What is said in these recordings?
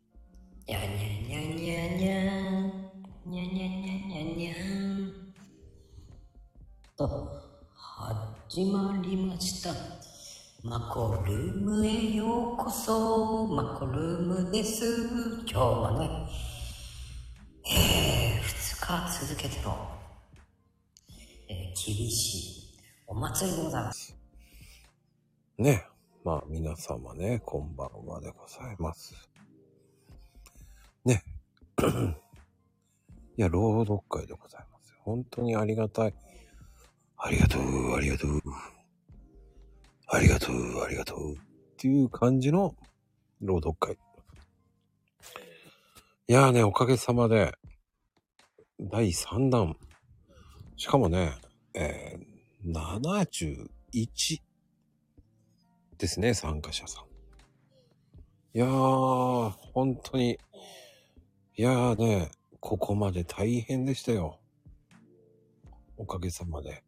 にゃにゃにゃにゃにゃにゃにゃにゃにゃにゃと始まりましたマコルームへようこそマコルームです今日はねえー、2日続けての、えー、厳しいお祭りでございますね。まあ、皆様ね、こんばんはでございます。ね。 いや、朗読会でございますよ。本当にありがたい。ありがとう、ありがとう。ありがとう、ありがとう。っていう感じの朗読会。いやーね、おかげさまで、第3弾。しかもね、えー、71。ですね、参加者さん。いやー、本当に。いやーね、ここまで大変でしたよ。おかげさまで。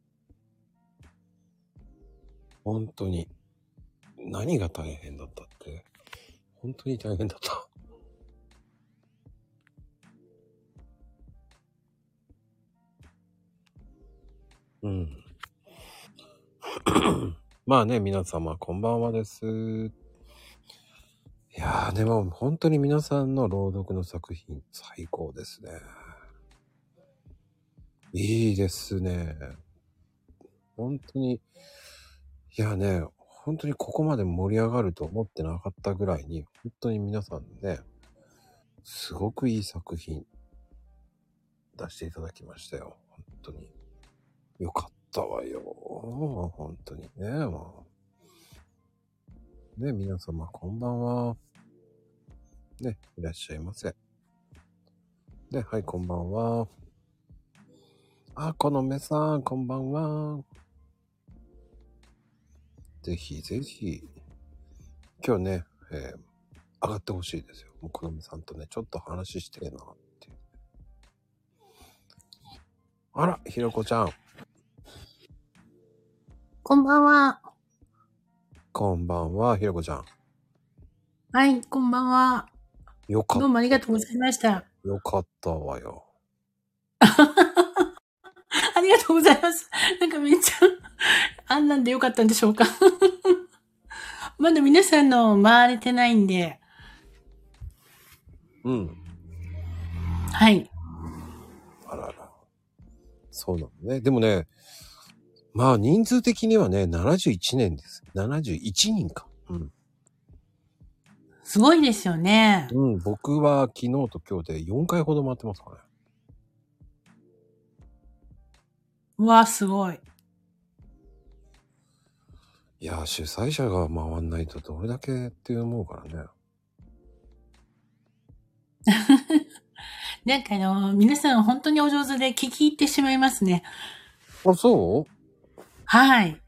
本当に。何が大変だったって。本当に大変だった。うん。まあね、皆様、こんばんはです。いやー、でも、本当に皆さんの朗読の作品、最高ですね。いいですね。本当に、いやね、本当にここまで盛り上がると思ってなかったぐらいに、本当に皆さんね、すごくいい作品、出していただきましたよ。本当に。よかったわよ。本当にね、もう。ね、皆様、こんばんは。ね、いらっしゃいませ。ね、はい、こんばんは。あ、このめさん、こんばんは。ぜひぜひ、今日ね、えー上がってほしいですよ。もうこのめさんとね、ちょっと話してえなっていう。あら、ひろこちゃん。こんばんは。こんばんは、ひろこちゃん。はい、こんばんは。よかどうもありがとうございました。よかったわよ。ありがとうございます。 なんかめっちゃ、あんなんでよかったんでしょうか。 まだ皆さんの回れてないんで、うん。はい。あらら。そうなのね。でもね、まあ人数的にはね、71年です。71人か。うん。すごいですよね。うん、僕は昨日と今日で4回ほど回ってますからね。うわ、すごい。いやー、主催者が回んないとどれだけって思うからね。なんかあの、皆さん本当にお上手で聞き入ってしまいますね。あ、そうはい。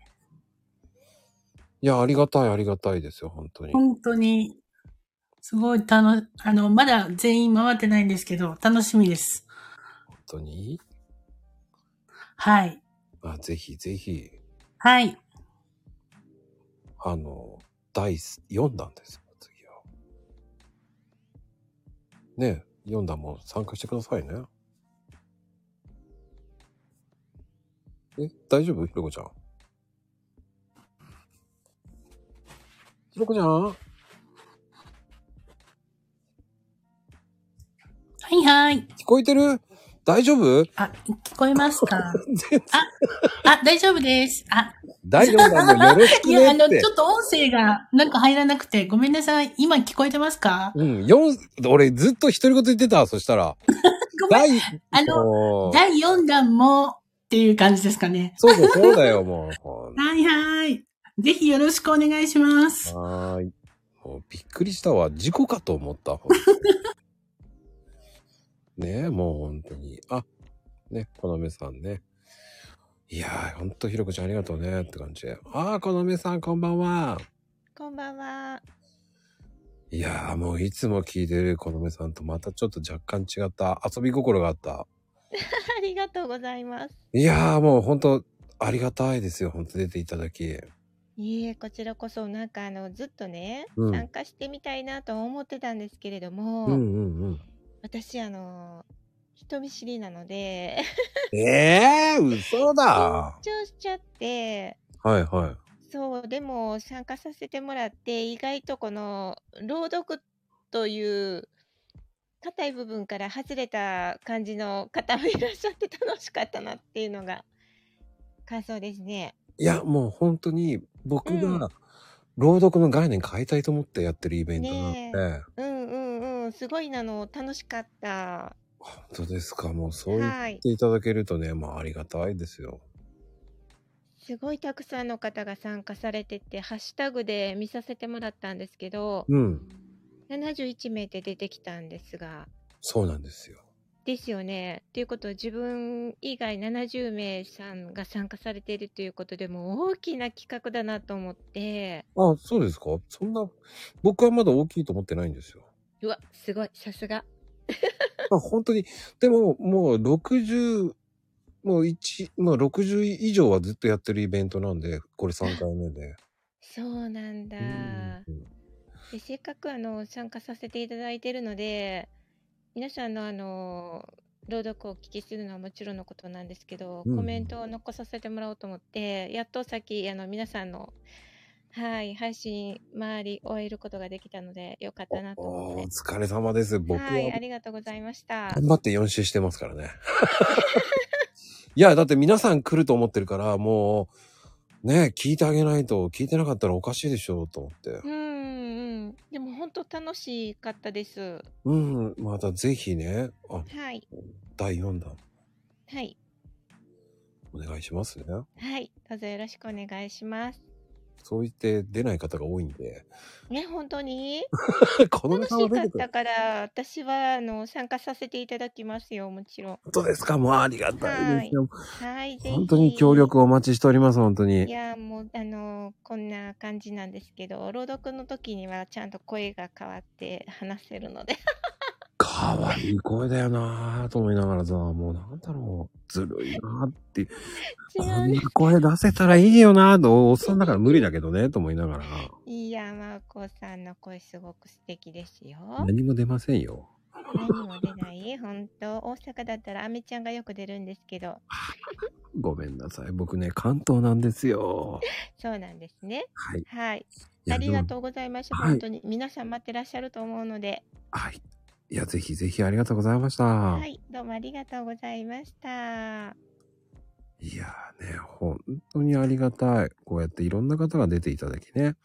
いや、ありがたい、ありがたいですよ、本当に。本当に、すごい楽、あの、まだ全員回ってないんですけど、楽しみです。本当に。はい。まあ、ぜひぜひ、はい。あの、第4弾ですよ、次は。ねえ、4弾も参加してくださいね。え、大丈夫ひろこちゃん。ひろこちゃんはいはい。聞こえてる大丈夫あ、聞こえますか 全然あ、大丈夫です。あ、大丈夫なのよろし くいや、ねあっの、ちて。ょっと音声がなんか入らなくて、ごめんなさい。今聞こえてますかうん、四俺ずっと独り言言ってた、そしたら。ごめん。第、あのの第4弾もっていう感じですかね。そうだよ、そうだよ、もうほ んはいはい。ぜひよろしくお願いします。はーい。もうびっくりしたわ。事故かと思った。本当に ねえ、もう本当に。あ、ね、このめさんね。いやー、ほんとひろこちゃんありがとうねって感じで。あー、このめさんこんばんは。こんばんは。 いやー、もういつも聞いてるこのめさんとまたちょっと若干違った遊び心があった。ありがとうございます。いやー、もうほんとありがたいですよ。ほんと出ていただき。いいいえ、こちらこそ、なんかあの、ずっとね、うん参加してみたいなと思ってたんですけれども、うんうんうん。私、あの、人見知りなので、ええー、嘘だ 緊張しちゃって、はいはそう、でも参加させてもらって、意外とこの朗読という硬い部分から外れた感じの方もいらっしゃって楽しかったなっていうのが感想ですね。い。いや、もう本当に僕うんが朗読の概念変えたいと思ってやってるイベントなんで、ねうんうんうん、すごいなの、楽しかった。本当ですか。もうそう言っはい。ていただけるとね、まあありがたいですよ。すごいたくさんの方が参加されてて、ハッシュタグで見させてもらったんですけど、うん。 71名って出てきたんですが、そうなんですよ。ですよね。ということは自分以外70名さんが参加されているということでもう大きな企画だなと思ってあ、そうですかそんな、僕はまだ大きいと思ってないんですよ。 うわすごいさすがまあ本当に、でももう60、もう1、まあ60以上はずっとやってるイベントなんで、これ3回目で。そうなんだうんうんでせっかくあの参加させていただいているので皆さんのあの朗読をお聞きするのはもちろんのことなんですけど、うんコメントを残させてもらおうと思ってやっとさっきあの皆さんのはい配信回り終えることができたのでよかったなと思っおーてお疲れ様です。僕ははい、ありがとうございました。頑張って4周してますからね。いや、だって皆さん来ると思ってるから、もう、ね、聞いてあげないと、聞いてなかったらおかしいでしょ、と思ってう。ん、うん。でも本当楽しかったです。うん、またぜひね、あ、はい、第4弾、はい、お願いしますね。はい。どうぞよろしくお願いします。そう言って出ない方が多いんで、ね、本当 にこの楽し方は出かてっくるた。から、私は、あの、参加させていただきますよ、もちろん。本当ですかもうありがたいですよ。はい、ぜひ。本当に協。力お待ちしております、本当いに。や、もう、あの、こんな感じなんですけど、朗読の時にはちゃんと声が変わって話せるので。 かわいい声だよなぁと思いながらさ、もうなんだろう、ずるいなぁって、違こうんねな声出せたらいいよなぁと、おっさんだから無理だけどね、と思いながら、いや、まあ、こうさんの声すごく素敵ですよ。何も出ませんよ。何も出ない本当大阪だったらアメちゃんがよく出るんですけど ごめんなさい、僕ね、関東なんですよ。そうなんですねはい。いはいやありがとう。うございましたはい本当に、皆さん待ってらっしゃると思うのではい。いや、ぜひぜひありがとうございました。はいどうもありがとうございましたいやーね、本当にありがたい。こうやっていろんな方が出ていただきね。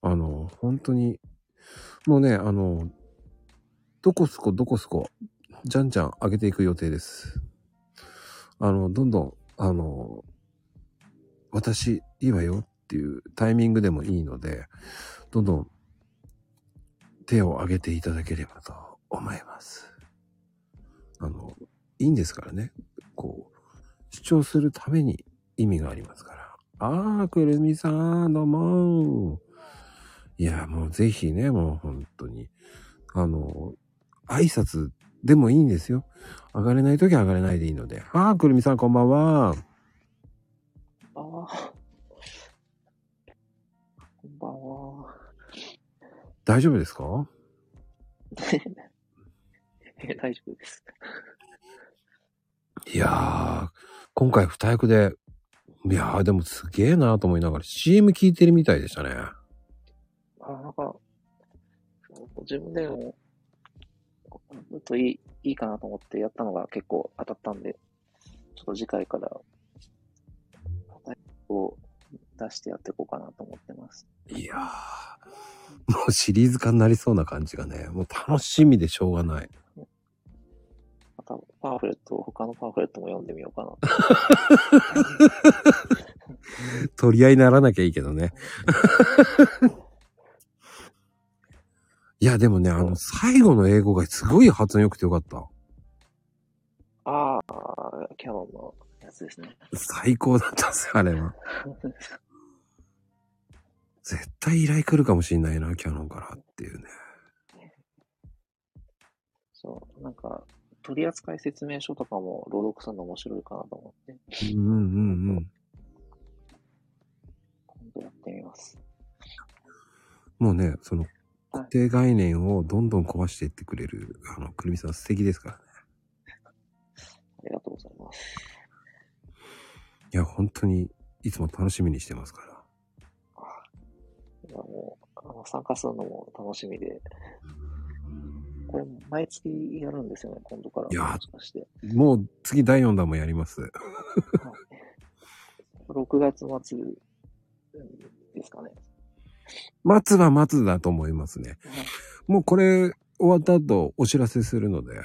あの、本当に、もうね、あの、どこすこどこすこ、じゃんじゃん上げていく予定です。あの、どんどん、あの、私、いいわよっていうタイミングでもいいので、どんどん手を挙げていただければと思います。あの、いいんですからね。こう、主張するために意味がありますから。ああ、くるみさん、どうも。いや、もうぜひね、もう本当に。あの、挨拶でもいいんですよ。上がれないときは上がれないでいいので。ああ、くるみさん、こんばんは。ああ。こんばんは。 大丈夫ですかえ、大丈夫です。いやー、今回二役で、いやー、でもすげえなーと思いながら CM 聞いてるみたいでしたね。ああ、なんか、自分でも、もっといい、いいかなと思ってやったのが結構当たったんで、ちょっと次回から、を出してやっていこうかなと思ってます。いやー、もうシリーズ化になりそうな感じがね、もう楽しみでしょうがない。また、パンフレットを、他のパンフレットも読んでみようかなと。 取り合いにならなきゃいいけどね。 いや、でもね、あの、最後の英語がすごい発音良くてよかった。ああ、キャノンのやつ ですね。最高だったんですよ、あれは。絶対依頼来るかもしんないな、キャノンからっていうね。そう、なんか、取扱説明書とかも朗読するの面白いかなと思って、うんうんうん。こんんとやってみます。もうね、その、固定概念をどんどん壊していってくれる、あの、くるみさん素敵ですからね。ありがとうございます。いや、本当に、いつも楽しみにしてますから。いやもうあの参加するのも楽しみで。これ、毎月やるんですよね、今度から。いやーもしかして。もう、次第4弾もやります。 6月末ですかね。待つは待つだと思いますね。もうこれ、終わった後、お知らせするので、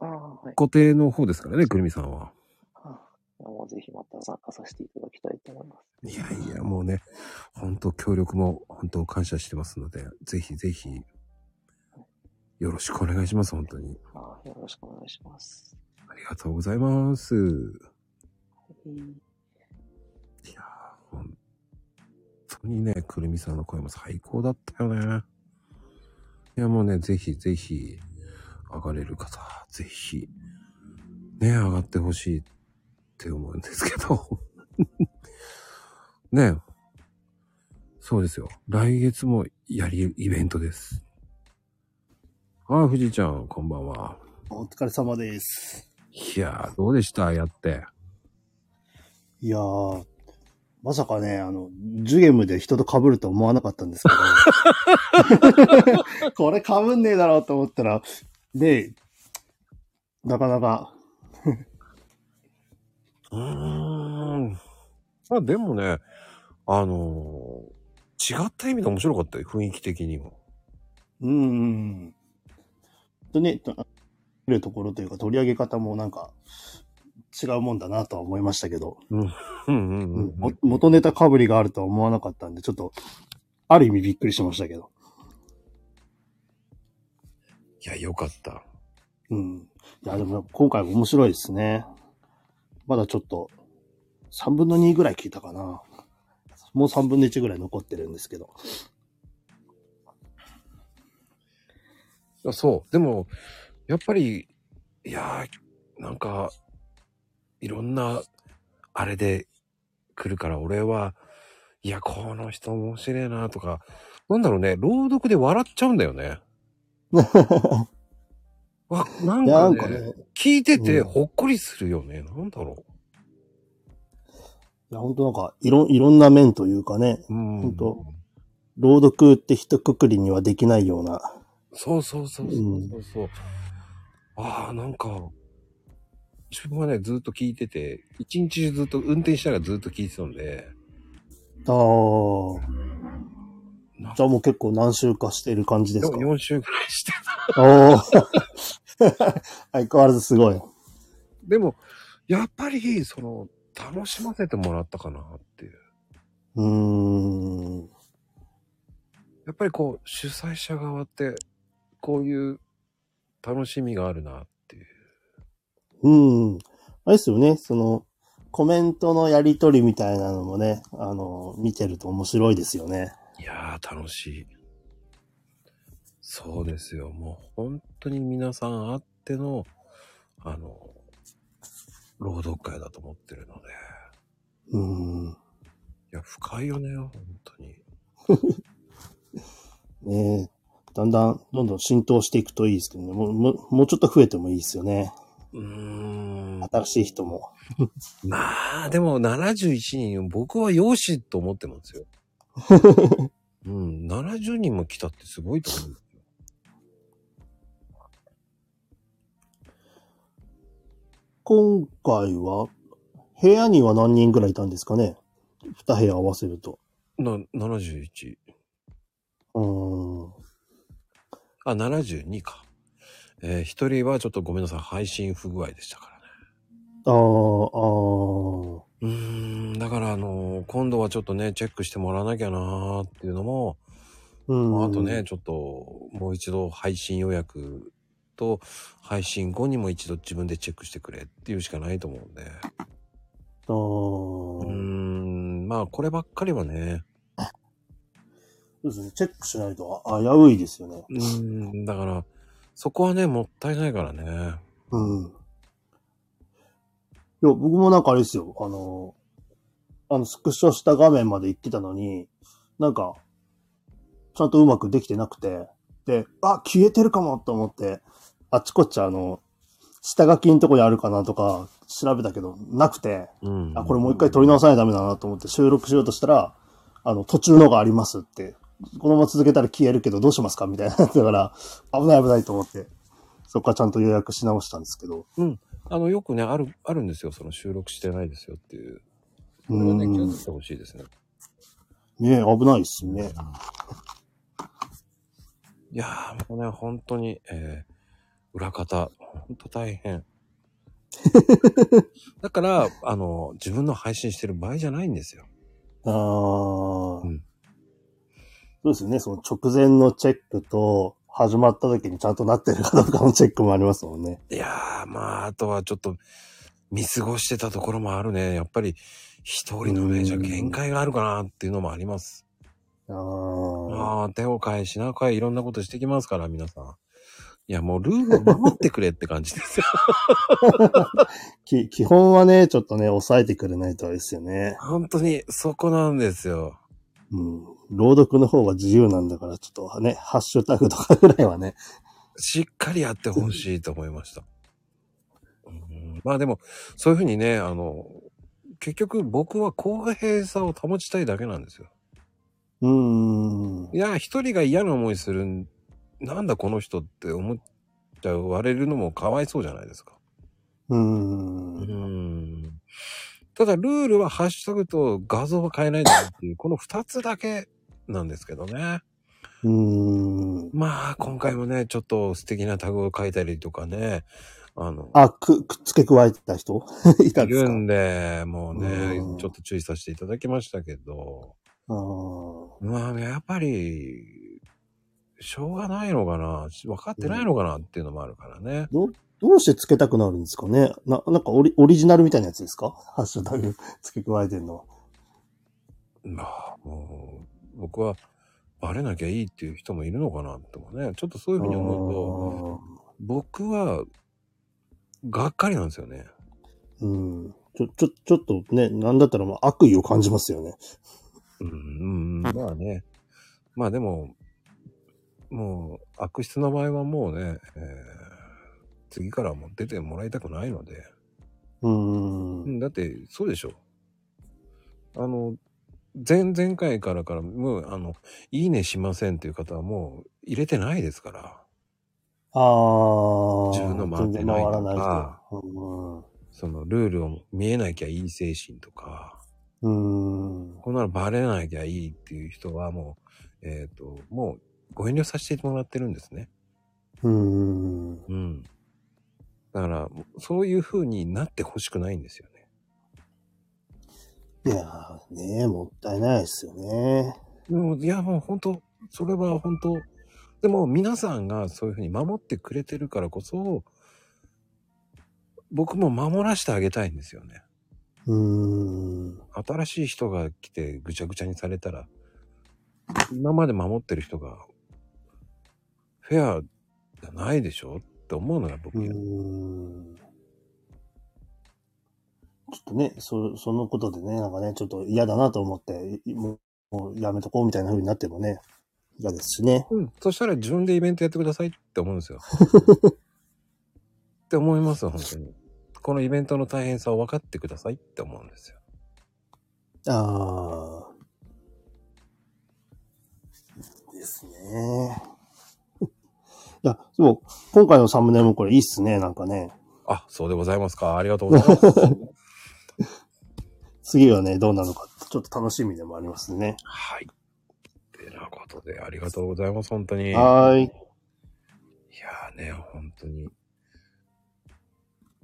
ああ、はい。固定の方ですからね、くるみさんは。あいやもうぜひまた参加させていただきたいと思います。いやいや、もうね、本当協力も本当感謝してますので、ぜひぜひ、よろしくお願いします、本当に。あーよろしくお願いします。ありがとうございます。うんいやー、本当にね、くるみさんの声も最高だったよね。いや、もうね、ぜひぜひ、上がれる方、ぜひ、ね、上がってほしいって思うんですけど。 ね、そうですよ。来月もやり、イベントです。ああ、富士ちゃん、こんばんは。お疲れ様です。いやー、どうでしたやって。いやー、まさかね、あの、ジュゲムで人と被ると思わなかったんですけど、これ被んねえだろうと思ったら、で、なかなか、うーん。まあでもね、あのー違った意味で面白かったよ、雰囲気的にも。うーん。とね、と見るところというか取り上げ方もなんか、違うもんだなとは思いましたけど、うんうんうんうもん。元ネタ被りがあるとは思わなかったんで、ちょっと、ある意味びっくりしましたけど。いや、よかった。うん。いや、でも今回面白いですね。まだちょっと、3分の2ぐらい聞いたかな。もう3分の1ぐらい残ってるんですけど。あそう。でも、やっぱり、いやー、なんか、いろんな、あれで来るから、俺は、いや、この人面白いなとか、なんだろうね、朗読で笑っちゃうんだよね。わ、なんいや、かなんね、かね、聞いててうんほっこりするよね。なんだろいや、本当なんか、いろ、いろんな面というかね、う。うん。ほんと朗読って一括りにはできないような。そうそうそうそうそうそう。ああ、なんか、自分はね、ずっと聞いてて、一日中ずっと運転しながらずっと聞いてたんで、あなあ。じゃあもう結構何週かしてる感じですか。 4週くらいしてた。おー 相変わらずすごい。でも、やっぱり、その、楽しませてもらったかなっていう。うーん。やっぱりこう、主催者側って、こういう楽しみがあるなっていう。うん。あれですよね、その、コメントのやりとりみたいなのもね、あの、見てると面白いですよね。いやー、楽しい。そうですよ。もう本当に皆さんあっての、あの、朗読会だと思ってるので。うん。いや、深いよね、本当に。ねえ。だんだん、どんどん浸透していくといいですけどね。もう、もうもうちょっと増えてもいいですよね。うーん。新しい人も。まあ、でも71人、僕は容姿と思ってますよ。うん、70人も来たってすごいと思う。今回は、部屋には何人ぐらいいたんですかね二部屋合わせると。な、71。うーん。あ、72か。えー一人はちょっとごめんなさい、配信不具合でしたからね。あー、あー。うーん、だからあのー今度はちょっとね、チェックしてもらわなきゃなーっていうのも、うん。あとね、。ちょっともう一度配信予約と配信後にも一度自分でチェックしてくれっていうしかないと思うんで。あー。うーん、まあこればっかりはね、そうですね。チェックしないとあ危ういですよね。うーん、だから、そこはね、もったいないからね。うん。いや、僕もなんかあれですよ。あの、あの、スクショした画面まで行ってたのに、なんか、ちゃんとうまくできてなくて、で、あ、消えてるかもと思って、あっちこっちあの、下書きのとこにあるかなとか調べたけど、なくて、 うん。あ、これもう一回撮り直さないとダメだなと思って収録しようとしたら、あの、途中のがありますって、このまま続けたら消えるけどどうしますかみたいなや つだから、危ない危ないと思って、そこからちゃんと予約し直したんですけど。あの、よくね、ある、あるんですよ。その収録してないですよっていう。こうれをね、気をん。つけてほしいですね。ね危ないっすね。いやー、もうね、本当に、えー、裏方、本当 大変。だから、あの、自分の配信してる場合じゃないんですよ。ああ、うんそうですよね。その直前のチェックと、始まった時にちゃんとなってるかどうかのチェックもありますもんね。いやー、まあ、あとはちょっと、見過ごしてたところもあるね。やっぱり、一人のね、じゃ限界があるかなっていうのもあります。ああ。ああ、手を変え、品を変え、いろんなことしてきますから、皆さん。いや、もうルールを守ってくれって感じですよ。 き、基本はね、ちょっとね、抑えてくれないとあれですよね。本当に、そこなんですよ。うん。朗読の方が自由なんだから、ちょっとね、ハッシュタグとかぐらいはね。しっかりやってほしいと思いました。うんまあでも、そういうふうにね、あの、結局僕は公平さを保ちたいだけなんですよ。うーん。いや、一人が嫌な思いするん、なんだこの人って思っちゃわれるのもかわいそうじゃないですか。うー。うんん。ただ、ルールはハッシュタグと画像は変えないんだっ ていう、この二つだけなんですけどね。うーん。まあ、今回もね、ちょっと素敵なタグを書いたりとかね、あの、あ、く、くっつけ加えてた人いたんいでするかんで、もうねうん、ちょっと注意させていただきましたけど、あーまあ、やっぱり、しょうがないのかな、分かってないのかなっていうのもあるからね。どうしてつけたくなるんですかねな、なんかオリオリジナルみたいなやつですかハッシュタグ 付け加えてんのは。まあ、もう、僕は、バレなきゃいいっていう人もいるのかなとかね、ちょっとそういうふうに思うと、僕は、がっかりなんですよね。うーん。ちょ、ちょ、ちょっとね、なんだったらもう悪意を感じますよね。うん、うんまあね。まあでも、もう悪質な場合はもうね、えー次からはもう出てもらいたくないので。うー。うんんだって、そうでしょ。あの、前々回からから、もう、あの、いいねしませんっていう方はもう入れてないですから。ああ。自分の回って全然ない回とらないか人。そのルールを見えなきゃいい精神とか、うーん。うこんなのバレなきゃいいっていう人はもう、えっ、と、もうご遠慮させてもらってるんですね。ーん。うん。だから、そういう風になってほしくないんですよいね。やー、ねもったいないですよね。でもいや、もう本当、それは本当、でも皆さんがそういう風に守ってくれてるからこそ、僕も守らせてあげたいんですよね。うーん。新しい人が来てぐちゃぐちゃにされたら、今まで守ってる人が、フェアじゃないでしょって思うのが僕、うーんちょっとね、そ、そのことでね、なんかね、ちょっと嫌だなと思って、いもう、もうやめとこうみたいな風になってもね、嫌ですしね。うん、そしたら自分でイベントやってくださいって思うんですよ。って思いますよ、本当に。このイベントの大変さを分かってくださいって思うんですよ。ああ。です ね。 いや、そう、今回のサムネもこれいいっすね、なんかね。あ、そうでございますか。ありがとうございます。 次はね、どうなるのかって、ちょっと楽しみでもありますね。はい。てなことで、ありがとうございます、本当に。いやはーい。ーね、本当に。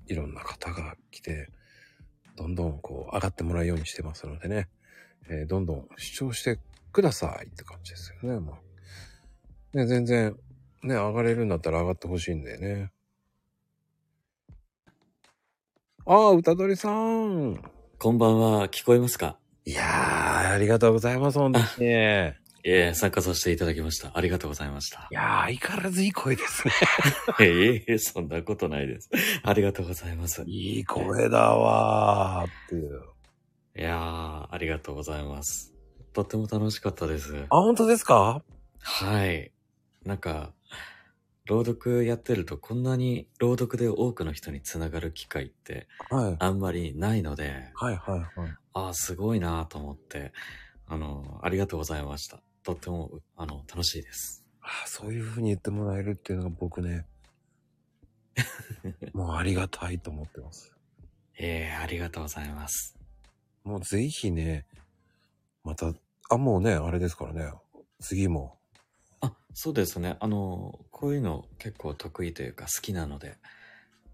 いろんな方が来て、どんどんこう上がってもらうようにしてますのでね、えーどんどん主張してくださいって感じですよね、もう。ね、全然、ね、上がれるんだったら上がってほしいんだよね。ああ、歌取さん。こんばんは、聞こえますかいやー、ありがとうございます、本当に。いやええ、参加させていただきました。ありがとうございました。ー、相変わらずいい声です ね。いえいえ、そんなことないです。ありがとうございます。いい声だわーっていう。いやー、ありがとうございます。とっても楽しかったです。あ、本当ですかはい。なんか、朗読やってるとこんなに朗読で多くの人につながる機会ってはい。あんまりないので、はいはいはい。ああ、すごいなと思って、あの、ありがとうございました。とっても、あの、楽しいです。あそういうふうに言ってもらえるっていうのが僕 ね、もうありがたいと思ってます。ええありがとうございます。もうぜひね、また、あ、もうね、あれですからね、次も。あ、そうですね。あの、こういうの結構得意というか好きなので、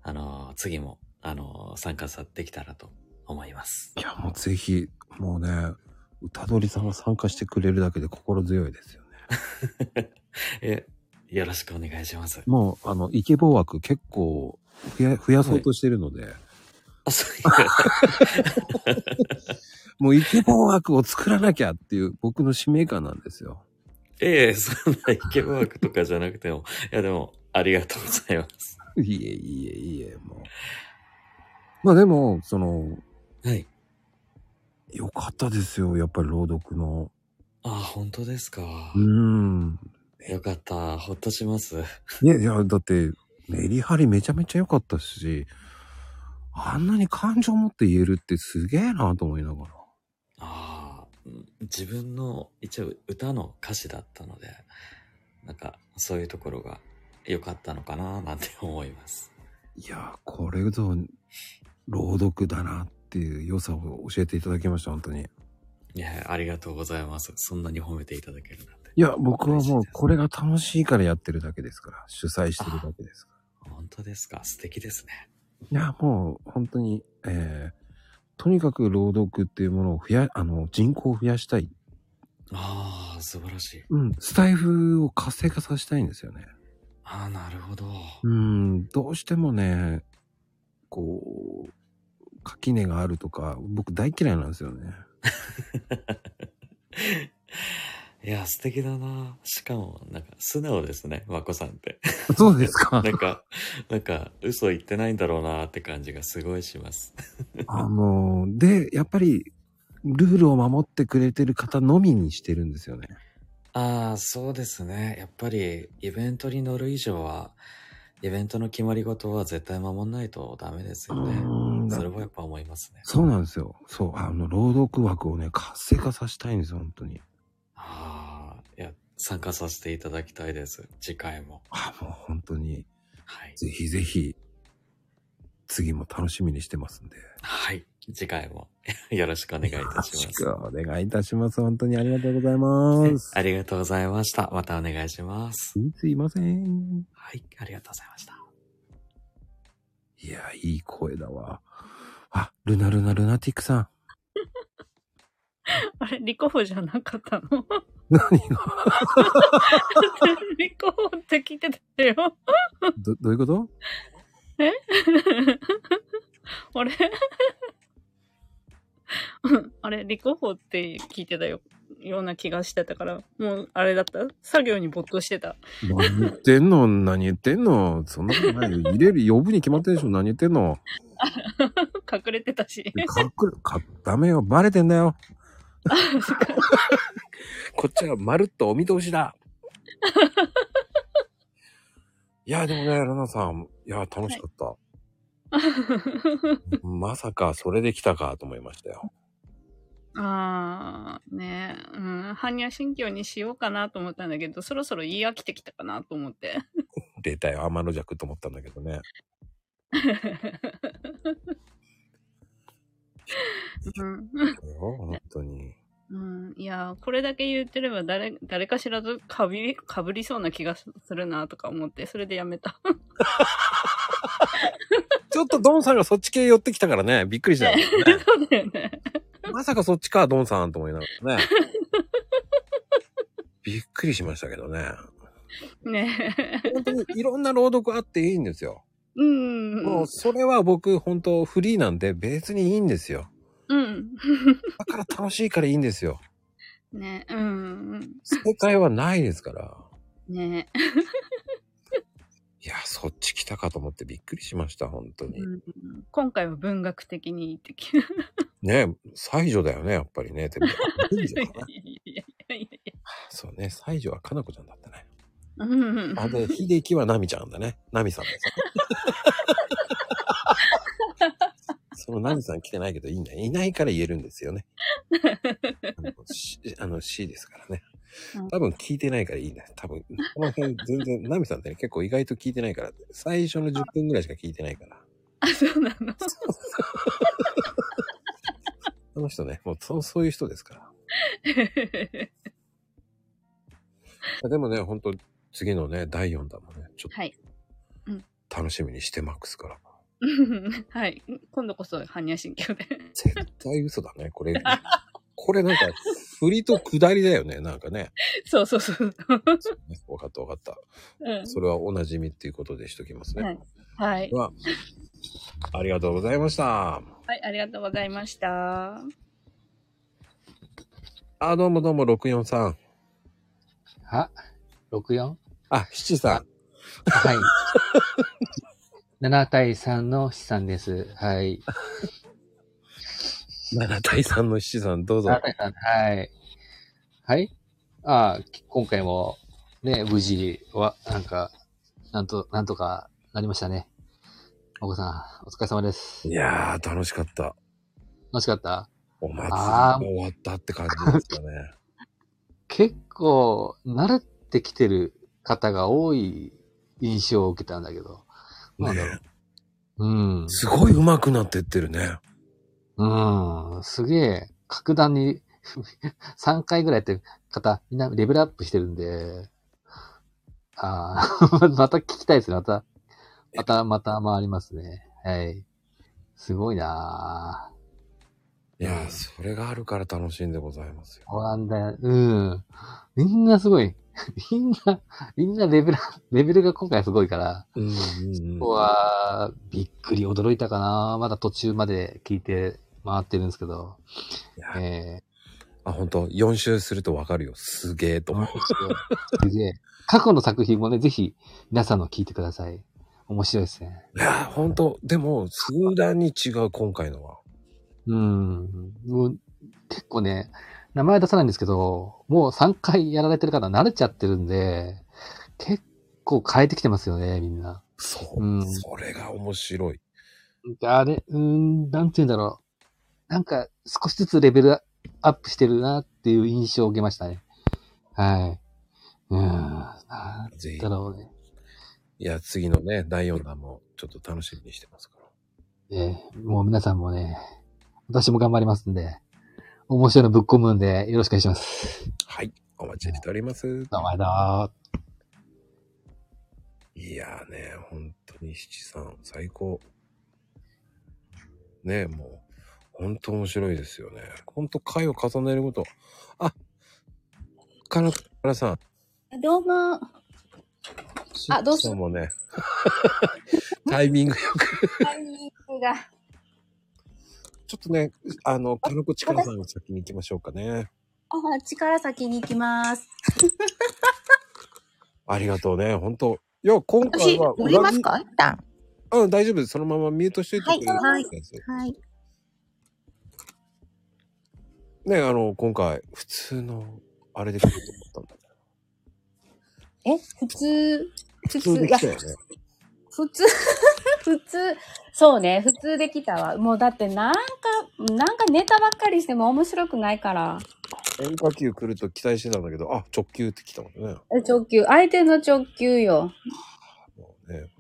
あの、次も、あの、参加さできたらと思います。いや、もうぜひ、もうね、歌取さんが参加してくれるだけで心強いですよね。え、よろしくお願いします。もう、あの、イケボ枠結構増や、増やそうとしてるので、あ、そういう。もうイケボ枠を作らなきゃっていう僕の使命感なんですよ。ええそんなイケボ枠とかじゃなくても、いやでも、ありがとうございます。 いえいえいえ、もう。まあでも、その、はい。良かったですよ、やっぱり朗読の。あ、本当ですかう。ん。よかった。ほっとします。いやいや、だって、メリハリめちゃめちゃ良かったし、あんなに感情持って言えるってすげえなと思いながら。ああ、うん自分の一応歌の歌詞だったので、なんかそういうところが良かったのかななんて思います。いやー、これぞ朗読だなっていう良さを教えていただきました、本当に。いや、ありがとうございます。そんなに褒めていただけるなんて。いや、僕はもう嬉しいですこれが楽しいからやってるだけですから、主催してるだけですか本当ですか素敵ですね。ら。いや、もう本当に、えー、とにかく朗読っていうものを増や、あの、人口を増やしたい。ああ、素晴らしい。うん、スタイフを活性化させたいんですよね。ああ、なるほど。うん、どうしてもね、こう、垣根があるとか、僕大嫌いなんですよ ね。いや、素敵だな。しかも、なんか、素直ですね、まこさんって。そうですか な。んか、なんか、嘘言ってないんだろうなって感じがすごいします。あの、で、やっぱり、ルールを守ってくれてる方のみにしてるんですよね。ああ、そうですね。やっぱり、イベントに乗る以上は、イベントの決まり事は絶対守んないとダメですようんね。それはやっぱ思いますね。そうなんですよ。そう、あの、朗読枠をね、活性化させたいんですよ、本当に。ああ、いや、参加させていただきたいです。次回も。あ、もう本当に、はい。ぜひぜひ、次も楽しみにしてますんで。はい。次回も よろしくお願いいたしまよろしす。くお願いいたします。本当にありがとうございます。ありがとうございました。またお願いします。 すいません。はい。ありがとうございました。いや、いい声だわ。あ、ルナルナルナティックさん。 あれ、リコホじゃなかったの何がリコホって聞いてたよ。ど、どういうこと あれうん あれ、リコホって聞いてたよ。ような気がしてたから、もうあれだった作業に没頭してた。 何言ってんの何言ってんのそんなことないよ。入れる、呼ぶに決まってるでしょ何言ってんの隠れてたし。 かっくか、ダメよ。バレてんだよ。こっちはまるっとお見通しだ。 いや、でもね、ルナさん、いや、楽しかった。まさかそれで来たかと思いましたよ。あー、ねえ、うん、般若心経にしようかなと思ったんだけど、そろそろ言い飽きてきたかなと思 って。出たよ、天の弱と思ったんだけどね。うん本当に。うん、いやー、これだけ言ってれば誰、誰かしらとかぶり、かぶりそうな気がすするなとか思って、それでやめた。ちょっとドンさんがそっち系寄ってきたからね、びっくりしたよ、ね。 そうだよね。まさかそっちか、ドンさんと思いなが らね。びっくりしましたけどね。ねえ。本当にいろんな朗読あっていいんですよ。うん。もうそれは僕本当フリーなんで別にいいんですよ。うん。だから楽しいからいいんですよ。ねえ、うん。正解はないですから。ねいや、そっち来たかと思ってびっくりしました、本当え、に。うん。今回は文学的にってき。ね西女だよね、やっぱりね。 でも西女かないやいやいやいそうね、西女はかなこちゃんだったね。やうんあ、で、秀樹はなみちゃんだね。なみさんですね。そのなみさん来てないけど、いないいないから言えるんですよね。あの C, あの C ですからねうん。多分聞いてないからいいんだよ。多分、この辺全然、なみさんってね、結構意外と聞いてないから、最初の10分ぐらいしか聞いてないから。あ、そうなの。あの人ね、もうそうそういう人ですから。あでもね、本当次のね、第4弾もね、ちょはいっうんと楽しみにしてマックスから。うんはい。今度こそ、般若心経で。絶対嘘だね、これ。これなんか、振りと下りだよね、なんかね。そうそうそう。ねわかったわかった。うんそれはおなじみっていうことでしときますね。はいはいで。は、ありがとうございました。はい、ありがとうございました。あ、どうもどうも、64さん。あ ?64? あ、七さん。はい。7対3の資産です。はい。 7対3の七さん、どうぞ7。対3、はい。はいああ、き今回も、ね、無事は、なんか、なんと、なんとかなりましたね。お子さん、お疲れ様ですい。やー、楽しかった。楽しかったお祭りあがー終わったって感じですかね。 結構、慣れてきてる方が多い印象を受けたんだけど。なんだろねう。うん。すごい上手くなってってるね。うん、すげえ、格段に3回ぐらいやってる方、みんなレベルアップしてるんで、ああ、 また聞きたいですね。また、また、また回りますね。はい。すごいなぁ。いやー、それがあるから楽しいんでございますよ。そうなんだよ。うん。みんなすごい。 みんな、みんなレベル、 レベルが今回すごいから、うんうんうんここは、びっくり驚いたかなまだ途中まで聞いて回ってるんですけど、いやえーえあ、本当4周するとわかるよ。すげえと思う。すげえ。過去の作品もね、ぜひ、皆さんの聞いてください。面白いです ね。いやー、本当でも、数段に違う、今回のは。うん。もう結構ね、名前は出さないんですけど、もう3回やられてる方慣れちゃってるんで、結構変えてきてますよね、みんな。そう。うんそれが面白い。あれ、うーん、なんて言うんだろう。なんか、少しずつレベルアップしてるなっていう印象を受けましたね。はい。うん。なんぜひだ。ろうね。いや、次のね、第4弾も、ちょっと楽しみにしてますから。ええもう皆さんもね、私も頑張りますんで、面白いのぶっ込むんで、よろしくお願いします。はい。お待ちしております。どうもありがといやーね、本当に七三、最高。ねえ、もう、本当面白いですよね。本当回を重ねること。あ、かな、かなさん。どうも。あどうした七三も ね、タイミングよく。タイミングが。ちょっとね、あの、かなこちかなさんが先に行きましょうかね。あ、力先に行きます。ありがとうね、本当いや、今回私、は、降りますか一旦。裏切うん、大丈夫です。そのままミュートしといてくれるはい大丈夫はい。ねあの、今回、普通の、あれで来ると思ったんだけど。え、普通、 普普通、通でいや来たよね。普通、 普通、そうね、普通できたわ。もうだってなんか、なんかネタばっかりしても面白くないから。変化球来ると期待してたんだけど、あ、直球って来たもんね。え直球、相手の直球よ。もうね。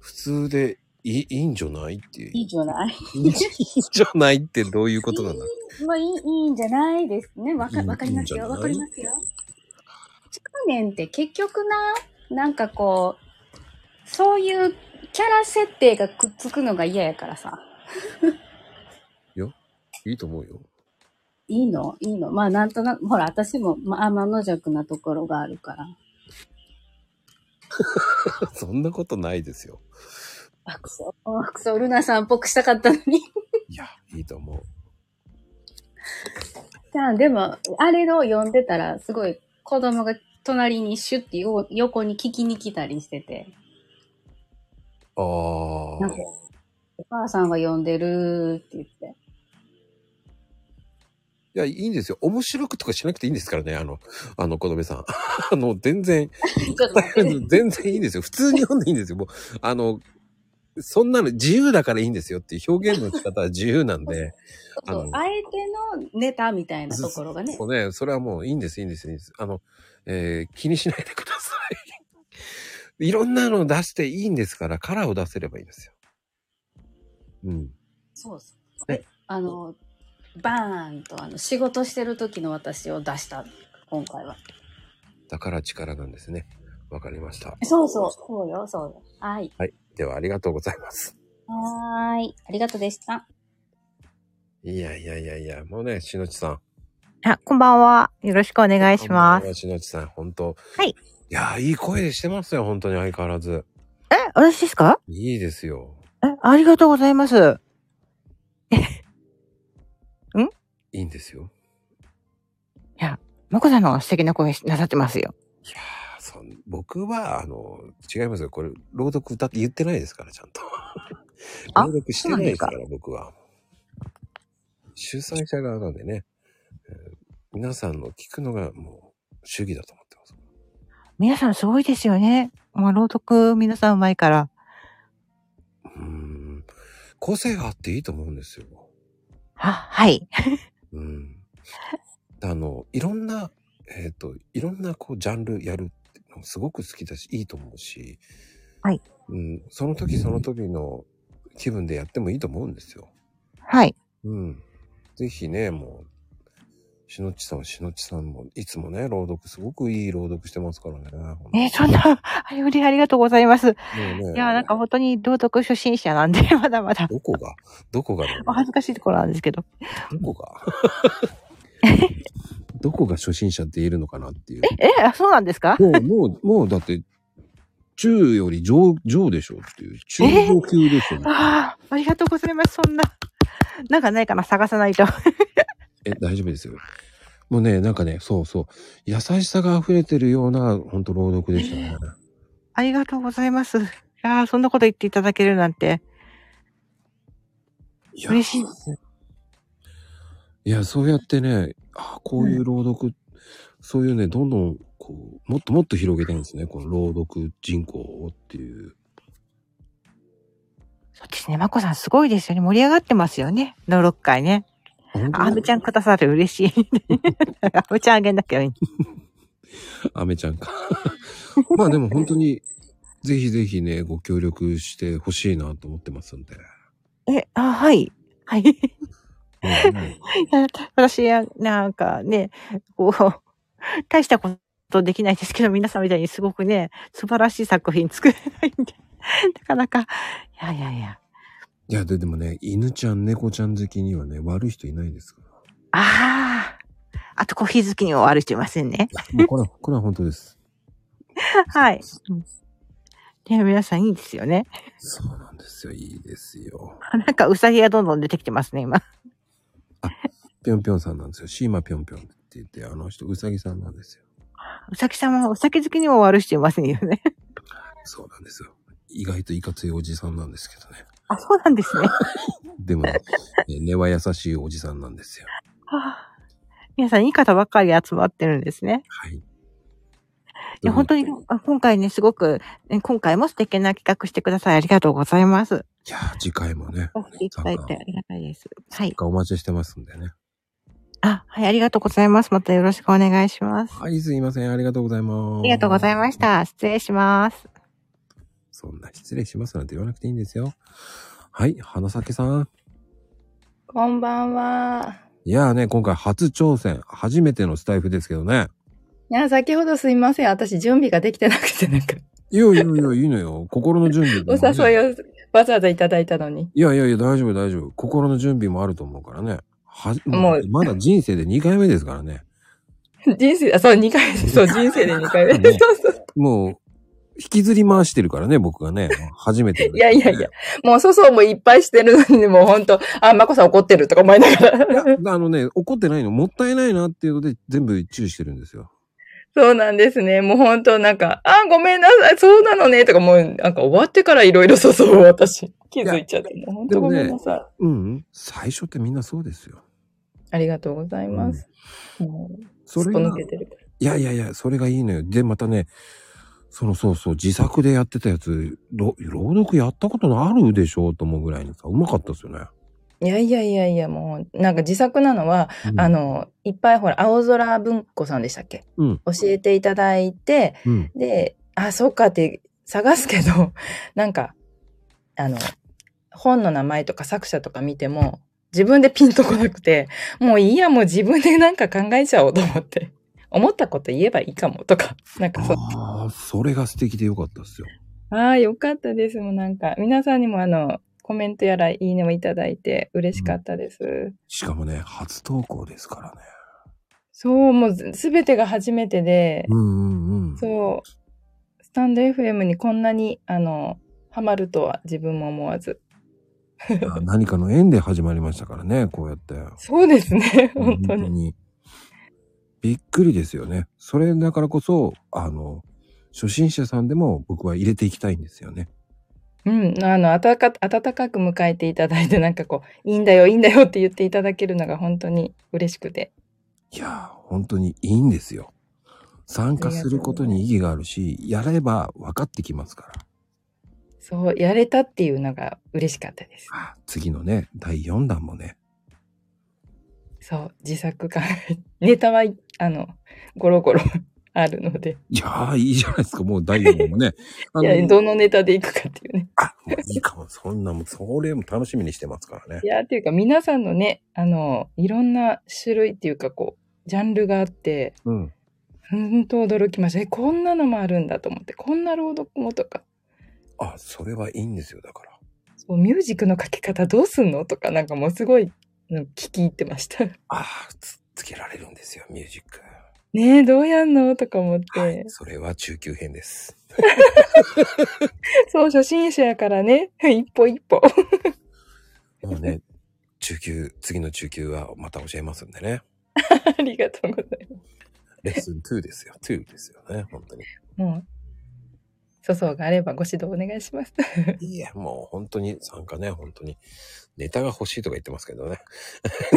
普通でいいいいんじゃないっていう。いいじゃ ないいいんじゃないってどういうことなんだまあいい、いいんじゃないですね。わいか、いわかりますいいんじゃなよ。いわかりますよ。近年って結局な、なんかこう、そういうキャラ設定がくっつくのが嫌やからさ。いいと思うよ。 いいのいいのまあなんとなく、ほら、私も、まあ、天の弱なところがあるから。そんなことないですよ。爆走。爆走、ルナさんっぽくしたかったのに。 いや、いいと思う。じゃあ、でも、あれを読んでたら、すごい、子供が隣にシュッてよ横に聞きに来たりしてて、あなんーか、お母さんが読んでるって言って。や、いいんですよ。面白くとかしなくていいんですからね、あの、あの、このべさん。 あの、全然、 全然いいんですよ。普通に読んでいいんですよ。もう、あの、そんなの自由だからいいんですよっていう表現の仕方は自由なん で、あそうの、相手のネタみたいなところがね。そうね、それはもういいんです、いいんです、いいんです。あの、えー気にしないでください。い ろんなの出していいんですから、カラーを出せればいいんですよ。うん。そうそう。あの、バーンとあの仕事してる時の私を出した、今回は。だから力なんですね。わかりました。そうそう、そうよ、そうよ。はい。はい。では、ありがとうございます。はーい。ありがとうでした。いやいやいやいや、もうね、しのちさん。。あ、こんばんは。よろしくお願いしますしのちさん、本当はい。いやー、いい声してますよ、本当に相変わらず。え、私ですかいいですよ。え、ありがとうございます。え、んいいいんですよ。や、まこさんの方が素敵な声なさってますよ。あそん僕は、あの、違いますよ。これ、朗読歌って言ってないですから、ちゃんと。朗読してないですから、僕は。主催者側なんでね、えー皆さんの聞くのがもう主義だと思って。皆さんすごいですよね。もう朗読皆さんうまいから。個性があっていいと思うんですよ。あ、はい。うん。あの、いろんな、えっ、と、いろんなこう、ジャンルやるっていうのすごく好きだし、いいと思うし、はい。うん、その時その時の気分でやってもいいと思うんですよ。はい。うん。ぜひね、もう、しのっちさんはしのっちさんも、いつもね、朗読、すごくいい朗読してますからね。もえ、そんな、あよりありがとうございます。ういね、や、なんか本当に朗読初心者なんで、 まだまだ。どこがどこがだお恥ずかしいところなんですけど。どこがどこが初心者って言えるのかなっていう。え、え、そうなんですかもう、もう、もうだって、中より上、上でしょっていう。中上級でしょ、ああ、ありがとうございます。そんな、なんかないかな探さないと。え、大丈夫ですよ。もうね、なんかね、そうそう。優しさが溢れてるような、本当朗読でしたね。ありがとうございます。いやーそんなこと言っていただけるなんて。嬉しいです。いや、そうやってね、あこういう朗読、そういうね、どんどん、こう、もっともっと広げたいんですね。この朗読人口をっていう。そうですね。まこさんすごいですよね。盛り上がってますよね。の6回ね。あアメちゃんくださる嬉しい。 アメちゃんあげなきゃいい。アメち ゃんか。まあでも本当に、ぜひぜひね、ご協力してほしいなと思ってますんで。え、あ、はい。はい。いや 私は、なんかね、こう、大したことできないですけど、皆さんみたいにすごくね、素晴らしい作品作れないんで、なかなか、いやいやいや。いや、ででもね、犬ちゃん、猫ちゃん好きにはね、悪い人いないですから。ああ、あとコーヒー好きにも悪い人いませんね。もうこれは、これは本当です。 はい。うんね、皆さんいいですよね。そうなんですよ、いいですよ。なんかウサギがどんどん出てきてますね、今。ぴょんぴょんさんなんですよ。シーマぴょんぴょんって言って、あの人、うさぎさんなんですよ。ウサギさんはウサギ好きにも悪い人いませんよね。そうなんですよ。意外といかついおじさんなんですけどね。あ、そうなんですね。でも ね、ね根は優しいおじさんなんですよ。はあ 皆さんいい方ばっかり集まってるんですね。はい。いや、本当に、あ今回ね、すごく、ね今回も素敵な企画してください。ありがとうございます。いやー、次回もね、お聞きいただいてありがたいです。はい。お待ちしてますんでね。あ、はい、ありがとうございます。またよろしくお願いします。はい、すいません。ありがとうございます。ありがとうございました。失礼します。そんな失礼しますなんて言わなくていいんですよ。はい、花咲さん。こんばんは。いやーね、今回初挑戦、初めてのスタイフですけどね。いや、先ほどすいません。私、準備ができてなくて、なんか、いやいやいや、いいのよ。心の準備おもね、誘いをわざわざいただいたのに。いやいやいや、大丈夫大丈夫。心の準備もあると思うからね。はもうまだ人生で2回目ですからね。人生、あ、そう、2回目、そう、人生で2回 目。そうそう。もう、引きずり回してるからね、僕がね。初めて。いやいやいや、もう、粗相もいっぱいしてるのに、もうほんと、あ、まこさん怒ってるとか思いながら。いや、あのね、怒ってないの、もったいないなっていうので、全部注意してるんですよ。そうなんですね。もうほんと、なんか、あ、ごめんなさい、そうなのね、とか、もう、なんか終わってからいろいろ誘う、私。気づいちゃって。もうほんでともごめんねなさい。、うん、最初ってみんなそうですよ。ありがとうございます。もうそすっれぽが抜けてるから。いやいやいや、それがいいのよ。で、またね、そのそうそう、自作でやってたやつ、ろ朗読やったことのあるでしょうと思うぐらいにさ、うまかったですよね。いやいやいやいや、もう、なんか自作なのは、あの、いっぱいほら、青空文庫さんでしたっけうん。教えていただいて、うん。で、あ、そっかって探すけど、 なんか、あの、本の名前とか作者とか見ても、自分でピンとこなくて、もういいや、もう自分でなんか考えちゃおうと思って、思ったこと言えばいいかもとか、なんかそう。ああ、それが素敵でよかったですよ。ああ、よかったです。もうなんか、皆さんにもあの、コメントやらいいねをいただいて嬉しかったです。しかもね、初投稿ですからね。そう、もうすべてが初めてで、 うんうんうん。そう、スタンド FM にこんなに、あの、ハマるとは自分も思わず。あ何かの縁で始まりましたからね、こうやって。そうですね、本当に。びっくりですよね。それだからこそ、あの、初心者さんでも僕は入れていきたいんですよね。うん、あの、温か、温かく迎えていただいて、なんかこう、いいんだよ、いいんだよって言っていただけるのが本当に嬉しくて。いやー、本当にいいんですよ。参加することに意義があるし、やれば分かってきますから。そう、やれたっていうのが嬉しかったです。次のね、第4弾もね。そう、自作感。ネタは、あの、ゴロゴロあるので。いやー、いいじゃないですか。もう第4弾も ね。あいのや、どのネタでいくかっていうね。もういいかも。そんなもん、それも楽しみにしてますからねい。や、っていうか、皆さんのね、あの、いろんな種類っていうか、こう、ジャンルがあって、うん。本当驚きました。え、こんなのもあるんだと思って、こんな朗読もとか、あ、それはいいんですよ。だから。そうミュージックのかけ方どうすんのとか、なんかもうすごい、うん聞き入ってました。 あーつ、つけられるんですよ、ミュージック。ねえ、どうやんのとか思って、それは中級編です。そう、初心者やからね、一歩一歩。 もうね、中級、次の中級はまた教えますんでね。ありがとうございまレッスン2ですよ。2ですよね、本当に。す。もう、粗相があればご指導お願いします。いや、もう本当に参加ね、本当に。ネタが欲しいとか言ってますけ どね。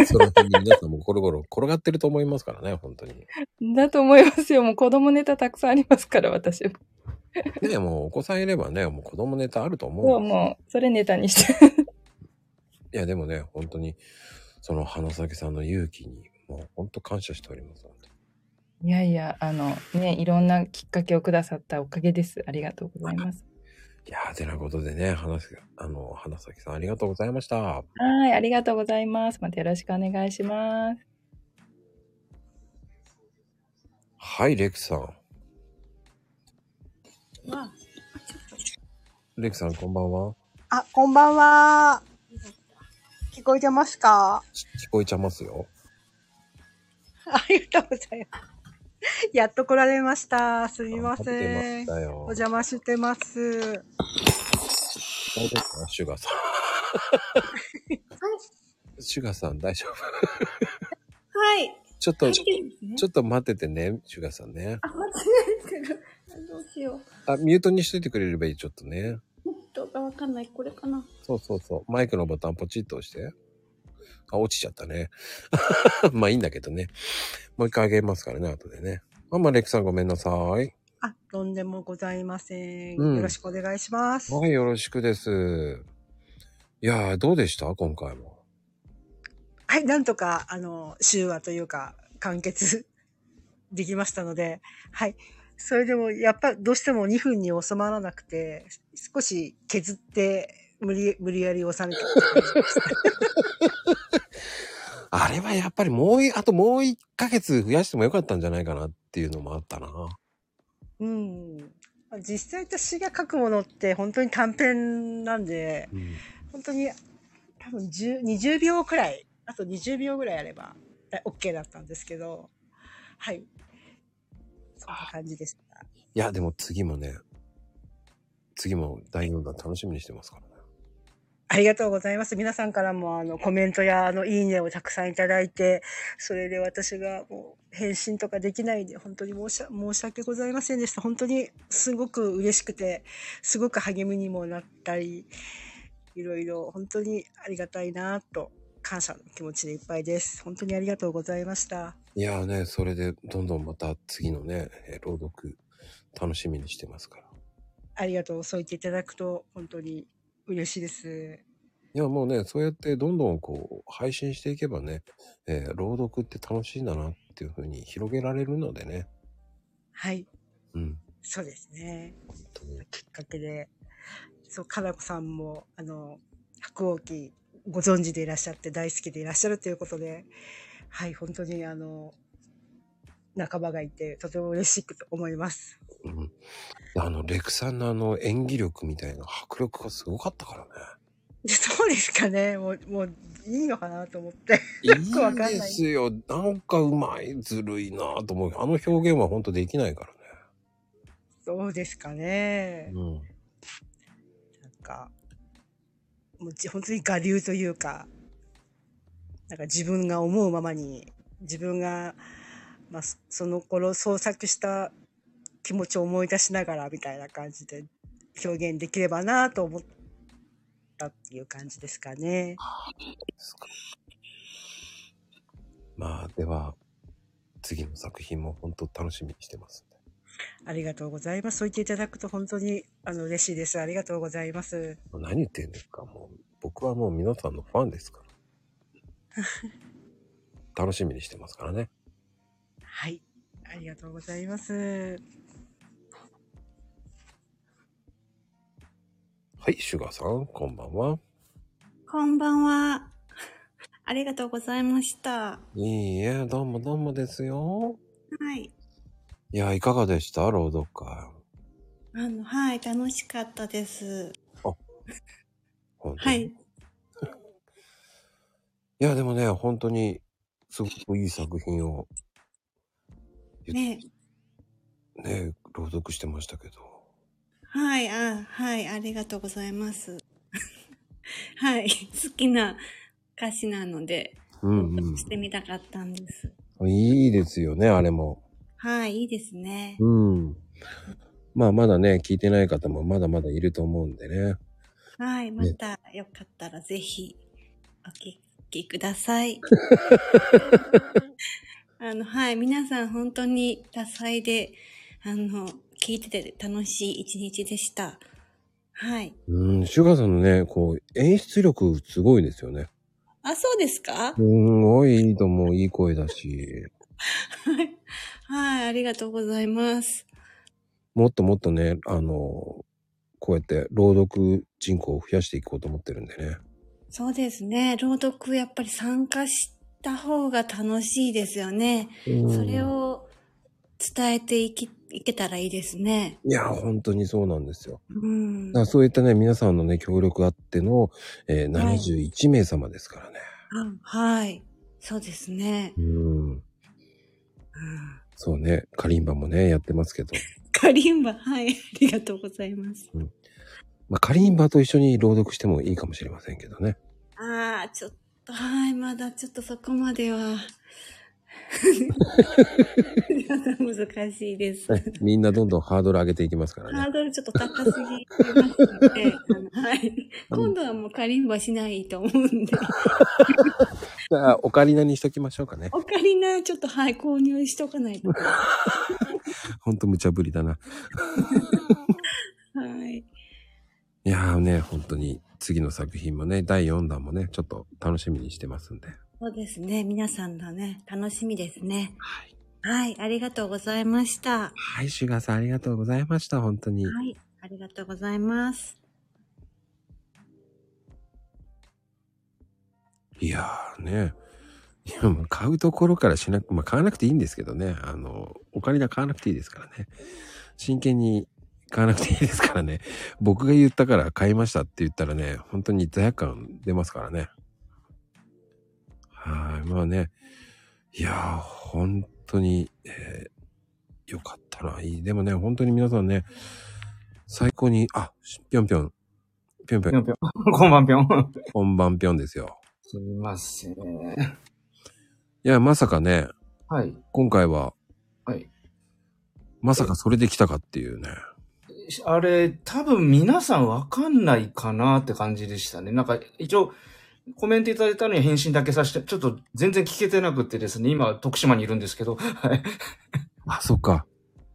その辺に皆さんもゴロゴロ転がってると思いますからね、本当に。 だと思いますよ。もう子供ネタたくさんありますから、私は。ね、もうお子さんいればね、もう子供ネタあると思うもう、もう、それネタにして。 いや、でもね、本当に、その花咲さんの勇気に、もう本当感謝しております。いやいや、あの、ね、いろんなきっかけをくださったおかげです。ありがとうございます。いやー、てなことでね、花咲、あの、花咲さんありがとうございました。はい、ありがとうございます。またよろしくお願いします。はい、レクさん。レクさん、こんばんは。あ、こんばんは。聞こえてますか聞こえちゃいますよ。ありがとうございます。やっと来られました。すみませ待ってましん。たよお邪魔してます。大丈夫かなシュガーさん。シュガーさん、大丈夫はい。ちょっと、大丈ち夫ですねょっと待っててね、シュガーさんね。あ、間違えてる。どうしよあ、ミュートにしといてくれればいい、ちょっとね。う。人がわかんない。これかな。そうそうそう。マイクのボタンポチッと押して。あ、落ちちゃったね。 まあいいんだけどね。もう一回あげますからね、後でね。あ、まあ、レクさんごめんなさい。あ、とんでもございません。うんよろしくお願いします。はい、よろしくです。いやー、どうでした今回も。はい、なんとか、あの、週話というか、完結 できましたので、はい。それでも、やっぱ、どうしても2分に収まらなくて、少し削って、無理、無理やり収めて。あれはやっぱりもうい、あともう1ヶ月増やしてもよかったんじゃないかなっていうのもあったな。うん。実際私が書くものって本当に短編なんで、本当に多分10 20秒くらい、あと20秒ぐらいあればえ OK だったんですけど、はい。そんな感じです。いや、でも次もね、次も第4弾楽しみにしてますからね。ありがとうございます。皆さんからもあのコメントやあのいいねをたくさんいただいて、それで私がもう返信とかできないんで、本当に申し申し訳ございませんでした。本当にすごく嬉しくて、すごく励みにもなったり、いろいろ本当にありがたいなと感謝の気持ちでいっぱいです。本当にありがとうございました。いやーね、それでどんどんまた次のね、えー朗読楽しみにしてますから。ありがとう。そう言っていただくと本当に嬉しいです。いや、もうね、そうやってどんどんこう、配信していけばね、えー朗読って楽しいんだなっていう風に広げられるのでね。はい。うん。そうですね。きっかけで。そう、かなこさんも、あの、白鸚記ご存知でいらっしゃって大好きでいらっしゃるということで、はい、本当にあの、仲間がいてとても嬉しく思います。 うん、あの、レクさんのあの演技力みたいな迫力がすごかったからね。でそうですかね。もう、もう、いいのかなと思って。いいよくわかんでない。すよ。なんかうまい、ずるいなぁと思う。あの表現は本当できないからね。そうですかね。うん。なんか、もうじ本当に我流というか、なんか自分が思うままに、自分が、まあ、そその頃創作した気持ちを思い出しながらみたいな感じで表現できればなと思ったっていう感じですかね。まあ、では、次の作品も本当楽しみにしてます。ありがとうございます。そう言っていただくと本当にあの嬉しいです。ありがとうございます。 何言ってんですかもう、僕はもう皆さんのファンですから。楽しみにしてますからね。はい。ありがとうございます。はい、シュガーさん、こんばんは。こんばんは。 ありがとうございました。はいいえ、どうもどうもですよ。い。いや、いかがでした朗読会。あの、はい、楽しかったです。はい。いや、でもね、本当に、すごくいい作品をね。ね、朗読してましたけど。はい、あ、はい、ありがとうございます。 はい。好きな歌詞なので、うんうんしてみたかったんです。いいですよね、あれも。はい、いいですね。うん。まあ、まだね、聞いてない方もまだまだいると思うんでね。はい、またよかったらぜひお聞きくださ い。あの、はい、皆さん本当に多彩で、あの、聞いてて楽しい一日でした。はい。うん、シュガーさんのね、こう、演出力すごいですよね。あ、そうですかすんごいいいと思う、いい声だし、はい、ありがとうございます。もっともっとね、あの、こうやって朗読人口を増やしていこうと思ってるんでね。そうですね。朗読、やっぱり参加した方が楽しいですよね。うんそれを伝えていき、いけたらいいですね。いや、本当にそうなんですよ。うんだか。らそういったね、皆さんのね、協力あっての、えー71名様ですからね。あはい。そうですね。うん。そうね、カリンバもね、やってますけど。カリンバ、はい。あ りがとうございます。まあ、カリンバと一緒に朗読してもいいかもしれませんけど ね。ああ、ちょっと、はい。まだちょっとそこまでは。 難しいです。ねみんなどんどんハードル上げていきますからね。ハードルちょっと高すぎますので、あのはい。今度はもうカリンバしないと思うんで、じゃあ、オカリナにしときましょうかね。 オカリナちょっとはい、購入しとかないと。はほんと無茶ぶりだな。い。いやーね、本当に次の作品もね、第4弾もね、ちょっと楽しみにしてますんで。そうですね。皆さんのね、楽しみですね。はい。ありがとうございました。はい、シュガーさんありがとうございました、本当に。はい。ありがとうございます。いやーね。いや、もう買うところからしなく、まあ買わなくていいんですけどね。あの、オカリナ買わなくていいですからね。真剣に買わなくていいですからね。僕が言ったから買いましたって言ったらね、本当に罪悪感出ますからね。はい、まあね。いやー、本当に、えーよかったな。いい。でもね、本当に皆さんね、最高に、あ、ぴょんぴょん。ぴょんぴょん。こん ばんぴょん。こんばんぴょんですよ。すみません。いや、まさかね、はい。今回は、はい。まさかそれで来たかっていうね。あれ、多分皆さんわかんないかなって感じでしたね。なんか、一応、コメントいただいたのに返信だけさせて、ちょっと全然聞けてなくってですね、今徳島にいるんですけど、はい。あ、そっか。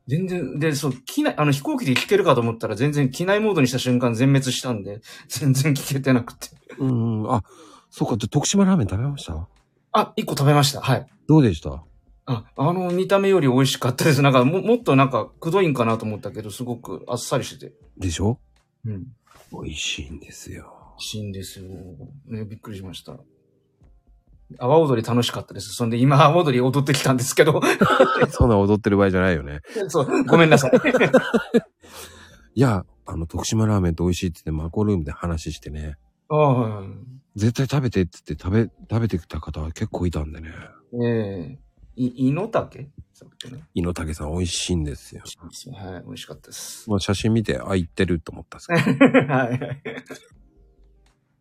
全然、で、そう、機内、あの飛行機で聞けるかと思ったら全然機内モードにした瞬間全滅したんで、全然聞けてなくて。うん、あ、そうか、じゃあ徳島ラーメン食べましたあ、一個食べました。はい。どうでしたあ、あの見た目より美味しかったです。なんかも、もっとなんか、くどいんかなと思ったけど、すごくあっさりしてて。でしょうん。美味しいんですよ。美味しいんですよ。ね、びっくりしました。阿波踊り楽しかったです。そんで今、阿波踊り踊ってきたんですけど。 そんな踊ってる場合じゃないよね。そう、ごめんなさい。 いや、あの、徳島ラーメンって美味しいって言って、マコルームで話してね、ああ、絶対食べてって言って食べ、食べてきた方は結構いたんでね。ええい、猪竹さっきね。猪野竹さん美味しいんですよ。はい、美味しかったです。まあ、写真見て、あ、行ってると思ったんですけは い。ど。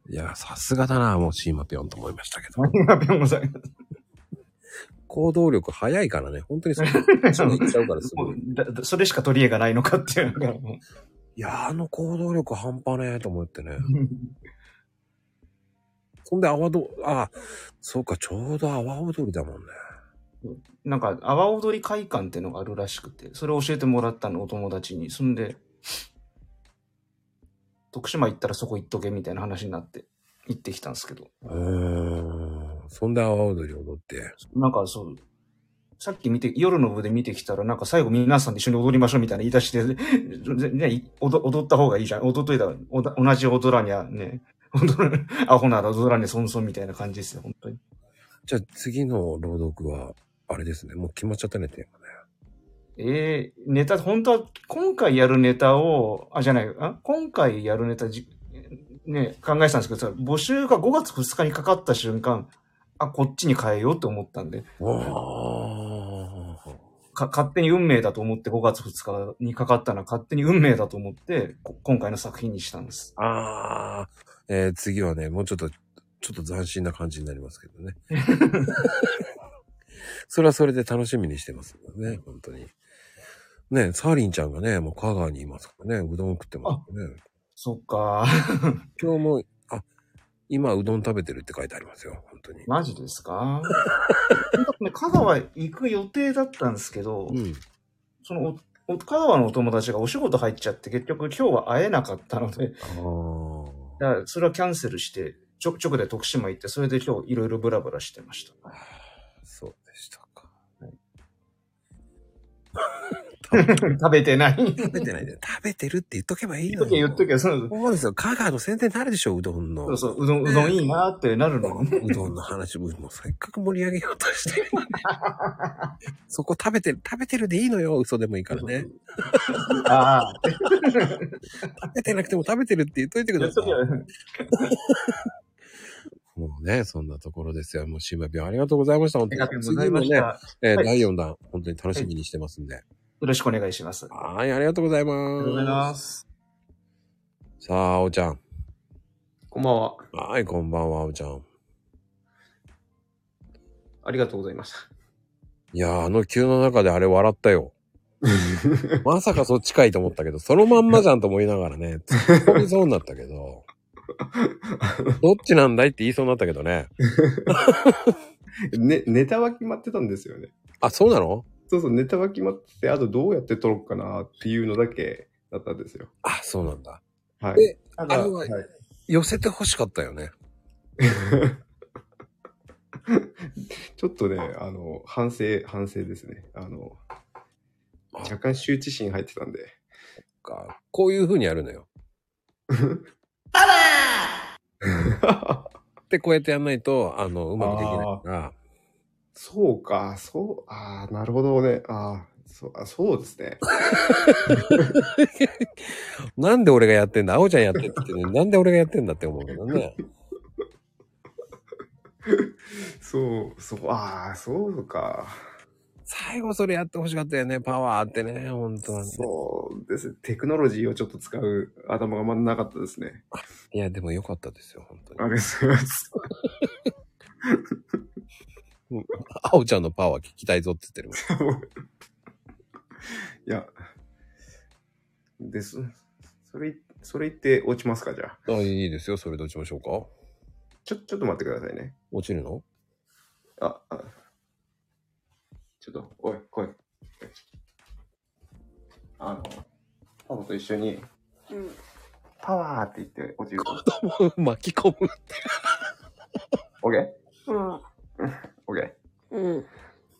いや、さすがだな、もうシーマピョンと思いましたけど。シーマピョンございます。行動力早いからね、本当にそう。そう言っちゃうからすごい。だだそれしか取り柄がないのかっていうのが。いや、あの行動力半端ねえと思ってね。そんで、阿波ど、あ、そうか、ちょうど阿波踊りだもんね。なんか、阿波踊り会館っていうのがあるらしくて、それを教えてもらったの、お友達に。そんで、徳島行ったらそこ行っとけみたいな話になって、行ってきたんですけど。うーん。そんで阿波踊り踊って。なんかそう、さっき見て、夜の部で見てきたら、なんか最後皆さんで一緒に踊りましょうみたいな言い出して、 ね、い踊踊った方がいいじゃん。踊っといたら、おだ同じ踊らにゃね、 踊る、アホなら踊らにゃそんそんみたいな感じですよ、本当に。 じゃあ次の朗読は、あれですね、もう決まっちゃったね、テーマね。えー、ネタ、本当は、今回やるネタを、あ、じゃない、あ今回やるネタじ、ね、考えてたんですけどさ、募集が5月2日にかかった瞬間、あ、こっちに変えようって思ったんで。か勝手に運命だと思って5月2日にかかったのは勝手に運命だと思って、こ今回の作品にしたんです。ああ、えー次はね、もうちょっと、ちょっと斬新な感じになりますけど ね。それはそれで楽しみにしてますよね、本当に。ね、サーリンちゃんがね、もう香川にいますからね、うどん食ってますからね。そっか。 今日も、あ、今うどん食べてるって書いてありますよ、本当に。マジですか本当ね香川行く予定だったんですけど、そのおお香川のお友達がお仕事入っちゃって結局今日は会えなかったので、だからそれはキャンセルして、ちょくちょくで徳島行って、それで今日いろいろブラブラしてました。そうでしたか。 食べてない。 食べてないで、食べてるって言っとけばいい言っとけ言っとけ、そうそうですよ。香川の宣伝になるでしょ、うどんの。そうそう、うどん、うどんいいなってなるの。 うどんの話、もうせっかく盛り上げようとしてるのに。そこ食べてる、食べてるでいいのよ、嘘でもいいからね。ああ。食べてなくても食べてるって言っといてください。もうね、そんなところですよ。もう、シマビョンありがとうございました。本当にありがとうございまし次もねた、えーはい第4弾、本当に楽しみにしてますんで。よろしくお願いします。はい、ありがとうございます。ありがとうございます。さあ、あおちゃん。こんばんは。はい、こんばんは、あおちゃん。ありがとうございました。いやー、あの急の中であれ笑っ たよ。まさかそっちかいと思ったけど、そのまんまじゃんと思いながらね、突っ込みそうになったけ ど、どっちなんだいって言いそうになったけどね。 ね、ネタは決まってたんですよね。あ、そうなのそうそう、ネタは決まってて、あとどうやって撮ろうかなっていうのだけだったんですよ。あ、そうなんだ。はい。でただあれははい寄せて欲しかったよね。 ちょっとね、あの、反省、反省ですね。あの、若干羞恥心入ってたんで。こういう風にやるのよ。で、こうやってやんないと、あの、うまくできないから。そうか、そう、ああ、なるほどね。ああ、そう、あそうですね。 なんで俺がやってんだあおちゃんやってって言ってね、なんで俺がやってんだって思うけどね。そう、そう、ああ、そうか。最後それやって欲しかったよね、パワーってね、本当はね。そうです。テクノロジーをちょっと使う頭がまだなかったですね。いや、でも良かったですよ、本当に。ありがとうござい ます。うんあおちゃんのパワー聞きたいぞって言って るもいん。や、です。それ、それ言って落ちますか、じゃあ。あいいですよ、それで打ちましょうか。ちょ、ちょっと待ってくださいね。落ちる のあ、あ、ちょっと、おい、来い。あの、パパと一緒に、パワーって言って落ちる。子供を巻き込むって。オッケーうん。オッケーうん。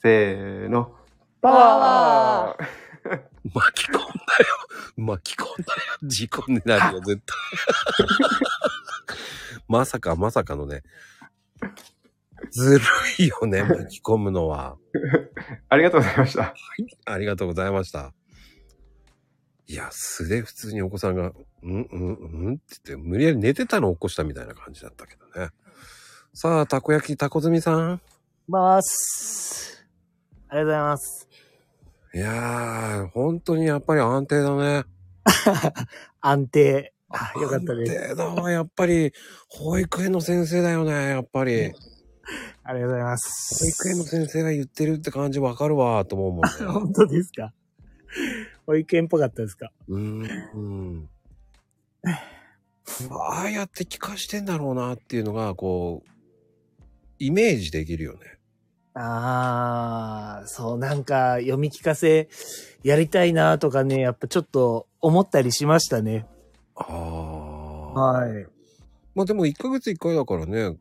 せーの。パワー巻き込んだよ。巻き込んだよ。事故になるよ、絶対。 まさかまさかのね。ずるい よね、巻き込むのは。ありがとうございました。ありがとうございました。いや、素で普通にお子さんが、うん、うん、うんって言って、無理やり寝てたのを起こしたみたいな感じだったけどね。さあ、たこ焼き、たこずみさん。ます。ありがとうございます。いやー、本当にやっぱり安定だね。 安定。あよかったです。安定だわ、やっぱり。保育園の先生だよね、やっぱり。ありがとうございます。保育園の先生が言ってるって感じわかるわ、と思うもんね。 本当ですか 保育園っぽかったですか うーん。ああやって聞かしてんだろうなっていうのが、こう、イメージできるよね。ああ、そう、なんか読み聞かせやりたいなとかね、やっぱちょっと思ったりしましたね。はい。まあでも1ヶ月1回だからね。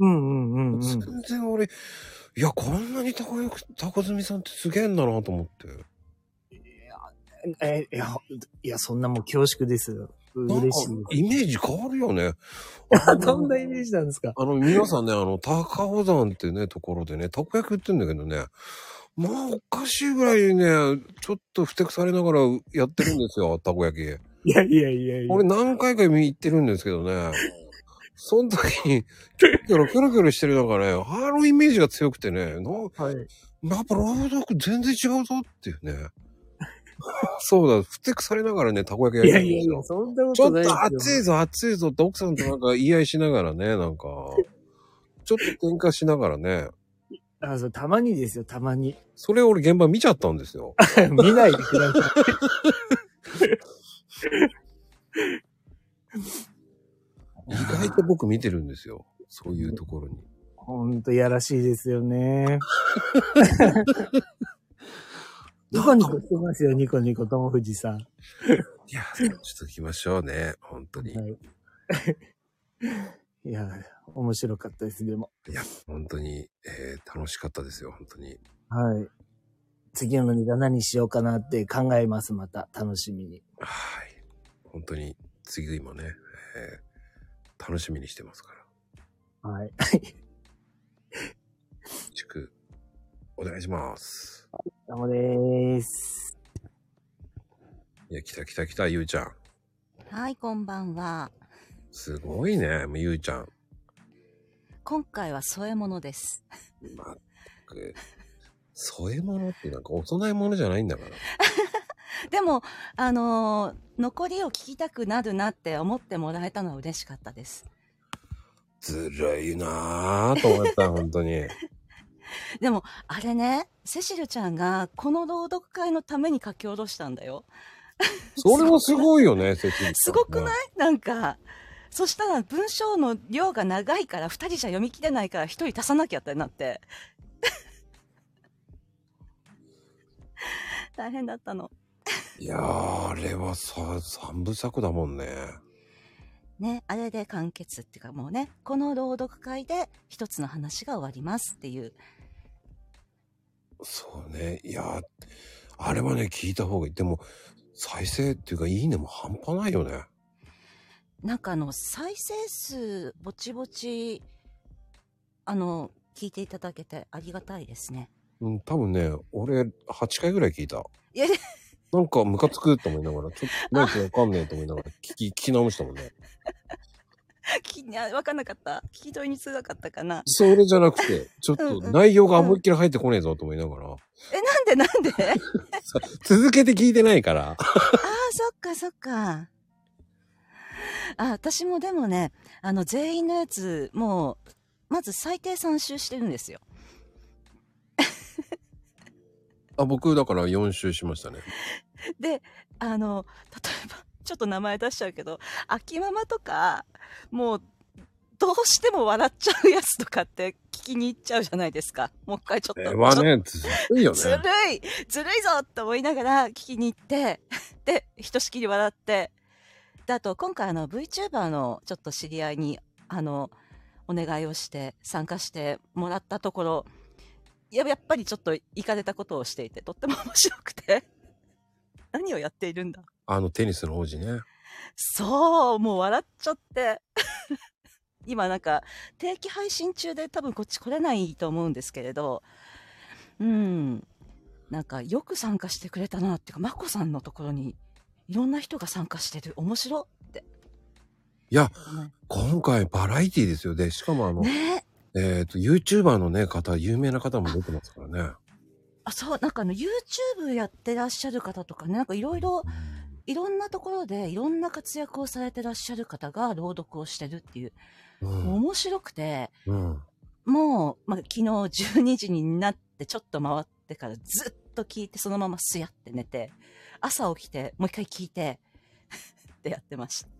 うんうんうん、うん。全然俺、いや、こんなにたこよく、たこずみさんってすげえんだなと思って。え、いや、いや、そんなもう恐縮です。嬉しい。イメージ変わるよね。どんなイメージなんですかあの、皆さんね、あの、高尾山ってね、ところでね、たこ焼き売ってんだけどね、まあ、おかしいぐらいね、ちょっとふてくされながらやってるんですよ、た こ焼き。いやいやいやいや。俺何回か見行ってるんですけどね。その時に、キョロキョロキョロキョロしてるのがね、あのイメージが強くてね、なやっぱロードク全然違うぞっていうね。 そうだ、ふてくされながらね、たこ焼きいややりいやいてるんや、ですそんなよ。こちょとっないですよ。と暑いぞ、暑いぞって奥さんとなんか言い合いしながらね、なんか、ちょっと喧嘩しながらね、あそうたまにですよ、たまに。それ俺現場見ちゃったんです よ。見ないでくださ 意外と僕見てるんですよ。そういうところに。い。ほんと、やらしいです よね。ニコニコしてますよ、ニコニコ、友藤さん。いや、ちょっと行きましょうね、本当に。はいいや、面白かったです、でも。いや、本当に、えー楽しかったですよ、本当に。はい。次のネタ何しようかなって考えます、また。楽しみに。本当に、次もね、えー楽しみにしてますから。はい。祝、お願いします。どうもでーす。いや、来た来た来た、ゆうちゃん。はい、こんばんは。すごいね、もうゆうちゃん。今回は添え物です。く添え物ってなんかお供え物じゃないんだから。でも、あのー残りを聞きたくなるなって思ってもらえたのは嬉しかったです。ずるいなぁと思った、本当に。でも、あれね、セシルちゃんがこの朗読会のために書き下ろしたんだよ。それもすごい よね、セチすごくないなんか、そしたら文章の量が長いから、二人じゃ読み切れないから一人足さなきゃってなって。 大変だったの。いやー、あれはさ、三部作だもんね。ね、あれで完結っていうかもうね、この朗読会で一つの話が終わりますっていう。そうね。いやー、あれはね、聞いた方がいい。でも、再生っていうか、いいねも半端ないよね。なんかあの、再生数ぼちぼち、あの、聞いていただけてありがたいですね。うん、多分ね、俺、8回ぐらい聞いた。いや、 なんか、ムカつくと思いながら、ちょっと、なんかわかんねえと思いながら、聞き、聞き直したもん ね。聞き、あわかんなかった聞き取りにつらかったかなそれじゃなくて、ちょっうとんうん内容が思いっきり入ってこねえぞと思いながら、え、なんでなんであさ続けて聞いてないから。あ、そっかそっか。あ、私もでもね、あの、全員のやつ、もう、まず最低3周してるんですよ。あ僕、だから4周しましたね。 であの例えばちょっと名前出しちゃうけど秋ママとかもうどうしても笑っちゃうやつとかって聞きに行っちゃうじゃないですか。もう一回ちょっと。れはね、ずるいよね。ずるいずるいぞと思いながら聞きに行って、で、ひとしきり笑って。で、あと、今回あの VTuber のちょっと知り合いに、あの、お願いをして参加してもらったところ、いややっぱりちょっと行かれたことをしていて、とっても面白くて、何をやっているんだあのテニスの王子ね。そう、もう笑っちゃって。 今なんか定期配信中で多分こっち来れないと思うんですけれど、うん、なんかよく参加してくれたなっていうか、まこさんのところにいろんな人が参加してる。面白って。いや、今回バラエティですよ。で、しかもあの、ねえっ、と、YouTuber のね、方、有名な方も出てますからね。あ、そう、なんかあの YouTube やってらっしゃる方とかね、なんかいろいろ、いろんなところでいろんな活躍をされてらっしゃる方が朗読をしてるっていう、面白くて、うん。もう、まあ、昨日12時になってちょっと回ってからずっと聞いてそのまますやって寝て、朝起きてもう一回聞いて、 ってやってました。い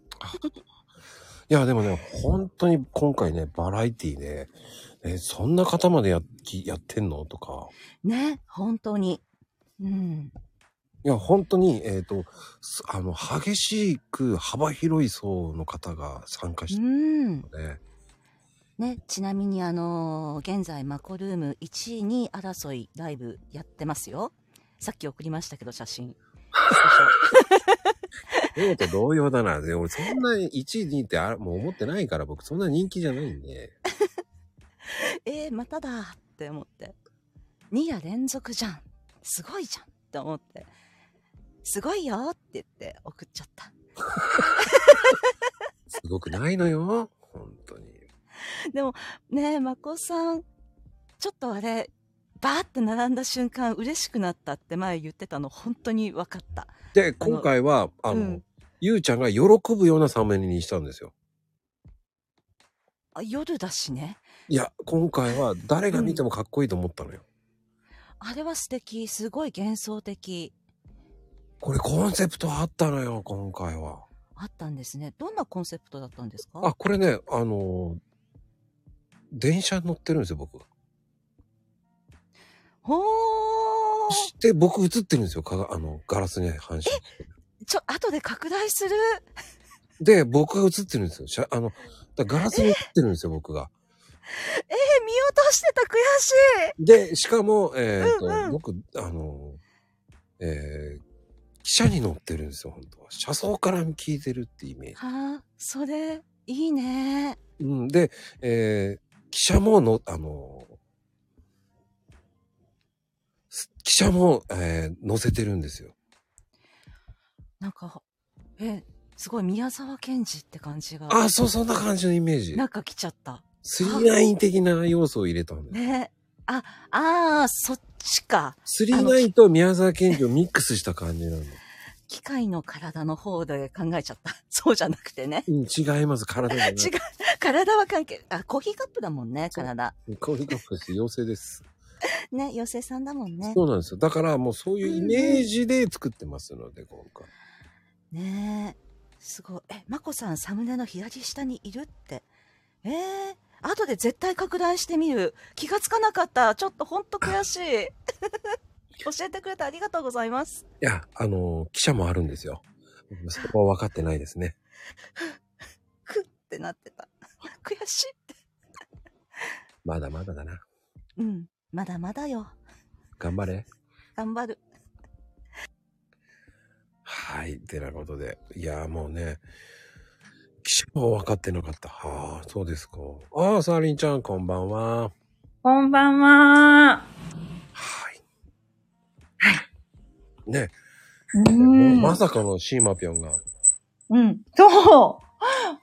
や、でもね、本当に今回ね、バラエティで、えそんな方までやっきやってんのとか。ね、本当に。うん。いや、本当に、えっ、と、すあの、激しく幅広い層の方が参加してるうん。ので、ね、ちなみにあのー現在マコルーム1位2位争いライブやってますよ。さっき送りましたけど写真。 レオと同様だな。で俺、そんなに1位、2位ってあもう思ってないから、僕、そんな人気じゃないんで。えー、まただって思って。2夜連続じゃん。すごいじゃんって思って。すごいよって言って送っちゃった。すごくないのよ。本当に。でもねえ、まこさん、ちょっとあれ、バーって並んだ瞬間嬉しくなったって前言ってたの本当に分かった。で、今回は、あの、うんゆうちゃんが喜ぶようなサムネにしたんですよ。あ夜だしね。いや、今回は誰が見てもかっこいいと思ったのよ。あれは素敵。すごい幻想的。これコンセプトあったのよ、今回は。あったんですね。どんなコンセプトだったんですかあ、これね、あの電車に乗ってるんですよ、僕。ほー。で、僕映ってるんですよ、かがあの、ガラスに反射。ちょ、後で拡大する。で、僕が映ってるんですよ。しゃあの、だガラスに映ってるんですよ、僕が。えー、見落としてた悔しい。で、しかも、えっ、と、僕、あのえー、汽車に乗ってるんですよ、本当は。車窓から聞いてるってイメージ。はあ、それ、いいね。うん、で、えー、汽車もの、あのす汽車も、えー乗せてるんですよ。なんか、え、すごい宮沢賢治って感じが。あ、そう、そんな感じのイメージな。んか来ちゃった。スリーナイン的な要素を入れたんです。ね。あ、ああ、そっちか。スリーナインと宮沢賢治をミックスした感じなの。機械の体の方で考えちゃった。 そうじゃなくてね。うん、違います、体が、ね。違う。体は関係、あ、コーヒーカップだもんね、体。う。コーヒーカップです、妖精です。ね、妖精さんだもんね。そうなんですよ。だからもうそういうイメージで作ってますので、今回。ねえ。すごい。え、まこさん、サムネの左下にいるって。ええ後で絶対拡大してみる。気がつかなかった。ちょっとほんと悔しい。教えてくれてありがとうございます。いや、あの、汽車もあるんですよ。そこは分かってないですね。ふってなってた。悔しいって。まだまだだな。うん。まだまだよ。頑張れ。頑張る。はい。てなことで。いや、もうね、汽車も分かってなかった。はあ、そうですか。ああ、サーリンちゃん、こんばんは。こんばんは。ね、うん。まさかのシーマピョンが。うん。そう。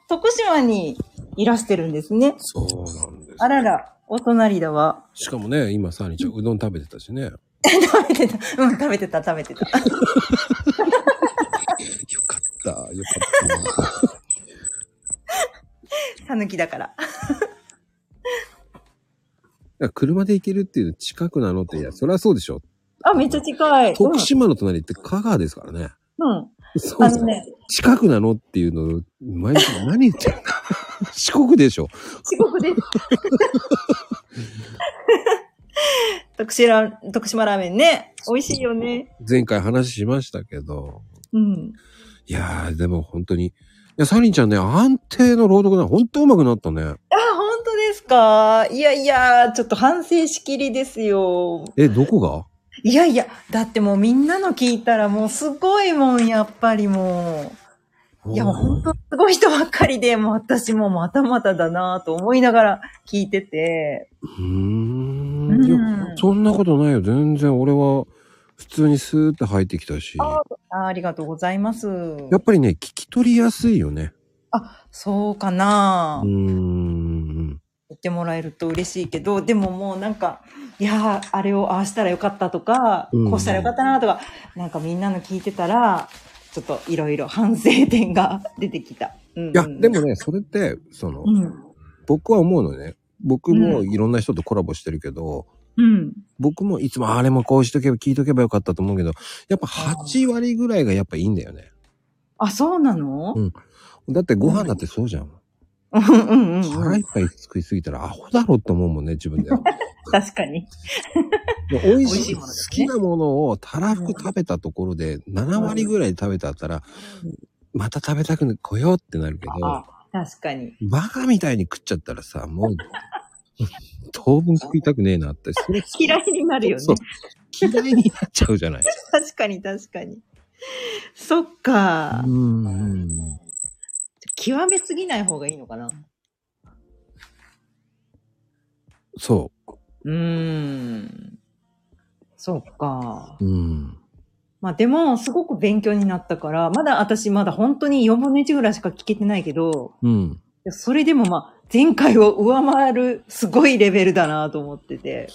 徳島にいらしてるんですね。そうなんです。あらら、お隣だわ。しかもね、今、サーリンちゃん、うどん食べてたしね。うん、食べてた、食べてた。だ、よかった。たぬきだから。いや車で行けるっていうの近くなのって、いや、そりゃそうでしょ。あ、めっちゃ近い。徳島の隣って香川ですからね。うん。うん。そうあですのね、近くなのっていうの、毎日何言ってるんだ。 四国でしょ。四国です。 徳島ラ徳島ラーメンね。美味しいよね。前回話しましたけど。うん。いやー、でも本当に。いや、サリンちゃんね、安定の朗読だ。本当上手くなったね。あ、本当ですかいやいや、ちょっと反省しきりですよ。え、どこがいやいや、だってもうみんなの聞いたらもうすごいもん、やっぱりもう。いやもう本当すごい人ばっかりで、もう私もまたまただなと思いながら聞いてて。いや、そんなことないよ。全然俺は、普通にスーって入ってきたし。ああありがとうございます。やっぱりね、聞き取りやすいよね。あ、そうかなうーん。言ってもらえると嬉しいけど、でももうなんか、いやー、あれをああしたらよかったとか、うんこうしたらよかったなとか、なんかみんなの聞いてたら、ちょっといろいろ反省点が 出てきた。うんいや、でもね、それって、その、僕は思うのね。僕もいろんな人とコラボしてるけど、うん。僕もいつもあれもこうしとけば聞いとけばよかったと思うけど、やっぱ8割ぐらいがやっぱいいんだよね。あ、そうなのうん。だってご飯だってそうじゃん。うんうんうん。腹いっぱい作りすぎたらアホだろって思うもんね、自分で。 確かに。で美味しい、好きなものをたらふく食べたところで、7割ぐらい食べたったら、また食べたく来ようってなるけど、確かに。バカみたいに食っちゃったらさ、もう、当分食いたくねえなって、それ嫌いになるよねそう。嫌いになっちゃうじゃ ない。確かに確かに。そっか。うん。極めすぎない方がいいのかな。そうーん。そっか。う。うん。まあでも、すごく勉強になったから、まだ私まだ本当に4分の1ぐらいしか聞けてないけど、うん。それでもまあ、前回を上回るすごいレベルだなと思ってて。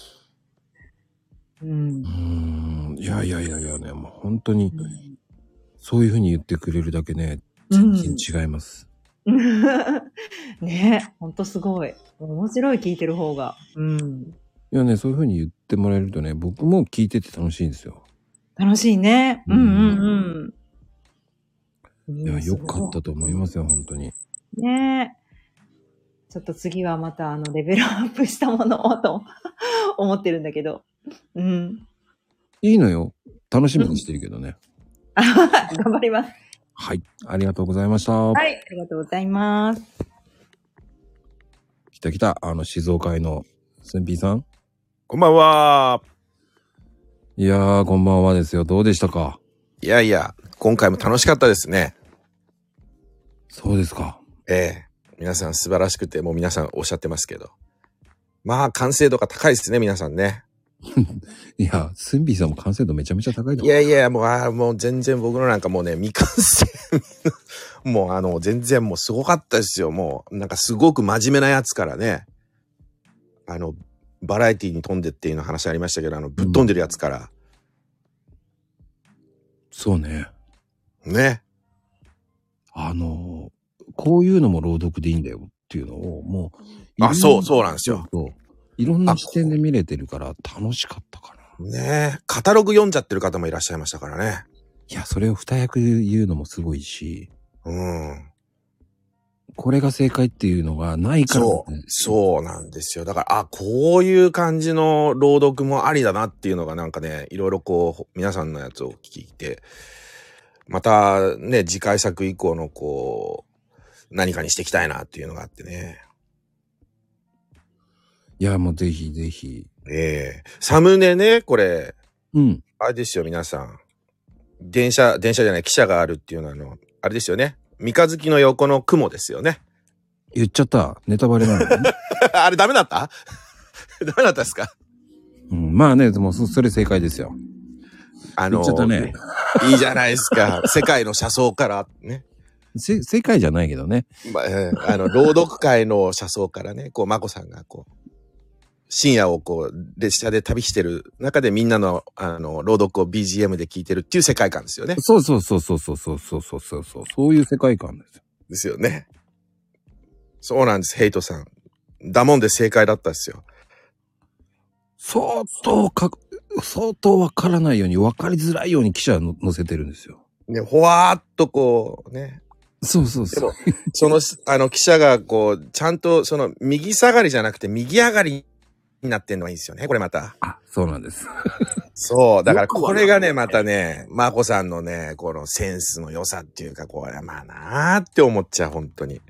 うん。いやいやいやいやね、もう本当に、そういうふうに言ってくれるだけね、うん全然違います。ねえ、ほんとすごい。面白い聞いてる方が。うん。いやね、そういうふうに言ってもらえるとね、僕も聞いてて楽しいんですよ。楽しいね。うんうんうん。いや、よかったと思いますよ、本当に。ねえ。ちょっと次はまたあのレベルアップしたものをと思ってるんだけど。 うん。いいのよ。楽しみにしてるけどね。あはは頑張ります。はい。ありがとうございました。はい。ありがとうございます。来た来た。あの、静岡への、すんぴーさん。こんばんは。いやー、こんばんはですよ。どうでしたかいやいや、今回も楽しかったですね。そうですか。ええ皆さん素晴らしくて、もう皆さんおっしゃってますけど。まあ、完成度が高いですね、皆さんね。 いや、すんぴーさんも完成度めちゃめちゃ高いとい思う。やいや、もう、あーもう全然僕のなんかもうね、未完成。もうあの、全然もうすごかったですよ。もう、なんかすごく真面目なやつからね。あの、バラエティに飛んでっていうの話ありましたけど、あの、ぶっ飛んでるやつから。そうね。ね。あのー、こういうのも朗読でいいんだよっていうのを、もう。あそうそうなんですよ。いろんな視点で見れてるから楽しかったかねえ。カタログ読んじゃってる方もいらっしゃいましたからね。いや、それを二役言うのもすごいし。うん。これが正解っていうのがないから、そう、そうなんですよ。だから、あ、こういう感じの朗読もありだなっていうのがなんかね、いろいろこう、皆さんのやつを聞いて、またね、次回作以降のこう、何かにしていきたいなっていうのがあってね。いや、もうぜひぜひ。ええサムネね、これ。うん。あれですよ、皆さん。電車、電車じゃない、汽車があるっていうのは、あの、あれですよね。三日月の横の雲ですよね。言っちゃった。ネタバレなの、 あれダメだった ダメだったですかうんまあね、でもそそれ正解ですよ。あの言っちゃったね。いいじゃないです か。世界の車窓からね。せ世界じゃないけどね。まあ、えーあの、朗読会の車窓からね、こう、まこさんが、こう、深夜をこう、列車で旅してる中でみんなの、あの、朗読を BGM で聞いてるっていう世界観ですよね。そうそうそうそうそうそうそうそうそうそう。いう世界観ですよ。ですよね。そうなんです、ヘイトさん。ダモンで正解だったですよ。相当か、相当わからないように、わかりづらいように記者の載せてるんですよ。ね、ほわーっとこう、ね、そうそうそう。その、あの、記者が、こう、ちゃんと、その、右下がりじゃなくて、右上がりになってんのがいいんですよね、これまた。そうなんです。そう、だから、これがね、またね、まこさんのね、このセンスの良さっていうか、これ、まあなーって思っちゃう、本当に。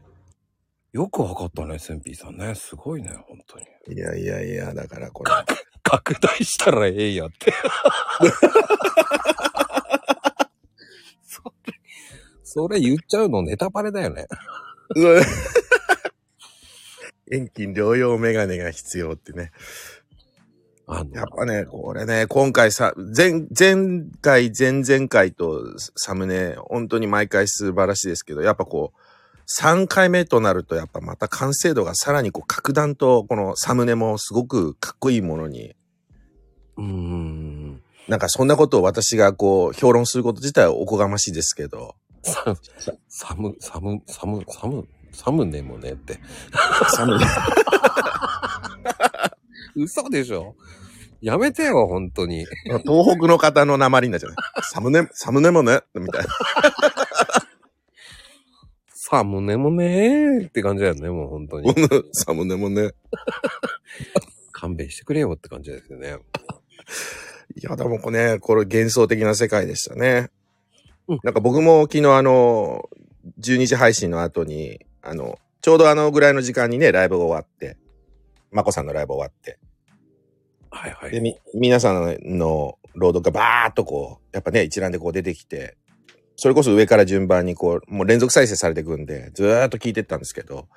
よくわかったね、センピーさんね。すごいね、本当に。いやいやいや、だからこれ。拡大したらええや って。それ、それ言っちゃうのネタバレだよね。 遠近療養メガネが必要ってね。やっぱね、これね、今回さ、前、前回、前々回とサムネ、本当に毎回素晴らしいですけど、やっぱこう、3回目となると、やっぱまた完成度がさらにこう、格段と、このサムネもすごくかっこいいものに。うん。なんかそんなことを私がこう、評論すること自体はおこがましいですけど。寒、寒、寒、寒、寒ねもねって。寒ね。嘘でしょやめてよ、本当に。東北の方の鉛になっちゃう。サムネ、サムネもね、みたいな。サムネもねーって感じだよね、もう本当 に。サムネもね。勘弁してくれよって感じですよね。いや、でもこれね、これ幻想的な世界でしたね。なんか僕も昨日あの、12時配信の後に、あの、ちょうどあのぐらいの時間にね、ライブが終わって、まこさんのライブ終わって。。はいはいで、み、皆さんの朗読がバーっとこう、やっぱね、一覧でこう出てきて、それこそ上から順番にこう、もう連続再生されていくんで、ずーっと聞いてったんですけど、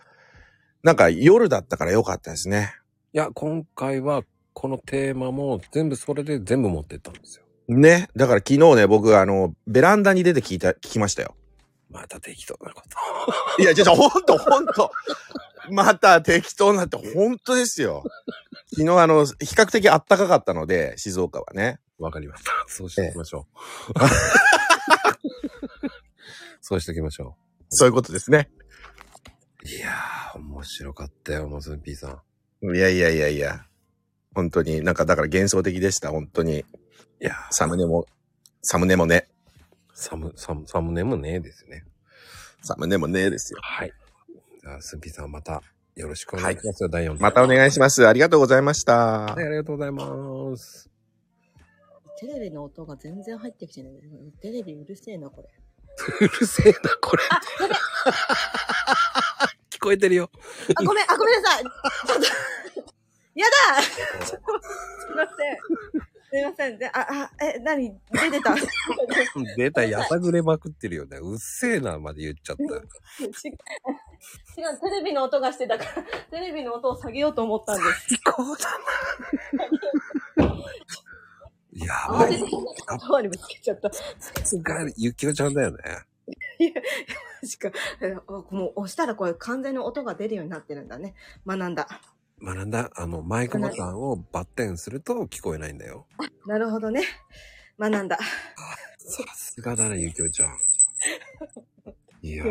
なんか夜だったから良かったですね。いや、今回はこのテーマも全部それで全部持ってったんですよ。ね。だから昨日ね、僕、あの、ベランダに出て聞いた、聞きましたよ。。また適当なこといや、ちょ、ちょ、ほんと、ほんと。また適当なって、ほんとですよ。昨日、あの、比較的暖かかったので、静岡はね。わかりました。そうしておきましょう。そうしておきましょう。そういうことですね。いやー、面白かったよ、モズンピーさん。いやいやいやいや。本当に、なんかだから幻想的でした、本当に。いやサムネも、サムネもね。サム、サム、サムネもねえですね。サムネもねえですよ。はい。じゃあ、スンピーさんまたよろしくお願いしますよ、第4またお願いします。ありがとうございました。はい、ありがとうございます。テレビの音が全然入ってきてない。テレビうるせえな、 これ。 うるせえな、これ。 聞こえてるよ。あ、ごめん、あ、ごめんなさい。ちょっと。やだちょっとすいません。すいません。で、あ、あ、え、何出てた違出た、やさぐれまくってるよね。うっせえな、まで言っちゃった。う、違う、テレビの音がしてたから、テレビの音を下げようと思ったんです。最高だやばい。な。ドアにぶつけちゃった。つがゆきおちゃんだよね。いや、いやマジか。えあもう押したらこれ完全に音が出るようになってるんだね。学んだ。学んだ、あの、マイクボタンをバッテンすると聞こえないんだよ。 なるほどね。学んだ。さすがだね、ゆきおちゃ ん。いや、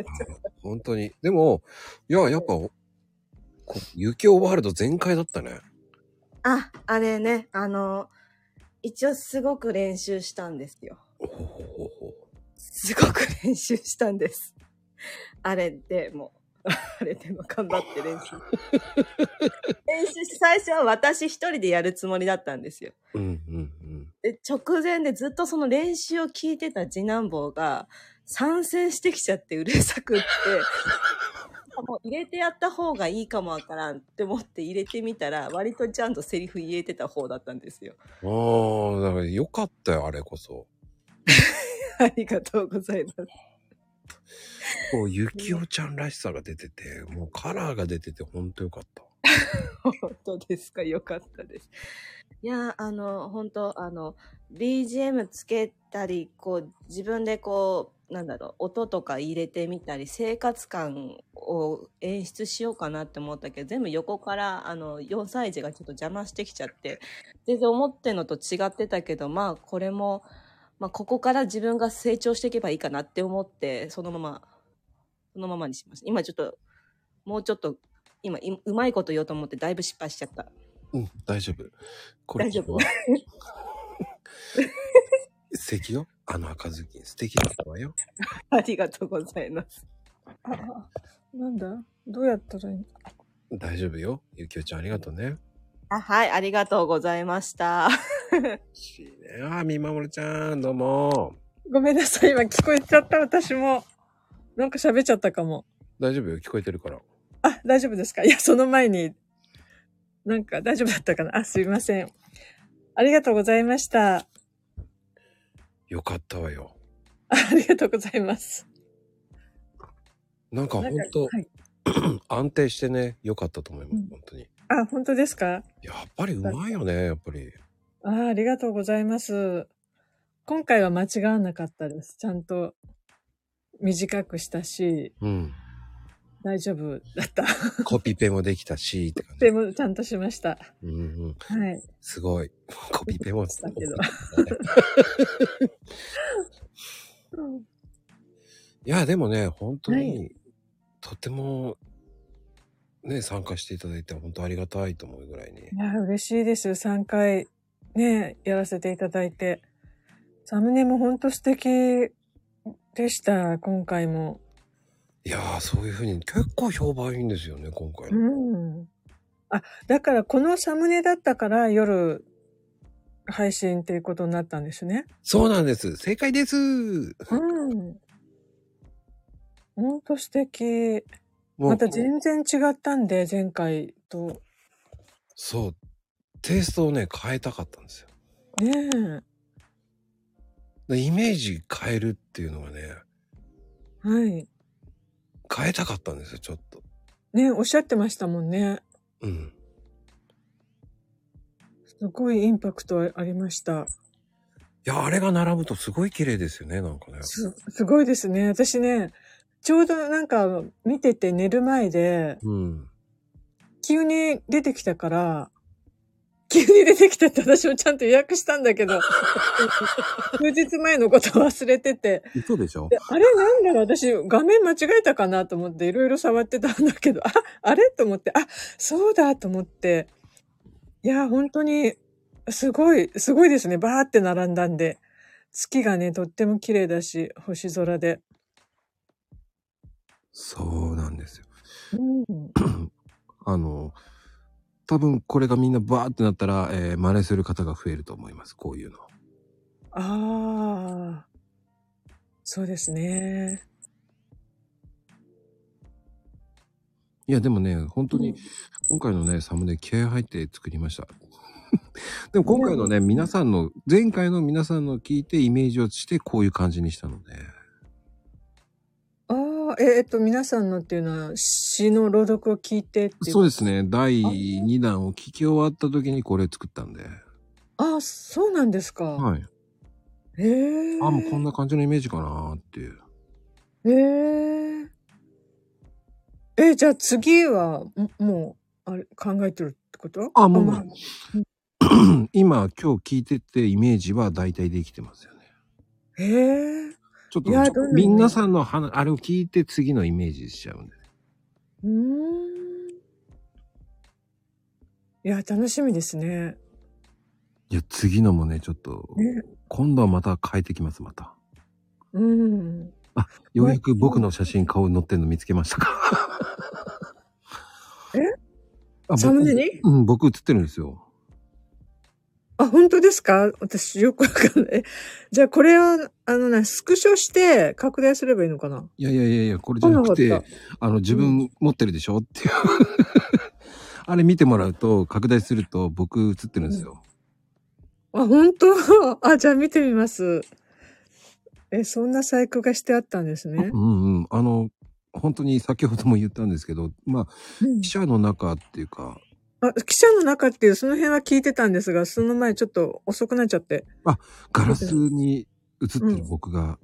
本当に。でも、いや、やっぱ、こゆきおワールド全開だったね。あ、あれね、あの、一応すごく練習したんですよ。すごく練習したんです。あれでも、あれでも頑張って練習。練習して最初は私一人でやるつもりだったんですよ。うんで、直前でずっとその練習を聞いてた次男坊が参戦してきちゃってうるさくって、もう入れてやった方がいいかもわからんって思って入れてみたら、割とちゃんとセリフ言えてた方だったんですよ。うん。ああ、だからよかったよ、あれこそ。ありがとうございます。こう、ゆきおちゃんらしさが出てて、もうカラーが出てて、ほんとよかった。本当ですかよかったです。いやーあの本当あの BGM つけたりこう自分でこうなんだろう音とか入れてみたり生活感を演出しようかなって思ったけど全部横からあの4歳児がちょっと邪魔してきちゃって全然思ってんのと違ってたけどまあこれも、まあ、ここから自分が成長していけばいいかなって思ってそのままそのままにしました。今ちょっともうちょっと今いうまいこと言おうと思ってだいぶ失敗しちゃった。うん、大丈夫。これ大丈夫 素敵よ。あの赤ずきん、素敵だったわよ。ありがとうございます。ああなんだどうやったらいいの大丈夫よ。ゆきおちゃんありがとうね。あはい、ありがとうございました。ねあー、みまもるちゃん、どうも。ごめんなさい、今聞こえちゃった、私も。なんか喋っちゃったかも。大丈夫よ。聞こえてるから。あ、大丈夫ですかいや、その前に、なんか大丈夫だったかなあ、すいません。ありがとうございました。よかったわよ。あありがとうございます。なんかな本んか当、はい 安定してね、よかったと思います。本当に。やっあ、本当ですかぱりうまいよね、やっぱり。あーありがとうございます。今回は間違わなかったです。ちゃんと短くしたし、うん。大丈夫だった。コピペもできたし、とか。でもちゃんとしました。うんうん。 はい。すごい。コピペも。だけど。うんいや、でもね、本当に、とても、ね、参加していただいて本当ありがたいと思うぐらいに。いや、嬉しいです。3回ね、やらせていただいて。サムネも本当素敵でした、今回も。いやー、そういうふうに結構評判いいんですよね、今回。うん。あ、だからこのサムネだったから夜配信っていうことになったんですね。そうなんです。正解です。うん。ほんと素敵。もうまた全然違ったんで、前回と。そう。テイストをね、変えたかったんですよ。ねえ。でイメージ変えるっていうのがね、はい。変えたかったんですよ、ちょっと。ねおっしゃってましたもんね。うん。すごいインパクトありました。いや、あれが並ぶとすごい綺麗ですよね、なんかね。すすごいですね。私ね、ちょうどなんか見てて寝る前で、うん。急に出てきたから、急に出てきたって私もちゃんと予約したんだけど、 数日前のこと忘れてて、嘘でしょであれなんだろう私画面間違えたかなと思っていろいろ触ってたんだけど、あ、あれと思って、あ、そうだと思って、いや、本当に、すごい、すごいですね。バーって並んだんで。月がね、とっても綺麗だし、星空で。そうなんですよ。うん。あの、多分これがみんなバーってなったら、えー真似する方が増えると思います、こういうの。ああ。そうですね。いや、でもね、本当に、今回のね、サムネ気合入って作り ました。でも今回のね、皆さんの、前回の皆さんの聞いてイメージをして、こういう感じにしたので。ああ、え、えっと、皆さんのっていうのは、詩の朗読を聞いてっていそうですね、第2弾を聞き終わった時にこれ作ったんで。ああ、そうなんですか。はい。へえ。あ、もうこんな感じのイメージかなーっていう。 へえ。え、じゃあ次は、んもう、あれ、考えてるってことあ、もうまあ今、今日聞いてて、イメージは大体できてますよね。へえ。ちょっといやどんな、みんなさんの話、あれを聞いて次のイメージしちゃうんで。うーん。いや、楽しみですね。いや、次のもね、ちょっと、ね。今度はまた変えてきます、また。 うん。あ、ようやく僕の写真顔に載ってるの見つけました か。えあサムネに僕うん、僕映ってるんですよ。あ、本当ですか私よくわかんない。じゃあこれを、あのね、スクショして拡大すればいいのかないやいやいやいや、これじゃなくあなてかっ、あの、自分持ってるでしょっていう。 あれ見てもらうと、拡大すると僕映ってるんですよ。あ、本当 あ、じゃあ見てみます。え、そんな細工がしてあったんですねう。んうん。あの、本当に先ほども言ったんですけど、まあ、記者の中っていうか、あ、記者の中っていう、その辺は聞いてたんですが、その前ちょっと遅くなっちゃって。ガラスに映ってる僕が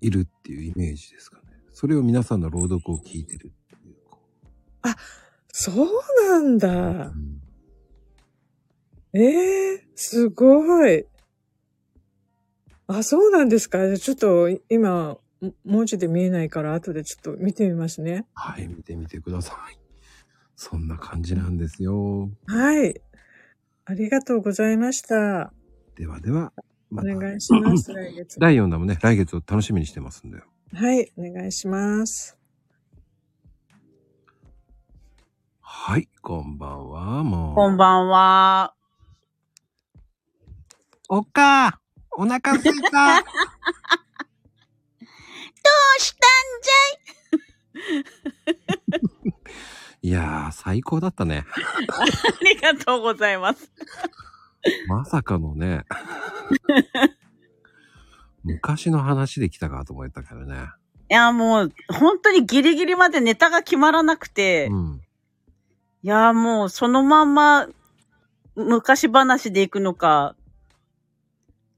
いるっていうイメージですかね。それを皆さんの朗読を聞いてる。そうなんだ。ええすごい。あ、そうなんですか。じゃあちょっと今、も文字で見えないから、後でちょっと見てみますね。はい、見てみてください。そんな感じなんですよ。はい。ありがとうございました。ではでは、お願いします。来月も第4弾もね、来月を楽しみにしてますんで。はい、お願いします。はい、こんばんは、もう。こんばんは。おっかお腹すいた。どう したんじゃいいやー、最高だったね。ありがとうございます。まさかのね、昔の話で来たかと思ったからね。いや、もう、本当にギリギリまでネタが決まらなくて、いや、もう、そのまんま、昔話で行くのか、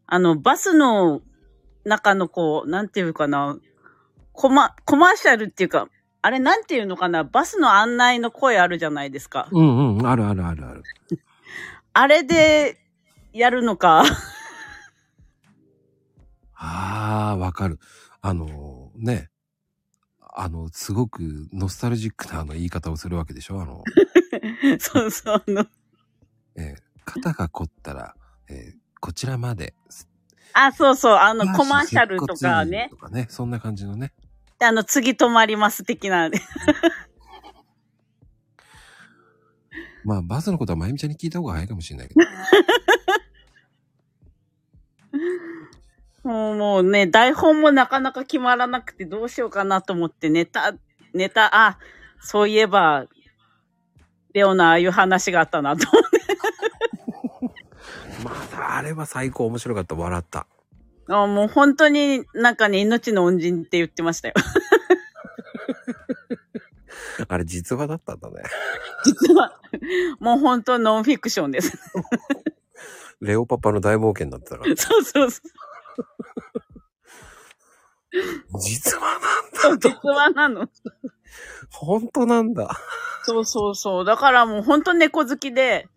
あの、バスの中のこう、なんていうかな、コマ、コマーシャルっていうか、あれなんていうのかな、バスの案内の声あるじゃないですか。うんうん、あるあるあるある。あれで、やるの か。あー、わかる。あのー、ね、あの、すごくノスタルジックなあの言い方をするわけでしょあ の、そうそう、あの、えー肩が凝ったら、えーこちらまで、あ、そうそう、あの、コマーシャルとかねと。かね、そんな感じのね。であの、次止まります的な。まあ、バスのことはまゆみちゃんに聞いた方が早いかもしれないけど。もうもうね、台本もなかなか決まらなくてどうしようかなと思って、ネタ、ネタ、あ、そういえば、レオナ、ああいう話があったなと 思って。またあれは最高面白かった。笑った。あもう本当になんかね、命の恩人って言ってましたよ。 あれ実話だったんだね。実は。もう本当ノンフィクションです。 レオパパの大冒険だったから。そうそうそう。実はなんだ実はなの。本当なんだ。そうそうそう。だからもう本当猫好きで、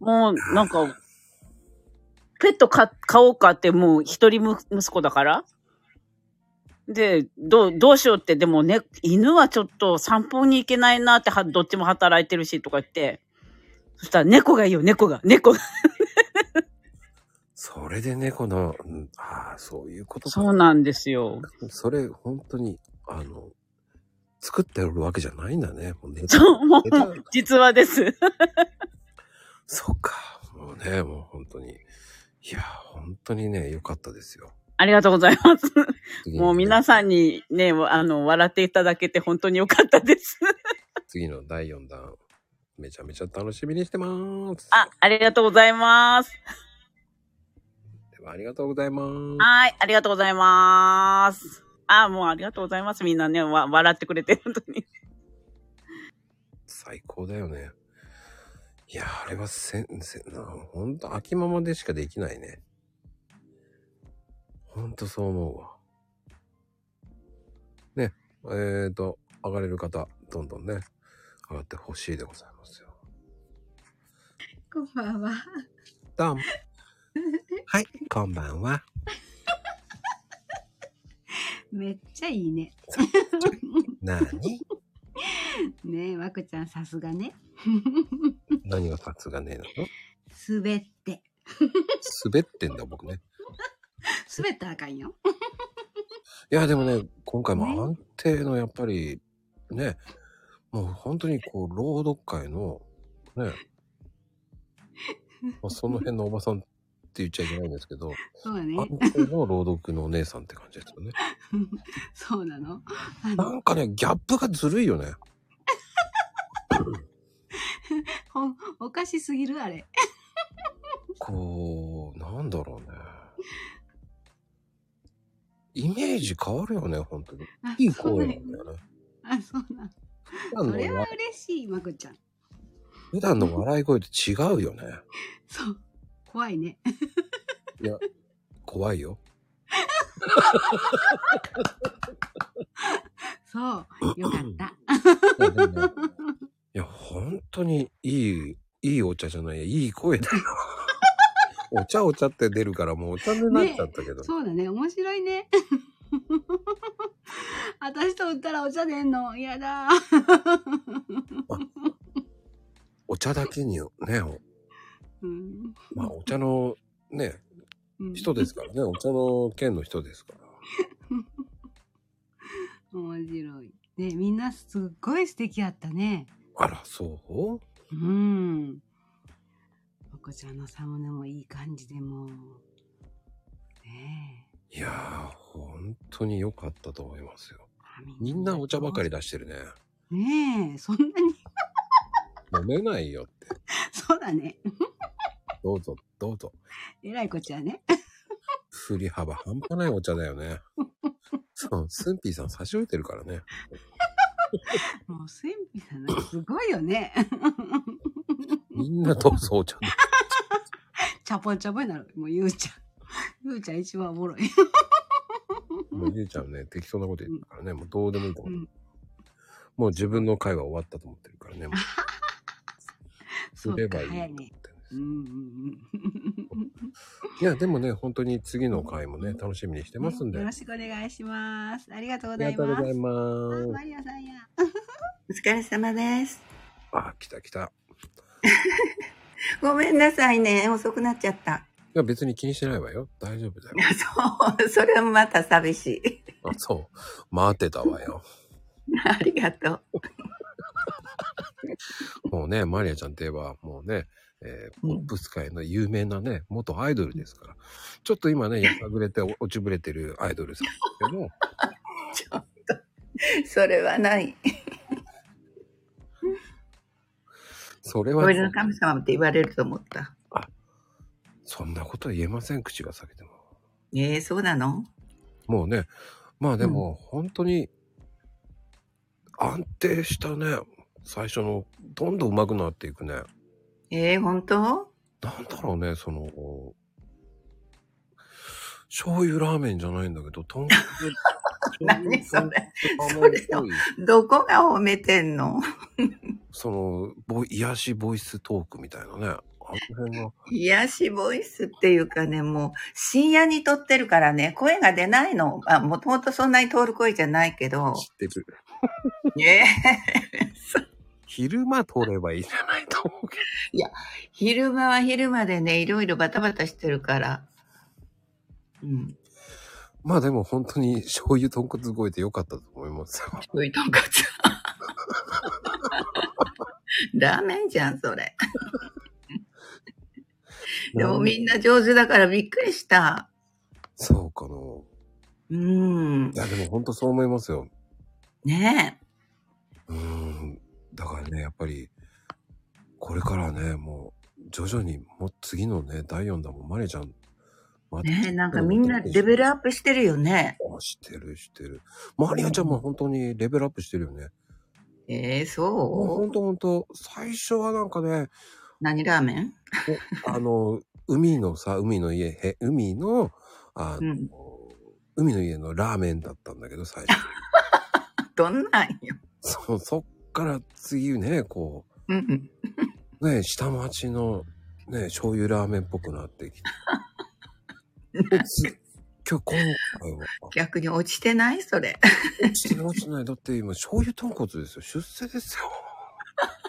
もうなんか、ペットか飼おうかってもう一人む息子だから。で、どう、どうしようって、でもね、犬はちょっと散歩に行けないなっては、どっちも働いてるしとか言って、そしたら猫がいいよ、猫が、猫が。 それで猫の、うんああ、そういうことか。そうなんですよ。それ、本当に、あの、作ってるわけじゃないんだね。もうネタそう、もうネタ、 実話です。もうね、もう本当に。いや、本当にね、良かったですよ。ありがとうございます。もう皆さんにね、あの、笑っていただけて本当に良かったです。 次の第4弾、めちゃめちゃ楽しみにしてます。あ、ありがとうございます。ではありがとうございます。はい、ありがとうございます。あ、もうありがとうございます。みんなね、わ笑ってくれて、本当に。最高だよね。いや、あれはせん、せん、な本当秋ママでしかできないね。本当そう思うわ。ね、えっ、ー、と、上がれる方、どんどんね、上がってほしいでございますよ。こんばんは。どうも。はい、 こんばんは。めっちゃいい ね。なにねえ、わくちゃんさすが ね。何がさすがねえなの 滑って。滑ってんだ、僕ね。滑ったらあかんよ。いや、でもね、今回も安定の、やっぱり、ね、もう本当にこう、朗読会の、ね、まあ、その辺のおばさんって言っちゃいけないんです けど、そうだね。安定の朗読のお姉さんって感じです よね。 そうなの。なんかね、ギャップがずるいよね。ほん、おかしすぎるあれ。こう、なんだろうね。イメージ変わるよね、本 当にあ。いい声なんだよね。あ、そうなの。なんだそろうなれは嬉しい、まくちゃん。普段の笑い声と違うよね。そう。怖いね。いや、怖いよ。そう。よかった。いや、本当にいい、いいお茶じゃない、いい声だよ。お茶お茶って出るからもうお茶になっちゃったけど。そうだね。面白いね。 私と売ったらお茶出んの。やだ。お茶だけにね、おうんまあお茶のね、人ですからね、お茶の県の人ですから。面白い。ねみんなすっごい素敵やったね。あら、そううん。お子ちゃんのサムネもいい感じでもう。ねいやー、本当に良かったと思いますよ。みんなお茶ばかり出してるね。え。ねえ、そんなに、 飲めないよって。そうだね。どうぞ、どうぞ。えらいこっちゃね。 振り幅半端ないお茶だよね。そう、スンピーさん差し置いてるからね。もう、センピさんなんかすごいよね。 みんなどうぞお茶。チャポンチャポになる。もう、ゆうちゃん。ゆうちゃん一番おもろい。 もうゆうちゃんね、適当なこと言ってるからね、もうどうでもいいと思う。もう自分の会は終わったと思ってるからね。もうす そうれか、ばいい。早いね。うんうんいや、でもね、本当に次の回もね、楽しみにしてうん。ますんねで。よあろしくお願いします。ありがとうござりいがとうまごすざ。います。マリアさんや。お疲れ様です。あ、来た来た。ごめんなさいね。遅くなっちゃった。 いや、別に気にしてないわよ。大丈夫だよ。それもまた寂しい。 あ、そう。待ってたわよ。ありがとう。もうね、マリアちゃんといえば、もうね、えーポップス界の有名なね、元アイドルですから。ちょっと今 ね、やさぐれてお落ちぶれてるアイドルさんですけど、それはない。それはご、の神様って言われると思った。そんなことは言えません、口が裂けても。ええそうなのもうね、まあでも、本当に、安定したね、最初の、どんどん上手くなっていくね。ええ本当なんだろうね、その、醤油ラーメンじゃないんだけど、豚骨 何それ。それを、どこが褒めてんのその、ボイ癒しボイストークみたいなね。あの辺が、癒しボイスっていうかね、もう深夜に撮ってるからね、声が出ないの。あ、もともとそんなに通る声じゃないけど。出る。ね昼間撮ればいいじゃないと思うけど。いや、昼間は昼間でね、いろいろバタバタしてるから。うん。まあでも本当に醤油豚骨超えてよかったと思いますよ。醤油豚骨。 ラーメンじゃん、そ れ。でもみんな上手だからびっくりした。そうかな。うん。いやでも本当そう思いますよ。ねうん。だからね、やっぱり、これからね、もう、徐々に、もう次のね、第4弾もマリちゃん、まえ。ねえ、なんかみんなレベルアップしてるよね。あしてるしてる。マリアちゃんも本当にレベルアップしてるよね。ええそうもう本当本当最初はなんかね。何ラーメンおあの、海のさ、海の家、へ海の、あの、海の家のラーメンだったんだけど、最初。 どんなんよ。そう、そっから次ね、こうん。う、ね、下町の、ね、醤油ラーメンっぽくな ってきて。今日、今回は。逆に落ちてないそれ。落ちてない落ちてない。だって今、醤油豚骨ですよ。出世ですよ。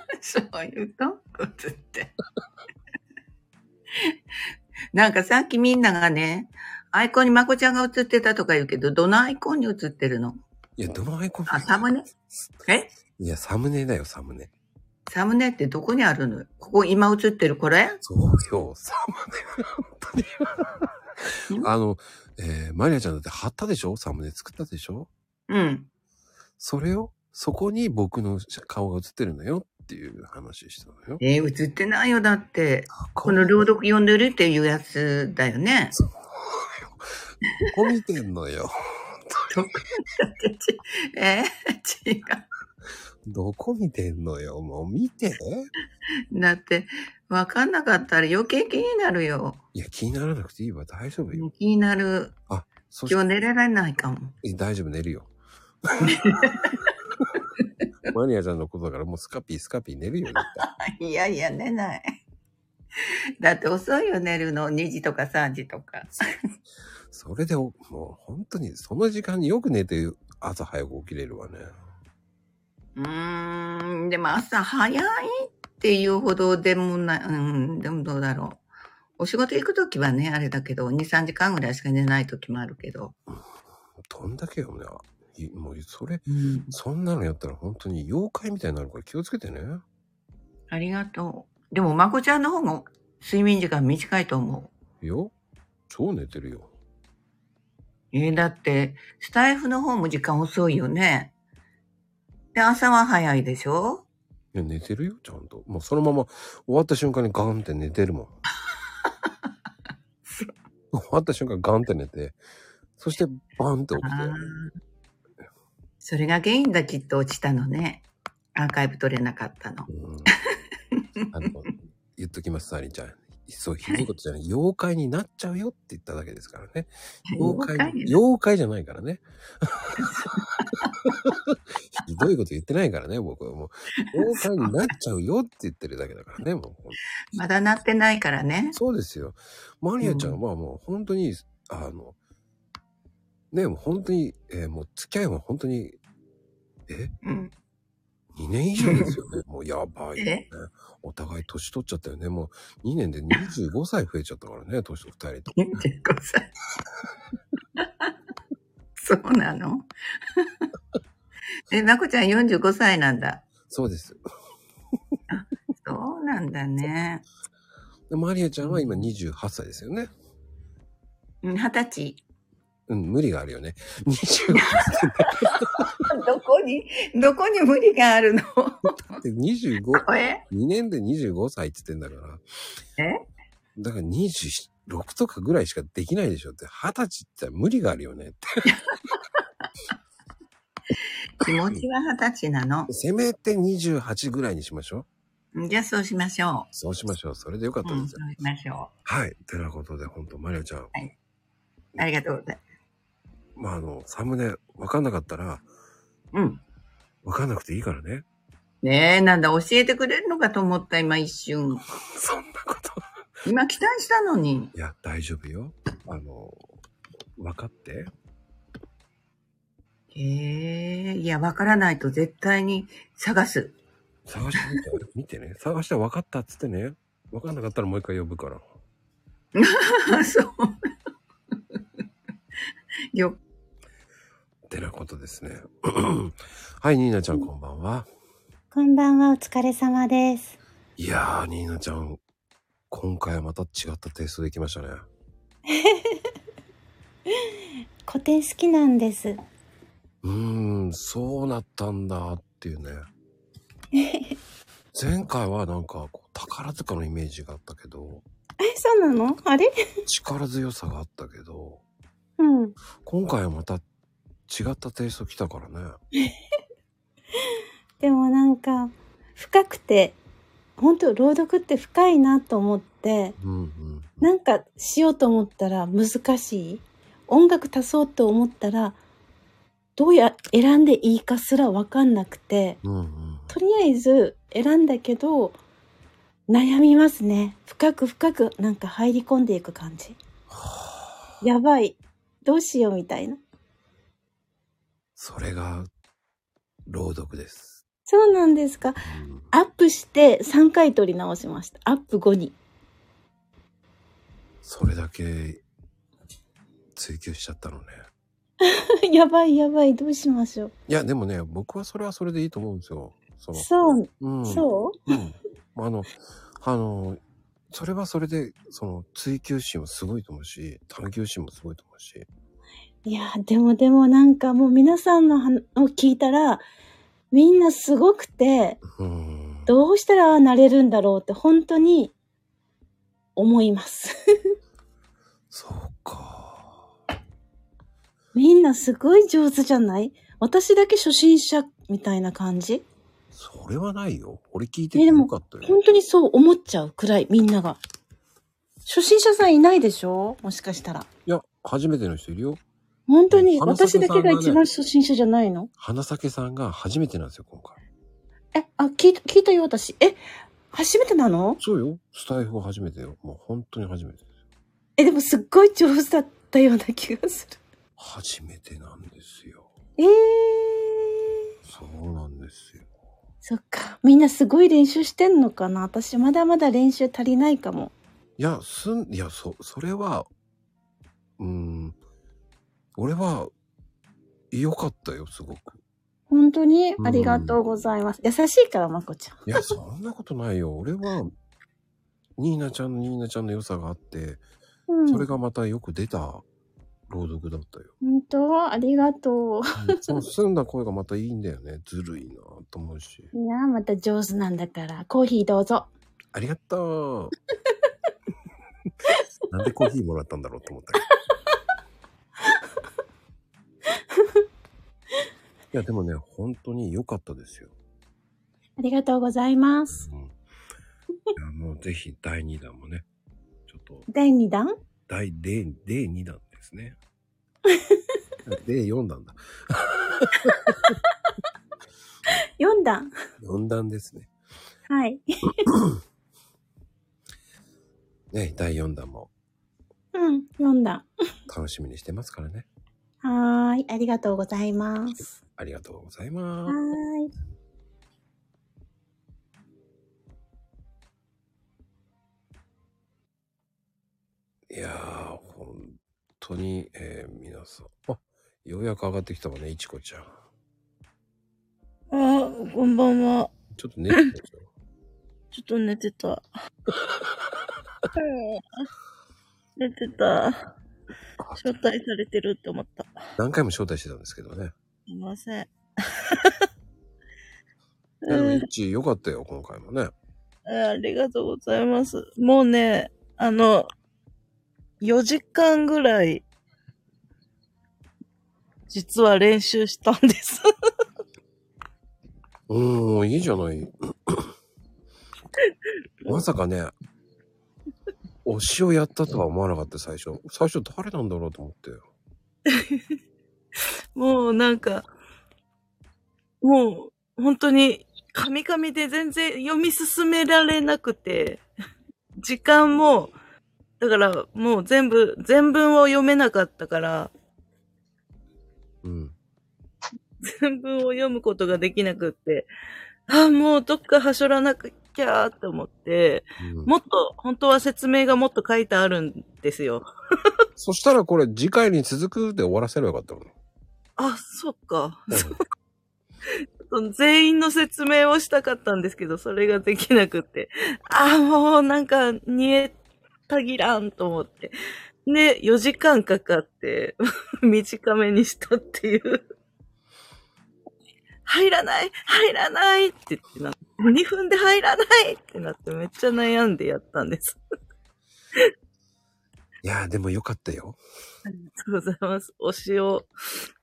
醤油豚骨って。 なんかさっきみんながね、アイコンにまこちゃんが映ってたとか言うけど、どのアイコンに映ってるのいや、どのアイコンあ、サムネえいや、サムネだよ、サムネ。サムネってどこにあるのここ今映ってるこれそうよ、サムネ。あの、えーマリアちゃんだって貼ったでしょサムネ作ったでしょうん。それを、そこに僕の顔が映ってるのよっていう話したのよ。えー映ってないよ、だって。この朗読読んでるっていうやつだよね。ここ見てんのよ。 えー違う。どこ見てんのよ。もう見て。だって、わかんなかったら余計気になるよ。いや、気にならなくていいわ。大丈夫よ。気になる。あ、そ今日寝れないかも。 え大丈夫、寝るよ。マリアちゃんのことだからもうスカピースカピー寝るよ。いやいや、寝ない。だって遅いよ、寝るの。2時とか3時とか。それでお、もう本当にその時間によく寝て朝早く起きれるわね。うーん、でも朝早いっていうほどでもない、うん、でもどうだろお仕事行くときはね、あれだけど、2、3時間ぐらいしか寝ないときもあるけど。どんだけよね。いもう、それ、そんなのやったら本当に妖怪みたいになるから気をつけてね。ありがとう。でも、まこちゃんの方が睡眠時間短いと思いや、超寝てるよ。う。えーだって、スタイフの方も時間遅いよね。で、朝は早いでしょいや、寝てるよ、ちゃんと。もうそのまま終わった瞬間にガンって寝てるも ん。終わった瞬間ガンって寝て、そしてバンって起きて。それが原因だ、きっと落ちたのね。アーカイブ取れなかった の。あの、言っときます、サリーちゃん。そう、ひどいことじゃない。妖怪になっちゃうよって言っただけですからね。妖怪、妖怪じゃないからね。 ひどいこと言ってないからね、僕はもう。妖怪になっちゃうよって言ってるだけだからね、もう。まだなってないからね。そうですよ。マリアちゃんはもう本当に、あの、ね、もう本当に、えーもう付き合いは本当に、え、?2 年以上ですよね。もうやばいよね。お互い年取っちゃったよね。もう2年で25歳増えちゃったからね、年と2人と。 25歳。そうなの え、まこちゃん45歳なんだ。そうです。そうなんだね。でマリアちゃんは今28歳ですよね。うん二十歳。うん、無理があるよね。25歳。 どこに、どこに無理があるので25、え2年で25歳って言ってんだから。えだから26とかぐらいしかできないでしょって。20歳って無理があるよねって。 気持ちは二十歳なの。 せめて28ぐらいにしましょう。じゃあそうしましょそうしましょう。それでよかったですよ。う。しましょはい。てなことで、本当マリアちゃん。う。ありがとうございます。まあ、あの、サムネ、わかんなかったら、うん。わかんなくていいからね。ねえ、なんだ、教えてくれるのかと思った、今一瞬。。そんなこと今期待したのに。いや、大丈夫よ。あの、分かって。ええいや、わからないと絶対に探す。 探してみて。 見てね。探したら分かったっつってね。分かんなかったらもう一回呼ぶから。そう。よてなことですね。 はい、ニーナちゃんこんばんは。こんばんは、お疲れ様です。いやー、ニーナちゃん。今回はまた違ったテイストできましたね。 古典好きなん です。うーん、そうなったんだっていうね。前回はなんかこう宝塚のイメージがあったけど、え、そうなのあれ力強さがあったけど、うん。今回はまた違ったテイスト来たからね。でもなんか、深くて、本当朗読って深いなと思って、なんかしようと思ったら難しい。音楽足そうと思ったら、どうや、選んでいいかすらわかんなくて、とりあえず選んだけど、悩みますね。深く深くなんか入り込んでいく感じ。やばい。どうしようみたいな。それが朗読です。そうなんですか。アップして3回撮り直しました。アップ後に。 それだけ追求しちゃったのね。やばいやばい、どうしましょう。いや、でもね、僕はそれはそれでいいと思うんですよ。そのそう、うんそうあの、あの、それはそれで、その、追求心もすごいと思うし、探求心もすごいと思うし。いやー、でもでもなんかもう皆さんの話を聞いたら、みんなすごくて、どうしたらああなれるんだろうって本当に思います。そうか。みんなすごい上手じゃない私だけ初心者みたいな感じそれはないよ。俺聞いてえてでよもかったよ。本当にそう思っちゃうくらいみんなが。初心者さんいないでしょもしかしたら。いや、初めての人いるよ。本当に花咲さ私んだがねけが一番初心者じゃないの花咲さんが初めてなんですよ、今回。え、あ、聞いた、聞いたよ、私。え、初めてなのそうよ。スタイフは初めてよ。もう本当に初めて。え、でもすっごい上手だったような気がする。初めてなんですよ。えー、そうなんですよ。そっか。みんなすごい練習してんのかな私まだまだ練習足りないかも。いや、すん、いや、そ、それは、うーん、俺は、良かったよ、すごく。本当にうんありがとうございます。優しいから、まこちゃん。 いや、そんなことないよ。俺は、ニーナちゃんのニーナちゃんの良さがあって、うんそれがまたよく出た朗読 だったよ。本当ありがとう。その澄んだ声がまたいいんだよね。ずるいなと思うし。いや、また上手なんだから、コーヒーどうぞ。ありがとう。なんでコーヒーもらったんだろうと思ったけど。いや、でもね、本当に良かったですよ。ありがとうございます。いやもうぜひ第2弾もね、第2弾第、で、で2弾ですね。で4弾だ。 ?4 弾。 4弾ですね。はい。ね、第4弾もうん、4弾。楽しみにしてますからね。はーい、ありがとうございます。ありがとうございまはーい。す。いやー、本当に、えー皆さん。あ、ようやく上がってきたわね、いちこちゃん。あ、こんばんは。ちょっと寝てたでしょ。 ちょっと寝てた。 寝てた。招待されてるって思った。何回も招待してたんですけどね。すいません。いやでもいち、よかったよ、今回もね。え ありがとうございます。もうね、あの、4時間ぐらい、実は練習したんです。 うーん、いいじゃない。まさかね、推しをやったとは思わなかった、最初。最初誰なんだろうと思って。もうなんか、もう本当に、カミカミで全然読み進められなくて、時間も、だからもう全部、全文を読めなかったから、全文を読むことができなくって、ああ、もうどっかはしょらなきゃーって思って、もっと、本当は説明がもっと書いてあるんですよ。そしたらこれ、次回に続くで終わらせればよかったのに。あ、そっか。全員の説明をしたかったんですけど、それができなくて。ああ、もうなんか、煮えたぎらんと思って。で、4時間かかって、 短めにしたっていう。入らない入らないって言ってな、2分で入らないってなって、めっちゃ悩んでやったんです。 いやー、でもよかったよ。ありがとうございます。推しを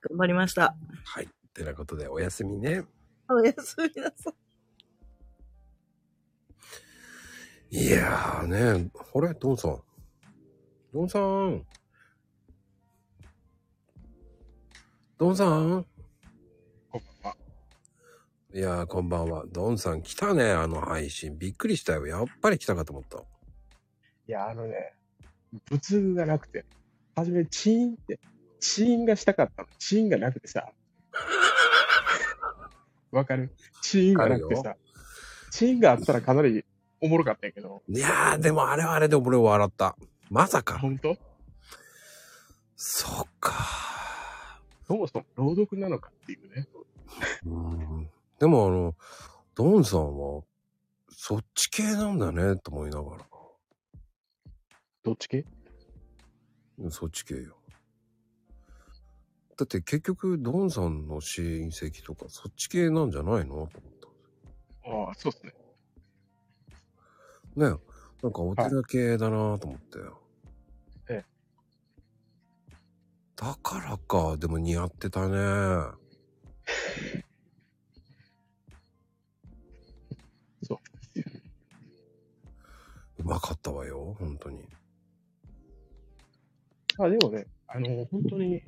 頑張りました。はい。てなことで、おやすみね。おやすみなさい。いやーね、あれ、ドンさん。ドンさん。ドンさん。いやー、こんばんは。ドンさん来たね、あの配信。びっくりしたよ。やっぱり来たかと思った。いや、あのね、物流がなくて、はじめチーンって、チーンがしたかったの。チーンがなくて さ。わかるチーンがなくてわかさ。チーンがあったらかなりおもろかったんやけど。いやー、でもあれはあれで俺笑った。まさか。本当そっか。そもそも朗読なのかっていうね。でもあの、ドンさんは、そっち系なんだね、と思いながら。どっち系そっち系よ。だって結局、ドンさんの親戚とか、そっち系なんじゃないのああ、そうっすね。ねえなんかお寺系だなと思って。ええ。だからか、でも似合って たね。あうまかったわよ、本当に。あ、でもね、あの、本当に、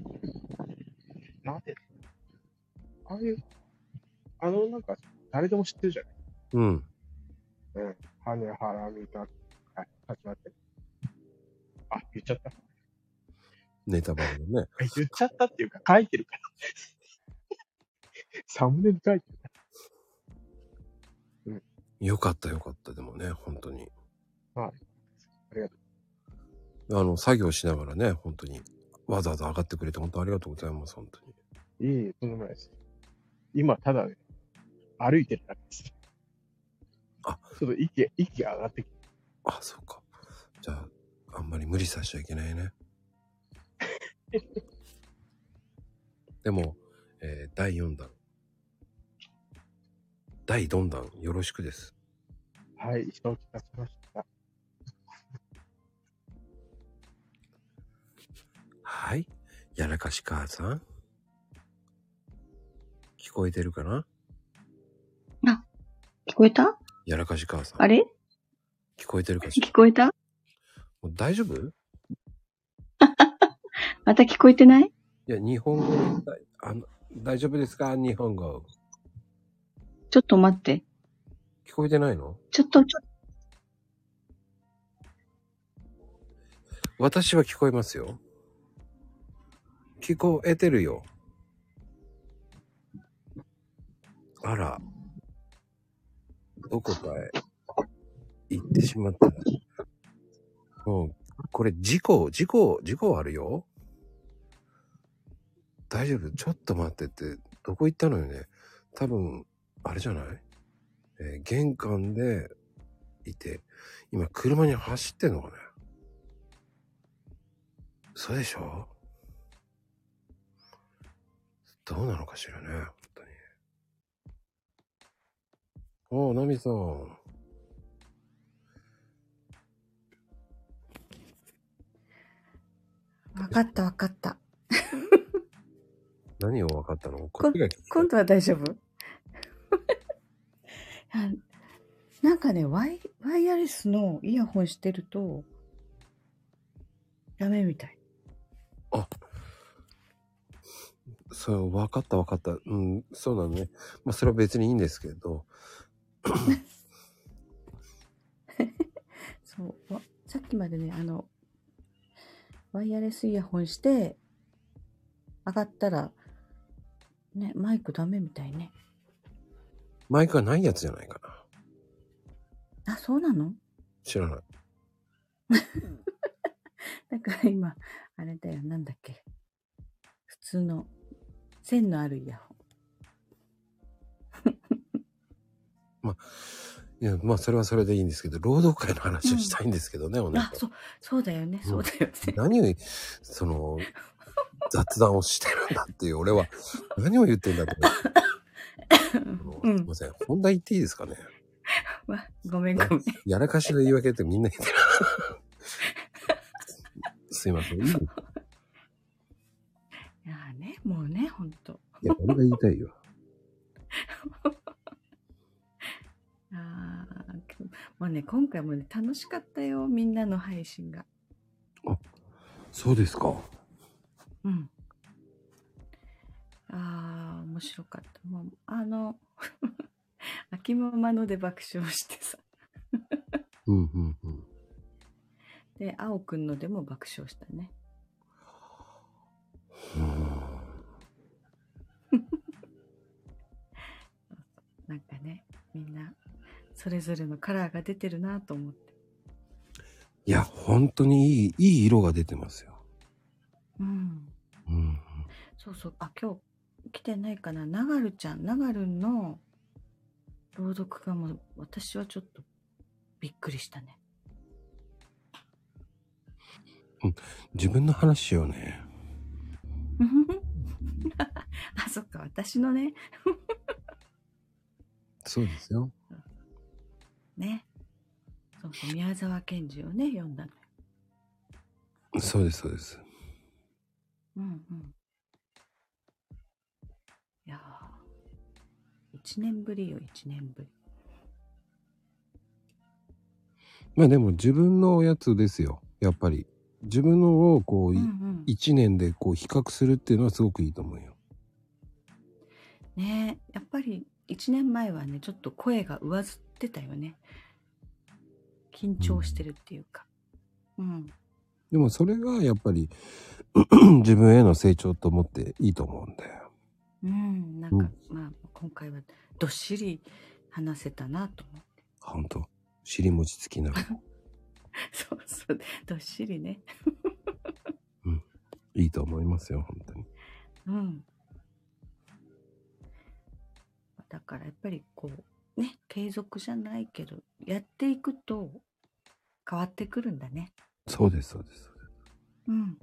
なんて、ああいう、あの、なんか、誰でも知ってるじゃん。うん。うん。はねはらみが、はい、始まって。あ、言っちゃった。ネタバレのね。 言っちゃったっていうか、書いてるから。 サムネに書いてる。よかったよかった、でもね、本当に。はい。りがとあの、作業しながらね、本当に。わざわざ上がってくれて、本当ありがとうございます、本当に。う。いえいえ、とんでもないです。今、ただね、歩いてるだけです。あちょっと息が、息が上がってきて。あ、そうか。じゃあ、あんまり無理させちゃいけないね。でも、えー第4弾。第4弾、よろしくです。はい、人を聞かせました。はい。やらかし母さん。聞こえてるかな聞こえたやらかし母さん。あれ聞こえてるかしら聞こえたもう大丈夫いまた聞こえてないや、日本語だあの、大丈夫ですか日本語。ちょっと待って。聞こえてないのちょっと、ちょっ私は聞こえますよ。聞こえてるよ。あら。どこかへ行ってしまった。もう、これ事故、事故、事故あるよ。大丈夫ちょっと待ってって、どこ行ったのよね。多分、あれじゃないえー玄関でいて、今車に走ってんのかねそうでしょどうなのかしらね、本当に。ああ、ナミさん。わかったわかった。何を分かったの ここっちが今度は大丈夫 あなんかねワイ、ワイヤレスのイヤホンしてると、ダメみたい。そう、分かった分かった。うん、そうなのね。まあ、それは別にいいんですけど。 そう。わさっきまでね、あの、ワイヤレスイヤホンして、上がったら、ね、マイクダメみたいね。マイクがないやつじゃないかな。あ、そうなの知らない。 だから今、あれだよ、なんだっけ。普通の、線のあるイヤホン。いや、まあ、それはそれでいいんですけど、労働会の話をしたいんですけどね、お姉さんあ、そう、そうだよね、そうだよね。何を、その、雑談をしてるんだっていう、俺は、何を言ってんだと思 って。すいません。本題言っていいですかね。わごめんごめん。 やらかしの言い訳ってみんな言 ってる。すいません。いいよいやーね、もうね、ほんと。いや、俺が言いたいよ。あーもうね、今回もね、楽しかったよ、みんなの配信が。そうですか。うん。ああ、面白かった。もう、あの、 秋ママので爆笑してさ。うんうんうん。で、青くんのでも爆笑したね。 なんかね、みんな、それぞれのカラーが出てるなと思って。いや、本当にいい、いい色が出てますよ。うん。うん。そうそう、あ、今日来てないかな。ながるちゃん、ながるんの朗読がもう、私はちょっとびっくりしたね。 自分の話しようね。あ、そっか、私のね、 そうですよ。ね。そうそう、宮沢賢治をね、読んだのよ。そうです、そうです。うんうん。いやー、1年ぶりよ、1年ぶり。まあでも自分のやつですよ。やっぱり。自分のをこう、い一年でこう比較するっていうのはすごくいいと思うよ。ねやっぱり1年前はねちょっと声が上ずってたよね緊張してるっていうかうんでもそれがやっぱり 自分への成長と思っていいと思うんで。うん、なんか、まあ今回はどっしり話せたなと思う ほんと。尻餅つきながら。そうそう、どっしりね。いいと思いますよ、本当に。うん。だからやっぱりこう、ね、継続じゃないけど、やっていくと変わってくるんだね。そうです、そうです。うん。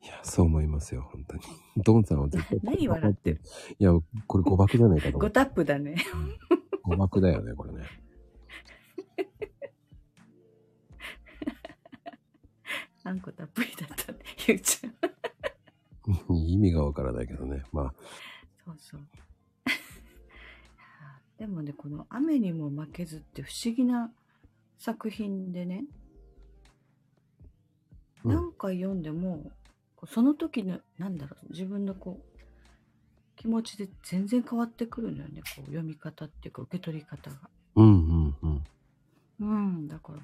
いや、そう思いますよ、本当に。 ドンさんは絶対 何笑ってるいや、これ誤爆じゃないかと思ごう。タップだね。誤爆だよね、これね。 あんこたっぷりだったね。ゆうちゃん。意味がわからないけどね。まあ、そうそう。 でもね、この雨にも負けずって不思議な作品でね、何回読んでも、こうその時の、なんだろう、自分のこう、気持ちで全然変わってくるのよね、こう読み方っていうか受け取り方が。うんうんうん。うん、だから、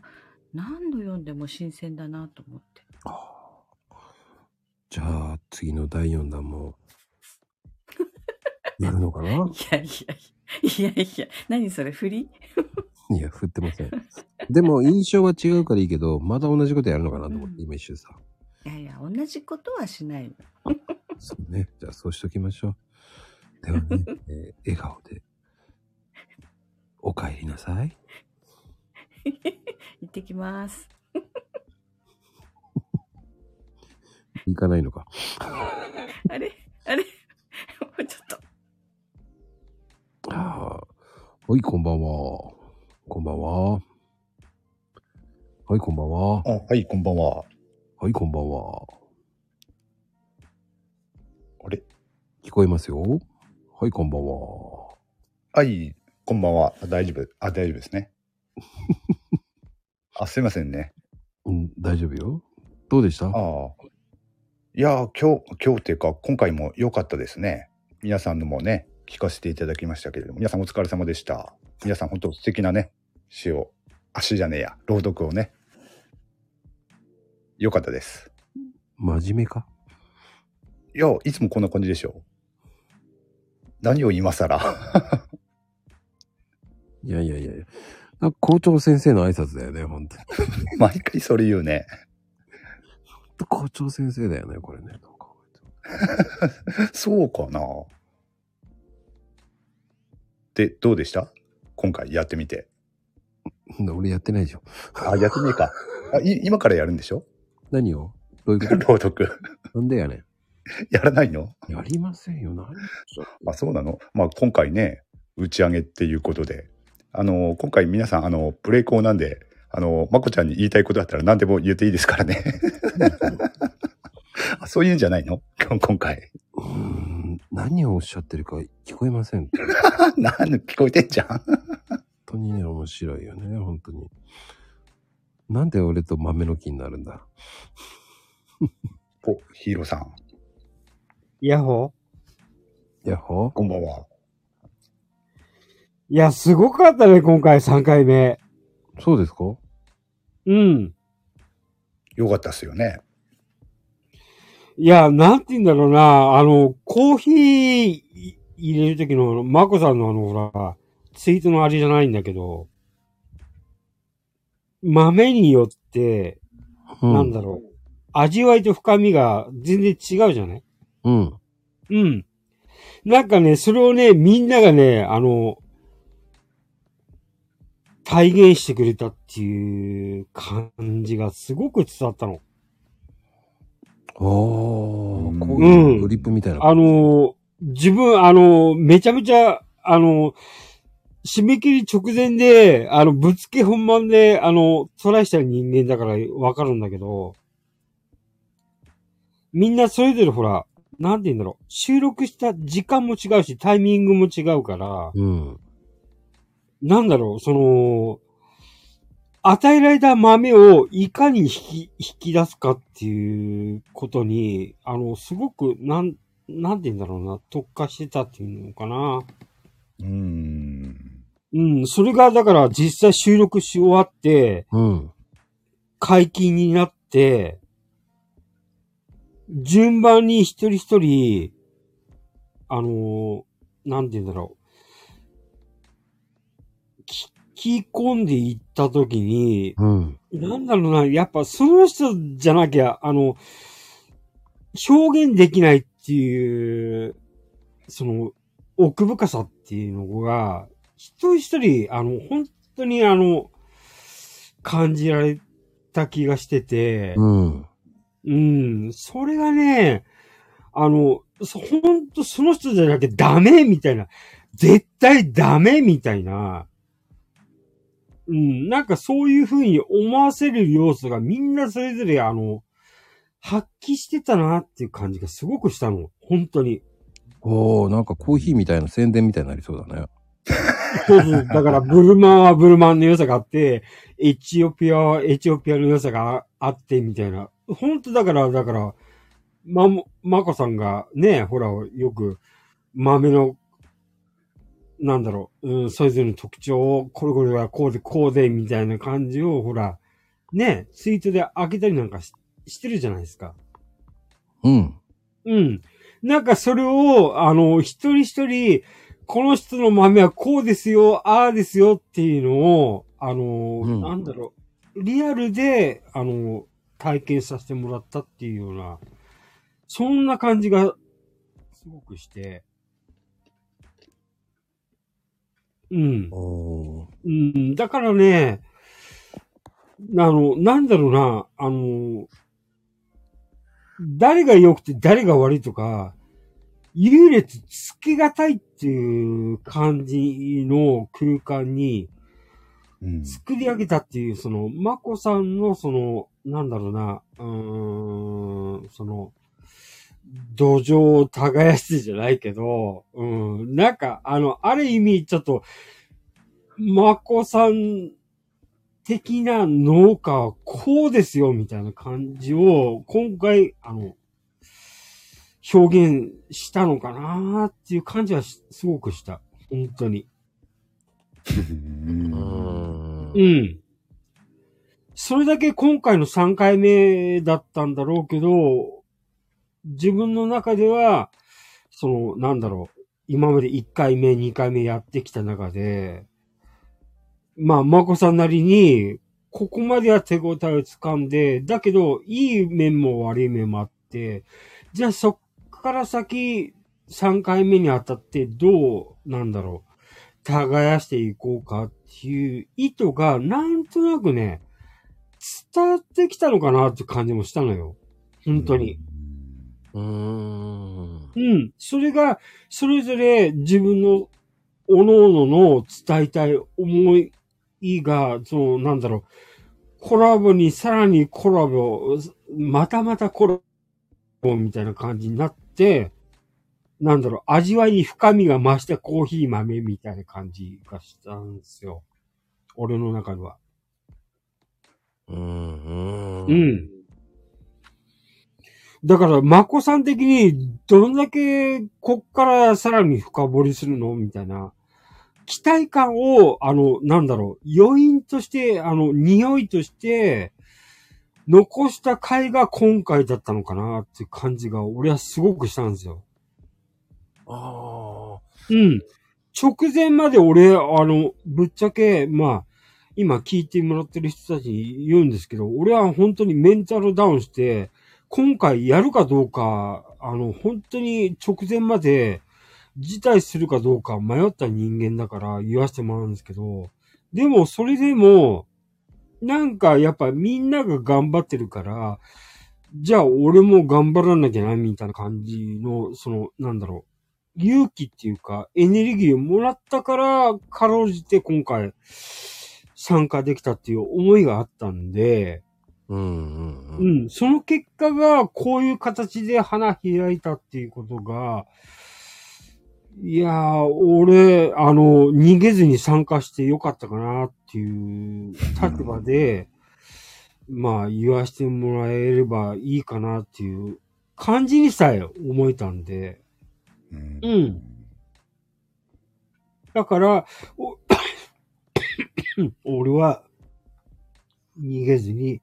何度読んでも新鮮だなと思って。じゃあ、次の第4 弾も、やるのかいなやいやいやいや、何それ、振りいや、振ってません。でも、印象が違うからいいけど、まだ同じことやるのかなと思って、今一瞬さ。いやいや、同じことはしないの。そうね。じゃあ、そうしときましょう。 ではね、えー笑顔で、お帰りなさい。行ってきます。行かないのか。あれあれもうちょっと。ああ。はい、こんばんは。こんばんは。はい、こんばんは。はい、こんばんは。はい、こんばんは。あれ聞こえますよ。はい、こんばんは。はい、こんばんは。大丈夫。あ、大丈夫ですね。 あ、すいませんね。うん、大丈夫よ。どうでしたああ。いやー、今日、今日っていうか、今回も良かったですね。皆さんのもね、聞かせていただきましたけれども、皆さんお疲れ様でした。皆さん本当素敵なね、詩を、あ、詩じゃねえや、朗読をね。良かったです。真面目かいや、いつもこんな感じでしょ。何を今更。いやいやいやいや。なんか校長先生の挨拶だよね、本当に。毎回それ言うね。校長先生だよね、これね。 そうかなで、どうでした今回やってみて。俺やってないでしょ。あ、やってねえ か。あい今からやるんでしょ何をどういうこと朗読。なんでやねん。やらないのやりませんよ、何あ、そうなのまあ今回ね、打ち上げっていうことで。あの、今回皆さん、あの、ブレイクをなんで、あの、まこちゃんに言いたいことだったら何でも言っていいですからね。 あそういうんじゃないの今日今回。何をおっしゃってるか聞こえません。 なん聞こえてんじゃん。本当にね、面白いよね、本当に。なんで俺と豆の木になるんだ お、ヒーローさん。ヤッホーヤッホーこんばんは。いや、すごかったね、今回3回目。そうですかうん。よかったっすよね。いや、なんて言うんだろうな、あの、コーヒー入れる時の、マコさんのあの、ほら、ツイートのあれじゃないんだけど、豆によって、うんなんだろう、味わいと深みが全然違うじゃないうん。うん。なんかね、それをね、みんながね、あの、体現してくれたっていう感じがすごく伝わったの。ああ、こうういんうドリップみたいな。あの、自分、あの、めちゃめちゃ、あの、締め切り直前で、あの、ぶっつけ本番で、あの、トライした人間だからわかるんだけど、みんなそれぞれほら、なんて言うんだろう、収録した時間も違うし、タイミングも違うから、うん。なんだろう、その、与えられた豆をいかに引き、引き出すかっていうことに、あの、すごく、なん、なんて言うんだろうな、特化してたっていうのかな。うん。うん、それがだから実際収録し終わって、うん。解禁になって、順番に一人一人、あのーなんて言うんだろう。きき込んでいったときに、なんだろうな、やっぱその人じゃなきゃ、あの、表現できないっていう、その、奥深さっていうのが、一人一人、あの、本当にあの、感じられた気がしてて、うん。うん、それがね、あの、そほんとその人じゃなきゃダメみたいな、絶対ダメみたいな、うん、なんかそういう風に思わせる要素がみんなそれぞれあの、発揮してたなっていう感じがすごくしたの。本当に。おー、なんかコーヒーみたいな宣伝みたいになりそうだね。そうそう。だから、ブルマンはブルマンの良さがあって、エチオピアはエチオピアの良さがああって、みたいな。本当だから、だから、まも、まこさんがね、ほら、よく、豆の、なんだろう、うん、それぞれの特徴を、これこれはこうで、こうで、みたいな感じを、ほら、ね、ツイートで開けたりなんかししてるじゃないですか。うん。うん。なんかそれを、あの、一人一人、この人の豆はこうですよ、ああですよっていうのを、あの、なんだろう、リアルで、あの、体験させてもらったっていうような、そんな感じが、すごくして、うん。うん、だからね、あの、なんだろうな、あの、誰が良くて誰が悪いとか、優劣つけがたいっていう感じの空間に作り上げたっていう、その、まこさんのその、なんだろうな、うーん、その、土壌を耕してじゃないけど、うん、なんか、あの、ある意味ちょっと、まこさん的な農家はこうですよ、みたいな感じを、今回、あの、表現したのかなーっていう感じはしすごくした。本当に。うん。それだけ今回の3回目だったんだろうけど、自分の中では、その、なんだろう、今まで1回目、2回目やってきた中で、まあ、まこさんなりに、ここまでは手応えをつかんで、だけど、いい面も悪い面もあって、じゃあそっから先、3回目にあたってどう、なんだろう、耕していこうかっていう意図が、なんとなくね、伝わってきたのかなって感じもしたのよ。本当に。うん。うん。それが、それぞれ自分の、おののの伝えたい思いが、その、なんだろう、コラボにさらにコラボ、またまたコラボみたいな感じになって、なんだろう、味わいに深みが増したコーヒー豆みたいな感じがしたんですよ。俺の中では。うん。うん。だから、まこさん的に、どんだけ、こっからさらに深掘りするのみたいな。期待感を、あの、なんだろう、余韻として、あの、匂いとして、残した回が今回だったのかなっていう感じが、俺はすごくしたんですよ。ああ。うん。直前まで俺、あの、ぶっちゃけ、まあ、今聞いてもらってる人たちに言うんですけど、俺は本当にメンタルダウンして、今回やるかどうか、あの、本当に直前まで辞退するかどうか迷った人間だから言わせてもらうんですけど、でもそれでも、なんかやっぱみんなが頑張ってるから、じゃあ俺も頑張らなきゃな、みたいな感じの、その、なんだろう、勇気っていうか、エネルギーをもらったから、かろうじて今回、参加できたっていう思いがあったんで、うんうんうん、その結果が、こういう形で花開いたっていうことが、いやー、俺、あの、逃げずに参加してよかったかなっていう立場で、まあ、言わせてもらえればいいかなっていう感じにさえ思えたんで、うん。だから、お 俺は、逃げずに、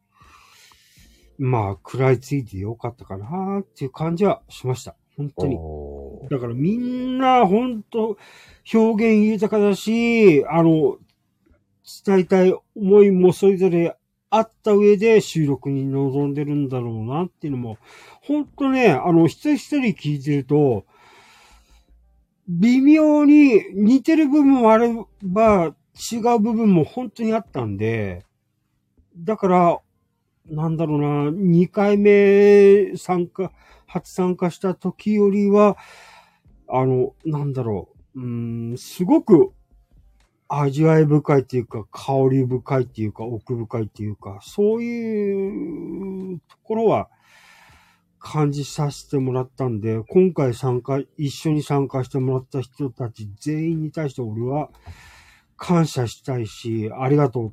まあ、食らいついてよかったかなっていう感じはしました。本当に。だからみんな、本当表現豊かだし、あの、伝えたい思いもそれぞれあった上で収録に臨んでるんだろうなっていうのも、ほんとね、あの、一人一人聞いてると、微妙に似てる部分もあれば、違う部分も本当にあったんで、だから、なんだろうな、2回目参加、初参加した時よりは、あの、なんだろう、うーん、すごく味わい深いっていうか、香り深いっていうか、奥深いっていうか、そういうところは感じさせてもらったんで、今回参加、一緒に参加してもらった人たち全員に対して俺は感謝したいし、ありがとうっ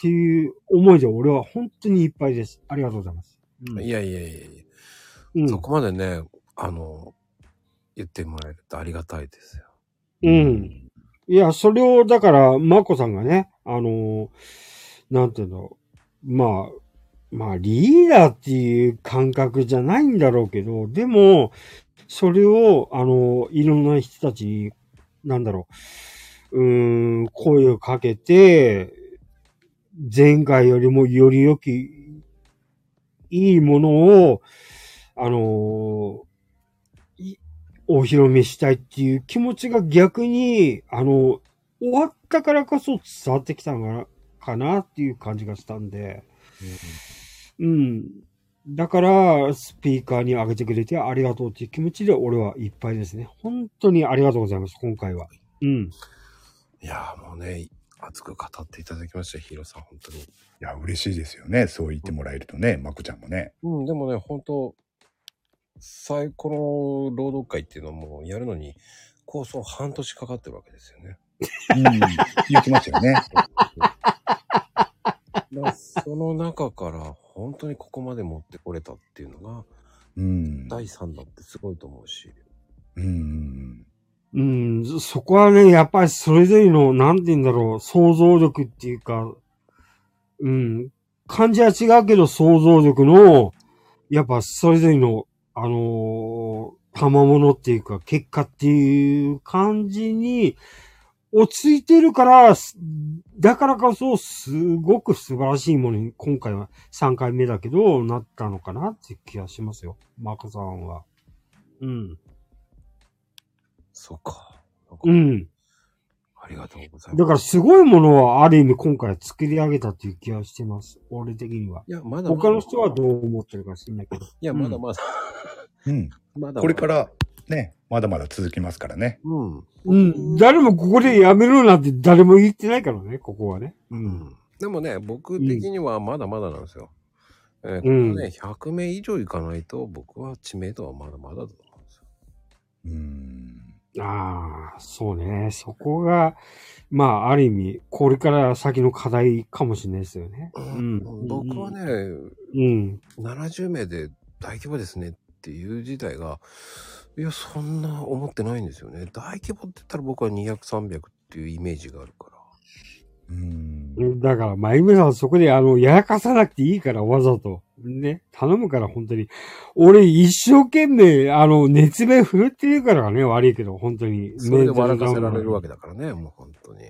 ていう思いで俺は本当にいっぱいです。ありがとうございます。 いやいやいやいや、そこまでね、あの、言ってもらえるとありがたいですよ。うん。いや、それを、だから、まこさんがね、あの、なんていうの、まあ、まあ、リーダーっていう感覚じゃないんだろうけど、でも、それを、あの、いろんな人たちに、なんだろう、うーん、声をかけて、前回よりもより良き、いいものを、あの、お披露目したいっていう気持ちが逆に、あの、終わったからこそ伝わってきたのかなかなっていう感じがしたんで、うん。だから、スピーカーに上げてくれてありがとうっていう気持ちで俺はいっぱいですね。本当にありがとうございます、今回は。うん。いやーもうね、熱く語っていただきました、ヒーローさん、本当に。いや、嬉しいですよね。そう言ってもらえるとね、まこちゃんもね。うん、でもね、本当最この労働会っていうのもやるのに、構想半年かかってるわけです よね。うん、言ってましたよね。だからその中から本当にここまで持ってこれたっていうのが、うん、第3弾ってすごいと思うし。うん、そそこはね、やっぱりそれぞれの、なんて言うんだろう、想像力っていうか、うん、感じは違うけど想像力の、やっぱそれぞれの、あのー、賜物っていうか、結果っていう感じに、落ち着いてるから、すだからこそ、すごく素晴らしいものに、今回は3回目だけど、なったのかなっていう気がしますよ。マコさんは。うん。そっか。うん。ありがとうございます。だからすごいものはある意味今回作り上げたという気がしてます。俺的には。いやまだまだ他の人はどう思ってるか知んないけど。いや、まだま だ。うん。まだこれから、ね、まだまだ続きますからね。うん。うん。誰もここでやめろなんて誰も言ってないからね、ここはね。うん。でもね、僕的にはまだまだなんですよ。えーうんここね、100名以上いかないと、僕は知名度はまだまだだと思うんですよ。ああ、そうね。そこが、まあ、ある意味、これから先の課題かもしれないですよね。うん。僕はね、うん。 70名で大規模ですねっていう事態が、いや、そんな思ってないんですよね。大規模って言ったら僕は200、300っていうイメージがあるから。だから、まゆめさん、そこで、あの、やらかさなくていいから、わざと。ね。頼むから、本当に。俺、一生懸命、あの、熱弁振るってるからね、悪いけど、本当に。それで笑かせられるわけだからね、もう本当に。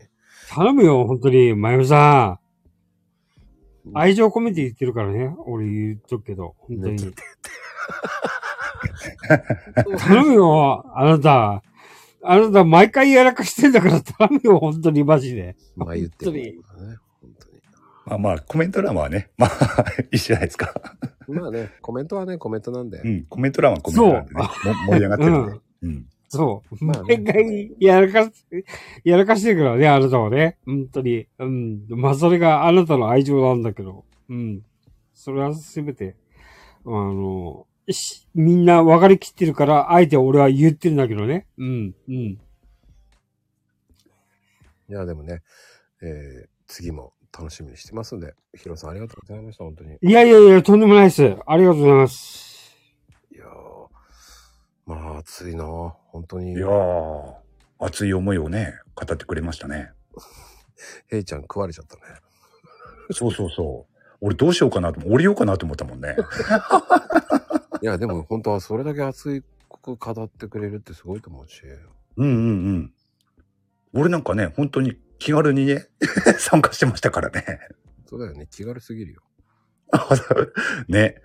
頼むよ、本当に、まゆみさん。愛情込めて言ってるからね、俺言っとくけど、本 当に。 頼むよ、あなた。あなた、毎回やらかしてんだから頼むよ、本当に、マジで。まあ言って本当にまあまあ、コメント欄はね、まあ、いいじゃないですか。まあね、コメントはね、コメントなんで。うん、コメント欄はコメント欄でね、も盛り上がってるんで。そう。まあね毎 回やらかし、やらかしてるからね、あなたはね。本当に。うん。まあ、それがあなたの愛情なんだけど。うん。それはすべて、あの、しみんな分かりきってるから、あえて俺は言ってるんだけどね。うん、うん。いや、でもね、えー次も楽しみにしてますんで、ヒロさんありがとうございました、本当に。いやいやいや、とんでもないです。ありがとうございます。まあ、暑いな本当に。いやー、熱い思いをね、語ってくれましたね。 ヘイちゃん食われちゃったね。そうそうそう。俺どうしようかなと思、降りようかなと思ったもんね。いや、でも本当はそれだけ熱いく語ってくれるってすごいと思うし。うんうんうん。俺なんかね、本当に気軽にね、 参加してましたからね。そうだよね。気軽すぎるよ。あそうね。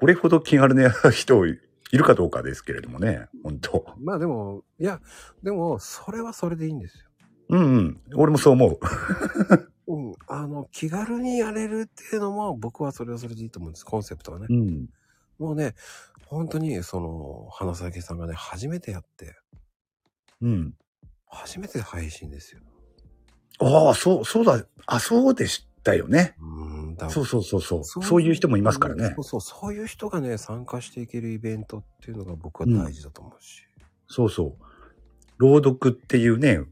これほど気軽な人いるかどうかですけれどもね。本当まあでも、いや、でも、それはそれでいいんですよ。うんうん。俺もそう思う。うん。あの、気軽にやれるっていうのも、僕はそれはそれでいいと思うんです。コンセプトはね。うん。もうね、本当に、その、花咲さんがね、初めてやって、うん。初めて配信ですよ。ああ、そう、そうだ。あ、そうでしたよね。だそうそうそうそう。そういう人もいますからねそう。そう、そういう人がね、参加していけるイベントっていうのが僕は大事だと思うし。そうそう。朗読っていうね、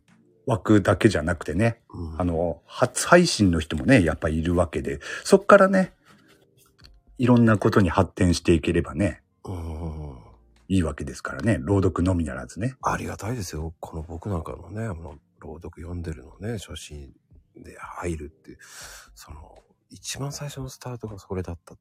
枠だけじゃなくてね、あの、初配信の人もね、やっぱいるわけで、そっからね、いろんなことに発展していければね、いいわけですからね、朗読のみならずね。ありがたいですよ。この僕なんかのね、あの朗読読んでるのね、初心で入るっていう、その、一番最初のスタートがそれだった。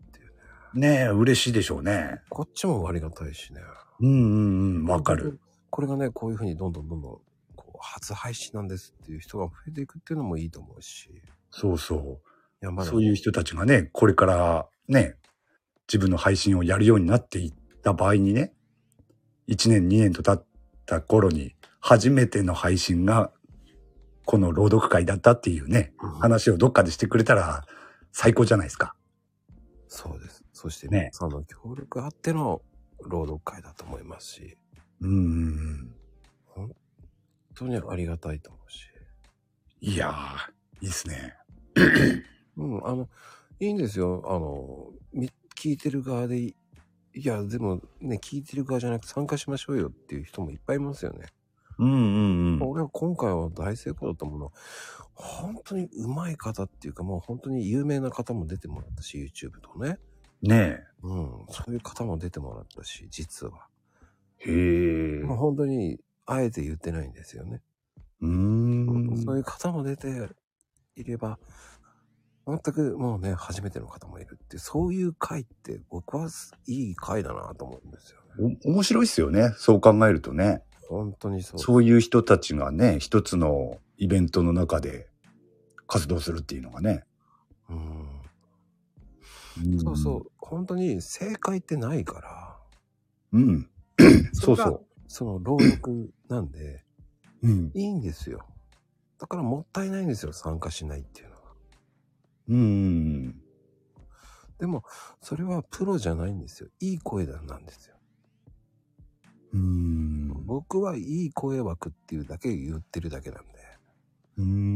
ねえ、嬉しいでしょうね。こっちもありがたいしね。うんうんうん、わかる。これがね、こういうふうにどんどんどんどん、こう、初配信なんですっていう人が増えていくっていうのもいいと思うし。そうそう。いやまだそういう人たちがね、これからね、自分の配信をやるようになっていった場合にね、1年2年と経った頃に、初めての配信が、この朗読会だったっていうね、話をどっかでしてくれたら、最高じゃないですか。そうです。そしてね、その協力あっての朗読会だと思いますし。うんうんうん。本当にありがたいと思うし。いやー、いいっすね。 うん、あの、いいんですよ。あの、み聞いてる側でいい、いや、でもね、聞いてる側じゃなくて参加しましょうよっていう人もいっぱいいますよね。うんうんうん。俺は今回は大成功だと思うのは、本当に上手い方っていうか、もう本当に有名な方も出てもらったし、YouTube とね。ねえ。うん、そういう方も出てもらったし、実は。へえ。もう本当に、あえて言ってないんですよね。うーん。そういう方も出ていれば、全くもうね、初めての方もいるって、そういう回って僕はいい回だなと思うんですよ。お面白いっすよね。そう考えるとね。本当にそう。そういう人たちがね、一つのイベントの中で活動するっていうのがね。うん。そうそう。本当に正解ってないかうら。ん。そうれがそその朗読なんで、うんいいんですよ。だからもったいないんですよ、参加しないっていうのは。う。うん。でも、それはプロじゃないんですよ。いい声だなんですよ。僕はいい声枠っていうだけ言ってるだけなんで。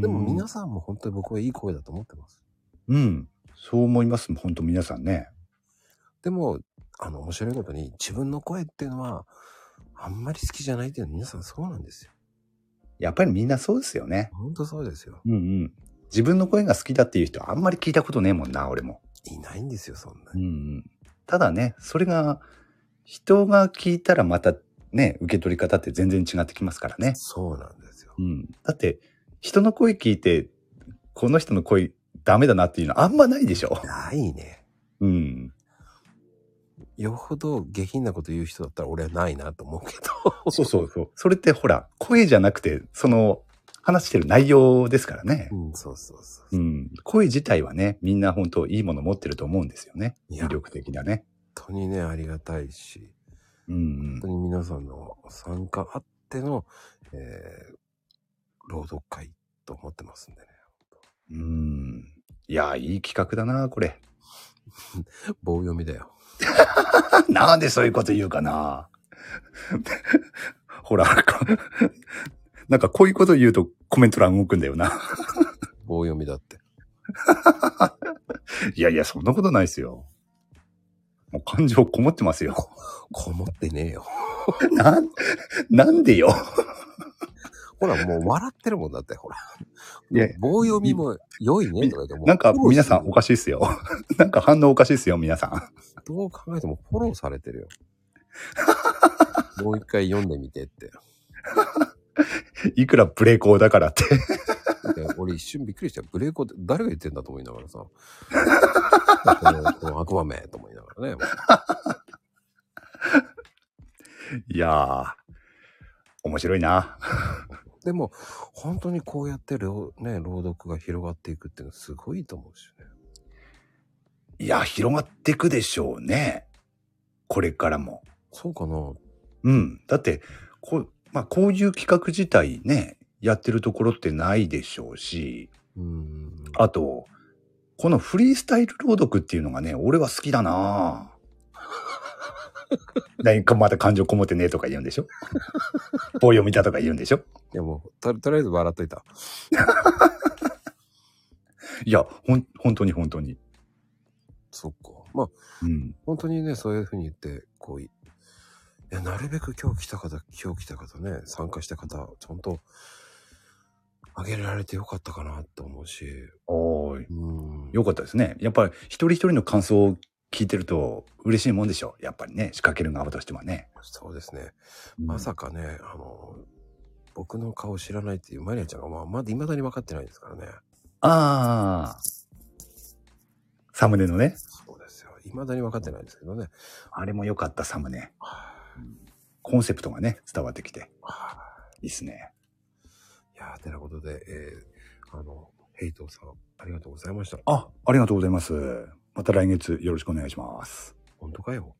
でも皆さんも本当に僕はいい声だと思ってます。うん。そう思います。本当皆さんね。でも、あの、面白いことに自分の声っていうのは、あんまり好きじゃないっていうのは皆さんそうなんですよ。やっぱりみんなそうですよね。本当そうですよ。うんうん。自分の声が好きだっていう人あんまり聞いたことねえもんな、俺も。いないんですよ、そんな。うんうん。ただね、それが、人が聞いたらまたね、受け取り方って全然違ってきますからね。そうなんですよ。うん。だって、人の声聞いて、この人の声ダメだなっていうのあんまないでしょ。ないね。うん。よほど下品なこと言う人だったら俺はないなと思うけど。そうそうそう。それってほら、声じゃなくて、その、話してる内容ですからね。。うん、そうそうそうん。声自体はね、みんな本当いいもの持ってると思うんですよね。魅力的だね。本当にね、ありがたいし、本当に皆さんの参加あっての、えー、朗読会と思ってますんでね。うん。いや、いい企画だな、これ。 棒読みだよ。 なんでそういうこと言うかな。 ほら、 こなんかこういうこと言うとコメント欄動くんだよな。 棒読みだって。 いやいや、そんなことないですよ。もう感情こもってますよ。こもってねえよ。 なん、なんでよ。 ほら、もう笑ってるもんだって、ほら。いや棒読みも良いね、とか言ってもうなんか皆さんおかしいっすよ。 なんか反応おかしいっすよ、皆さん。どう考えてもフォローされてる よ。もう一回読んでみてって。いくらブレーコーだからって。いや俺一瞬びっくりしたよ。ブレーコーって誰が言ってんだと思いなが らさ。このこの悪魔めと思いながらね。もういやー、面白いな。でも、本当にこうやって朗、ね、朗読が広がっていくっていうのはすごいと思うしね。いや、広がっていくでしょうね。これからも。そうかな。うん。だって、こう、まあ、こういう企画自体ね、やってるところってないでしょうし、あと、このフリースタイル朗読っていうのがね、俺は好きだ なぁ。何かまた感情こもってねとか言うんでしょ棒読みだとか言うんでしょいやもう、ととりあえず笑っといた。いや、ほん、本当に本当に。そっか。まあ、本当にね、そういうふうに言って、こうい、いや、なるべく今日来た方、今日来た方ね、参加した方、ちゃんと、あげられてよかったかなと思うし。おーい。よかったですね。やっぱり一人一人の感想を聞いてると嬉しいもんでしょ。やっぱりね、仕掛ける側としてはね。そうですね。まさかね、あの、僕の顔知らないっていうマリアちゃんが、まあ、まだ未だに分かってないですからね。ああ。サムネのね。未だに分かってないですけどね。あれも良かった、サムネ。コンセプトがね、伝わってきて。いいっすね。いやー、てなことで、えー、あの、ヘイトさん、ありがとうございました。あ、ありがとうございます。また来月よろしくお願いします。本当かよ。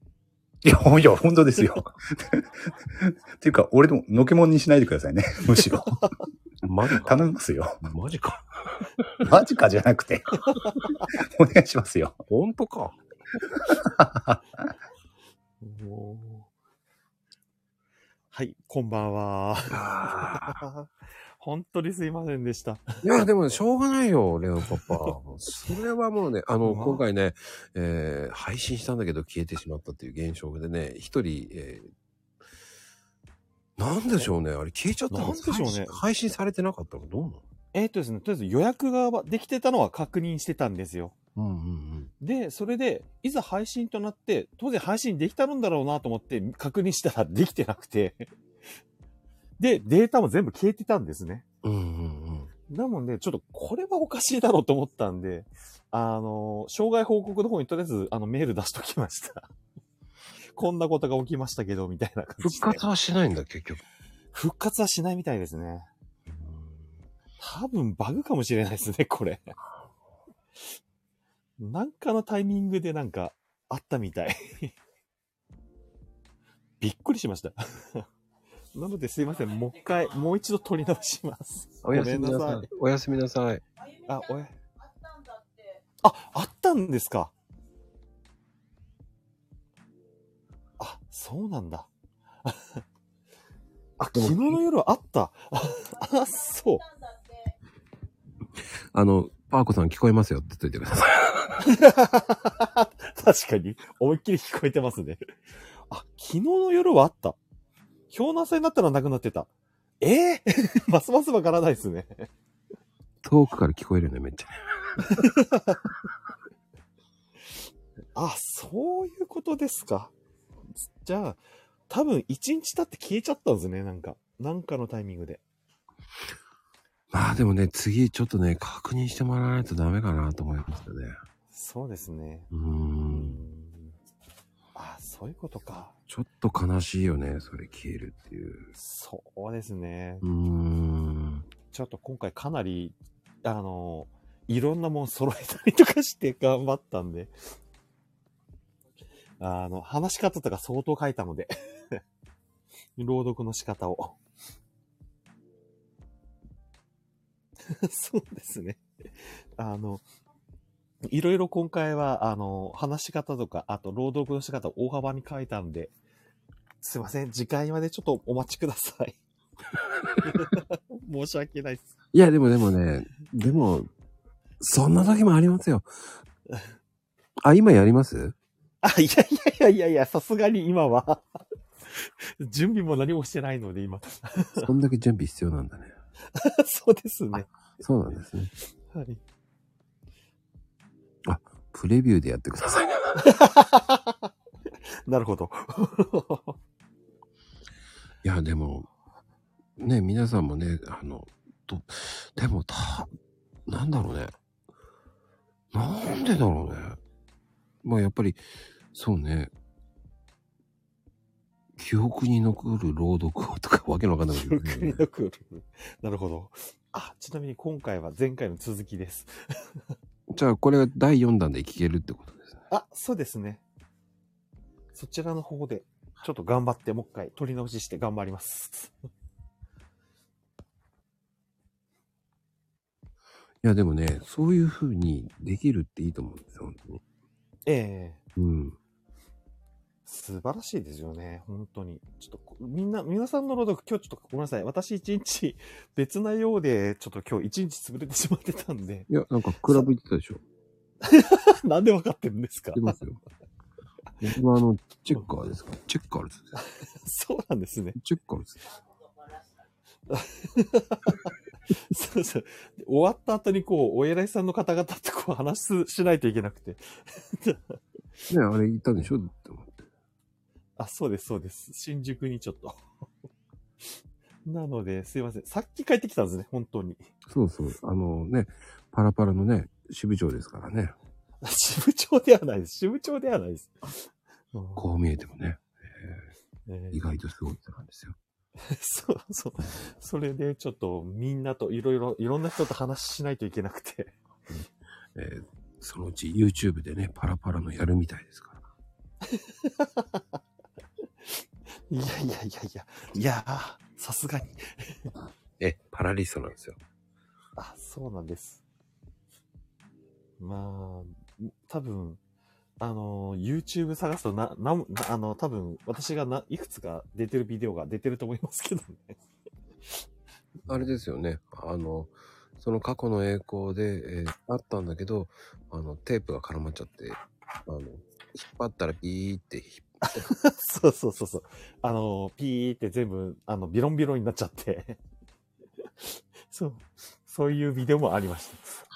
いや、いや、本当ですよ。 っていうか、俺でも、のけもんにしないでください ね。むしろ。マジ頼みますよ。マジか。マジかじゃなく て。お願いしますよ。本当か。はい、こんばんは。 本当にすいませんでした。 いや、でも、しょうがないよ、レオパパ。それはもうね、あの、今回ね、えー配信したんだけど消えてしまったっていう現象でね、一人、えーなんでしょうね、あれ消えちゃったのなんでしょうね配信配信されてなかったのどうなのえーっとですね、とりあえず予約ができてたのは確認してたんですよ。で、それで、いざ配信となって、当然配信できたんだろうなと思って確認したらできてなくて。 で、データも全部消えてたんですね。なので、ちょっとこれはおかしいだろうと思ったんで、あの、障害報告の方にとりあえずあのメール出しときました。こんなことが起きましたけど、みたいな感じで。復活はしないんだ、結局。復活はしないみたいですね。多分バグかもしれないですね、これ。なんかのタイミングでなんかあったみたい。 びっくりしました。 なので、すいません。もう一回、もう一度取り直します。おやすみなさい。おやすみなさい。あ、おや。あ、あったんですか。あ、そうなんだ。 あ、昨日の夜はあった。あ、そう。あの、パーコさん聞こえますよって言っといてください。 確かに、思いっきり聞こえてますね。あ、昨日の夜はあった。氷難祭になったらなくなってた。ええ ますますわからないですね。遠くから聞こえるよね、めっちゃ。あ、そういうことですか。じゃあ、多分一日経って消えちゃったんですね、なんか。なんかのタイミングで。まあでもね、次ちょっとね、確認してもらわないとダメかなと思いますよね。そうですね。あ、そういうことか。ちょっと悲しいよね、それ消えるっていう。そうですね。うん。ちょっと今回かなり、あの、いろんなもん揃えたりとかして頑張ったんで、あの、話し方とか相当書いたので、 朗読の仕方を。 そうですね。あの、いろいろ今回は、あの、話し方とか、あと朗読の仕方を大幅に変えたんで、すいません、次回までちょっとお待ちください。 申し訳ないです。いや、でもでもね、でも、そんな時もありますよ。あ、今やり ますあ、いやいやいやいやいや、さすがに今は、準備も何もしてないので、今。そんだけ準備必要なんだね。そうですね。そうなんですね。はい。あ、プレビューでやってください。 なるほど。 いや、でも、ね、皆さんもね、あの、と、でも、た、なんだろうね。なんでだろうね。まあ、やっぱり、そうね。記憶に残る朗読をとか、わけのわかんないこと 言国うねのクールなるほど。あ、ちなみに今回は前回の続きです。 じゃあ、これが第4弾で聞けるってことあ、そうですね。そちらの方で、ちょっと頑張って、もう一回取り直しして頑張ります。いや、でもね、そういう風にできるっていいと思うんですよ、本当に。ええうん。素晴らしいですよね。本当に。ちょっとこ、みんな、皆さんの朗読、今日ちょっとごめんなさい。私一日、別なようで、ちょっと今日一日潰れてしまってたんで。 いや、なんかクラブ行ってたでしょ。なんでわかってるんですかてますよ僕はあの、チェッカーですかチェッカーです。 そうなんですね。チェッカーです。 そうそう。終わった後にこう、お偉いさんの方々とこう話すしないといけなくて。 ねあれ行ったんでしょあ、そうです、そうです。新宿にちょっと。 なので、すいません。さっき帰ってきたんですね、本当に。そうそう。あのね、パラパラのね、支部長ですからね。支部長ではないです。支部長ではないです。こう見えてもね、えー意外とすごいってなんですよ。 そうそう。それでちょっとみんなといろいろ、いろんな人と話しないといけなくて。えーそのうち YouTube でね、パラパラのやるみたいですから。いやいやいやいや、いやー、さすがに。 え、パラリストなんですよ。あ、そうなんです。まあ、多分、あのー、YouTube 探すとな、な、なあの、多分、私がないくつか出てるビデオが出てると思いますけどね。あれですよね。あの、その過去の栄光で、えーあったんだけど、あの、テープが絡まっちゃって、あの、引っ張ったらビーって引っ そうそうそうそう。あの、ピーって全部、あの、ビロンビロンになっちゃって。そう。そういうビデオもありました。張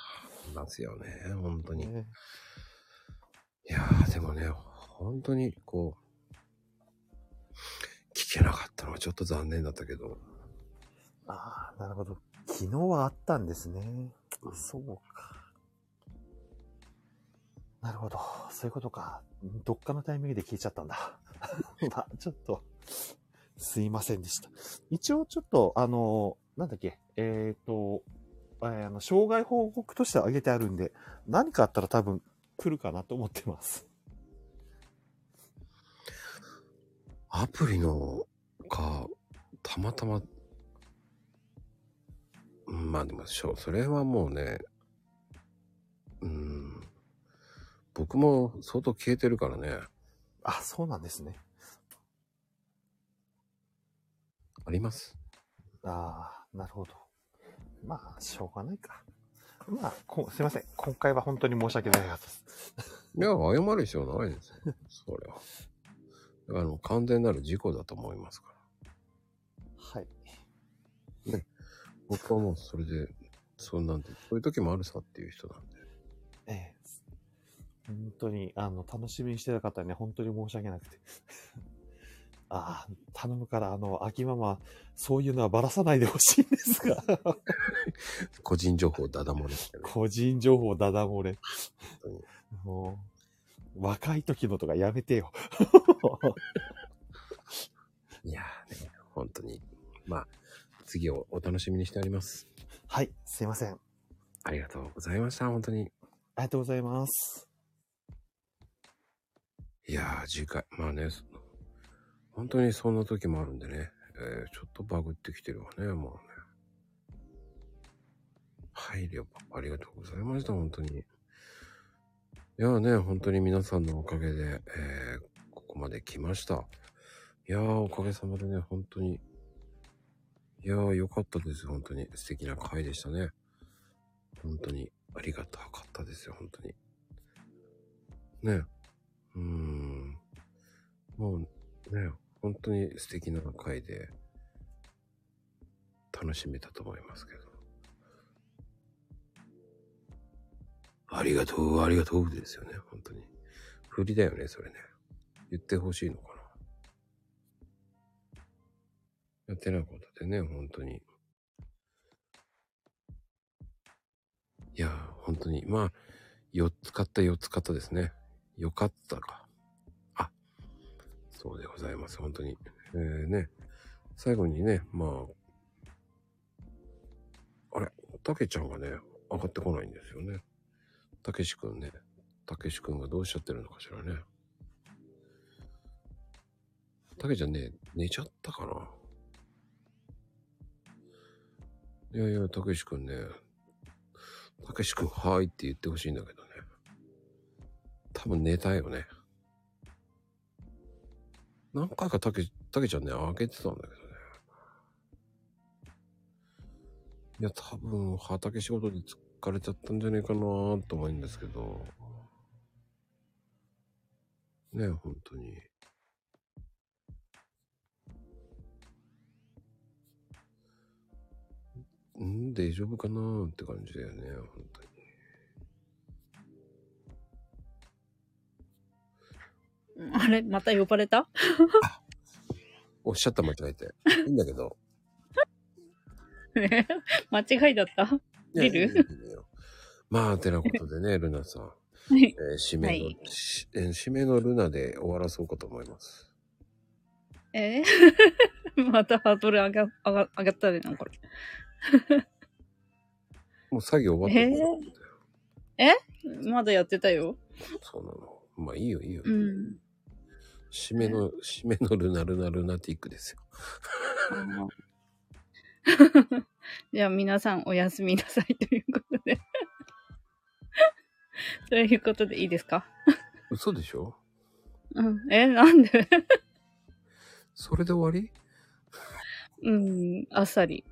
りますよね。本当に。いやー、でもね、本当に、こう、聞けなかったのはちょっと残念だったけど、ああ、なるほど。昨日はあったんですね。そうか。なるほど。そういうことか。どっかのタイミングで聞いちゃったん だ。まあ、ちょっと、すいませんでした。一応ちょっと、あの、なんだっけ、えっ、と、えーあの、障害報告として挙げてあるんで、何かあったら多分来るかなと思ってます。アプリのか、たまたま、うんまあでもしょう、それはもうね、うん、僕も相当消えてるからね、あ、そうなんですね。あります。ああ、なるほど。まあ、しょうがないか。まあ、こすいません。今回は本当に申し訳ないかったです。いや、謝る必要な いですよ。それは。だからあの、完全なる事故だと思いますかはい。ら。ね。僕はもうそれで、そうなんで、そういう時もあるさっていう人なんで。 ええ本当に、あの、楽しみにしてた方には本当に申し訳なくて。 ああ、頼むから、あの、秋ママ、そういうのはばらさないでほしいん ですが。個人情報ダダ漏れしてね。個人情報ダダ漏れ。もう、若い時のとかやめてよ。いやーね、本当に。まあ、次をお楽しみにしております。はい、すいません。ありがとうございました、 本当に。ありがとうございます。いやー、次回、まあね、そ本当にそんな時もあるんでね、えーちょっとバグってきてるわね、もうね。はい、りょうぱ、ありがとうございました、本当に。いやーね、本当に皆さんのおかげで、えーここまで来ました。いやー、おかげさまでね、本当に。いやー、良かったです、本当に。素敵な回でしたね。本当に、ありがたかったですよ、本当に。ねうーん。もうね、本当に素敵な回で、楽しめたと思いますけど。ありがとう、ありがとうですよね、本当に。振りだよね、それね。言ってほしいのかな。やってなことでね、本当に。いやー、本当に。まあ、4つ買った、4つ買ったですね。よかったか。そうでございます。本当に。えーね、最後にね、まあ、あれ、たけちゃんがね、上がってこないんですよね。たけしくんね、たけしくんがどうしちゃってるのかしらね。たけちゃんね、寝ちゃったかな。いやいや、たけしくんね、たけしくん、はーいって言ってほしいんだけどね。多分寝たよね。何回かたけ、たけちゃんね、開けてたんだけどね。いや、多分、畑仕事で疲れちゃったんじゃねえかなーと思うんですけど。ねえ本当に。ん大丈夫かなーって感じだよね、本当に。あれまた呼ばれたおっしゃった間違 えて。いいんだけど。ね間違いだった出いやるまあ、てなことでね、ルナさん。はいえー締めの、はいしえー締めのルナで終わらそうかと思います。えまたハードル上が上が上がったでな、これ。もう作業終わった。えー、えまだやってたよ。 そうなの。まあいいよいいよ。うん。締めの、締めのルナルナルナティックですよ。じゃあ皆さんおやすみなさいということで。ということでいいですか嘘でしょうん。え、なんでそれで終わりうん、あっさり。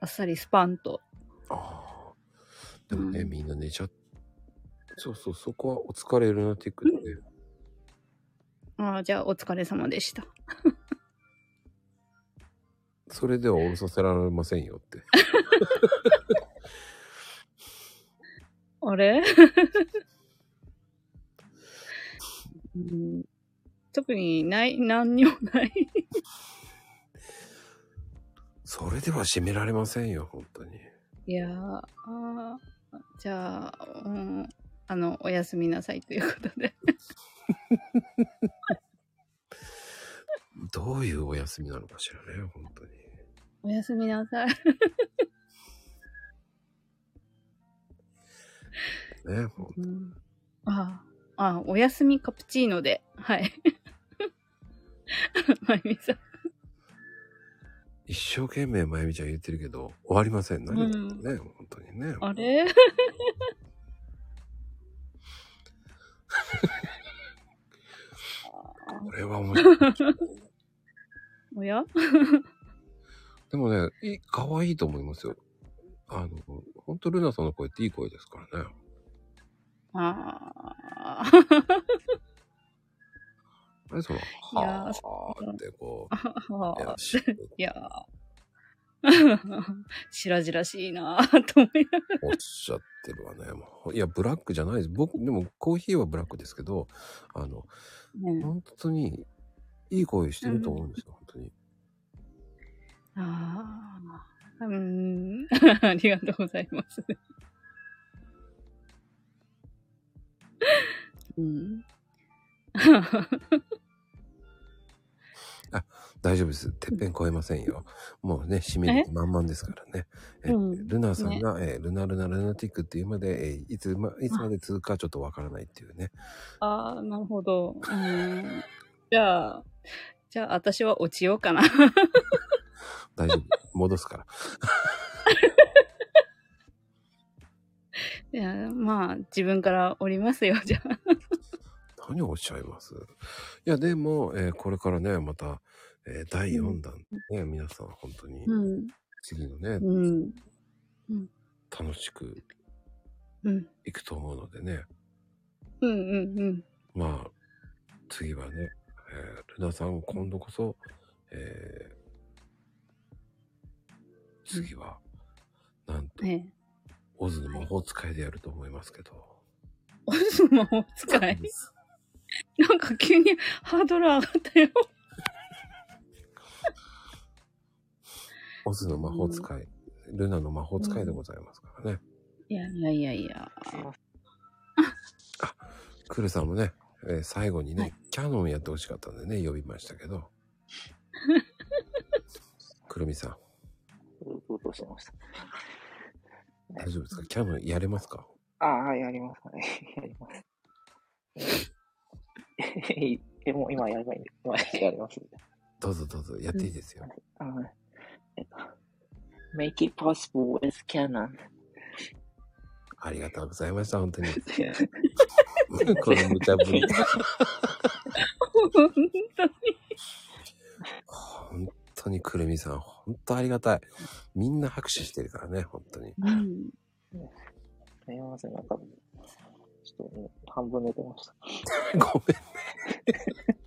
あっさりスパンと。でもね、みんな寝ちゃっそうそう、そこはお疲れルナティックでね。ああ、じゃあお疲れ様でした。それでは降ろさせられませんよって。あれうん特にない、何にもない。それでは締められませんよ、本当に。 いやーあーじゃあ、うん、あの、おやすみなさいということで。どういうお休みなのかしらね、本当に。おやすみなさい。ね、ほんああ、ああおやすみカプチーノで。 はい。まゆみさん。一生懸命まゆみちゃん言ってるけど、終わりません。何言ってもね、本当にね。あれこれは面白い。おや でもね、いい可愛いと思いますよ。あの、本当ルナさんの声っていい声ですからね。ああ。 あれその、いやはーってこう、はあいやしいやー。 白々しいなぁと思いながら。おっしゃってるわね。 もういや、ブラックじゃないです。僕、でもコーヒーはブラックですけど、あの、本当にいい声してると思うんですよ、本当に。ああ。うーん。 ありがとうございます。うん。大丈夫です。てっぺん超えませんよ。もうね、締める気満々ですからね。えうんルナさんねが、えールナルナルナティックっていうまで、えーいつま、いつまで続くかちょっとわからないっていうね。ああ、なるほど。うーん。じゃあ、じゃあ私は落ちよう かな。大丈夫。戻すから。 いや、まあ、自分から降りますよ、じゃあ。何をおっしゃいますいや、でも、えーこれからね、また、えー第4弾、ね、皆さん本当に、うん。次のね、うん。うん。楽しくうん。いくと思うのでね。うん。うん。まあ、次はね、えールナさん、今度こそ、えー次は、なんと、 ねオズの魔法使いでやると思いますけど。オズ魔法使いなんか急にハードル上がったよ。オズの魔法使い、ルナの魔法使いでございますからね。 いやいやいやいや。クルさんもね、ええー最後にね、キャノンやってほしかったんでね、呼びましたけど。くるみさん、うとうとしてました。大丈夫ですかキャノンやれますか ああ、はい、やります。はい、やります。ええもう今やればいいんで、今やります。どうぞどうぞ、やっていいですよ。あーえっと、make it possible with Canon。ありがとうございました、本当に。この無茶ぶり。本当に。本当にくるみさん、本当ありがたい。みんな拍手してるからね、本当に。うん。すみません、なんか、ちょっともう半分寝てました。 ごめんね。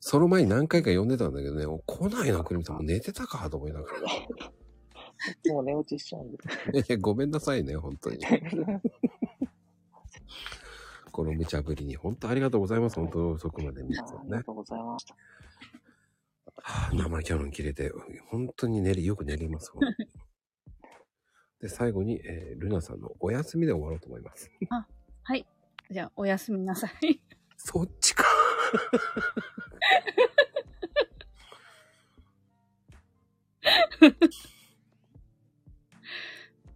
その前に何回か呼んでたんだけどね、お来ないな、くるみさん。もう寝てたかと思いながら。もう寝落ちしちゃうんで。いや、ごめんなさいね、本当に。この無茶ぶりに、本当ありがとうございます。本当遅くまで皆さんね。ありがとうございました。生キャノン切れて、本当に寝れ、よく寝れます。本当に で、最後に、えールナさんのお休みで終わろうと思います。あ、はい。じゃあ、おやすみなさい。そっちか。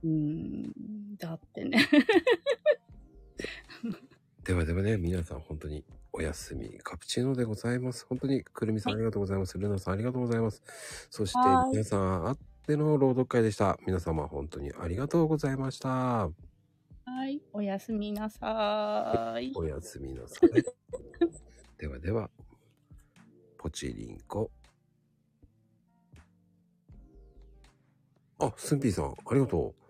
うーん、だってね。ではではね、皆さん本当におやすみ。カプチーノでございます。本当に、くるみさんありがとうございます。ルナさんありがとうございます。そしてはーい皆さんあっての朗読会でした。皆様本当にありがとうございました。はい。おやすみなさい。おやすみなさい。 ではでは、ポチリンコ。あ、スンピーさん、ありがとう。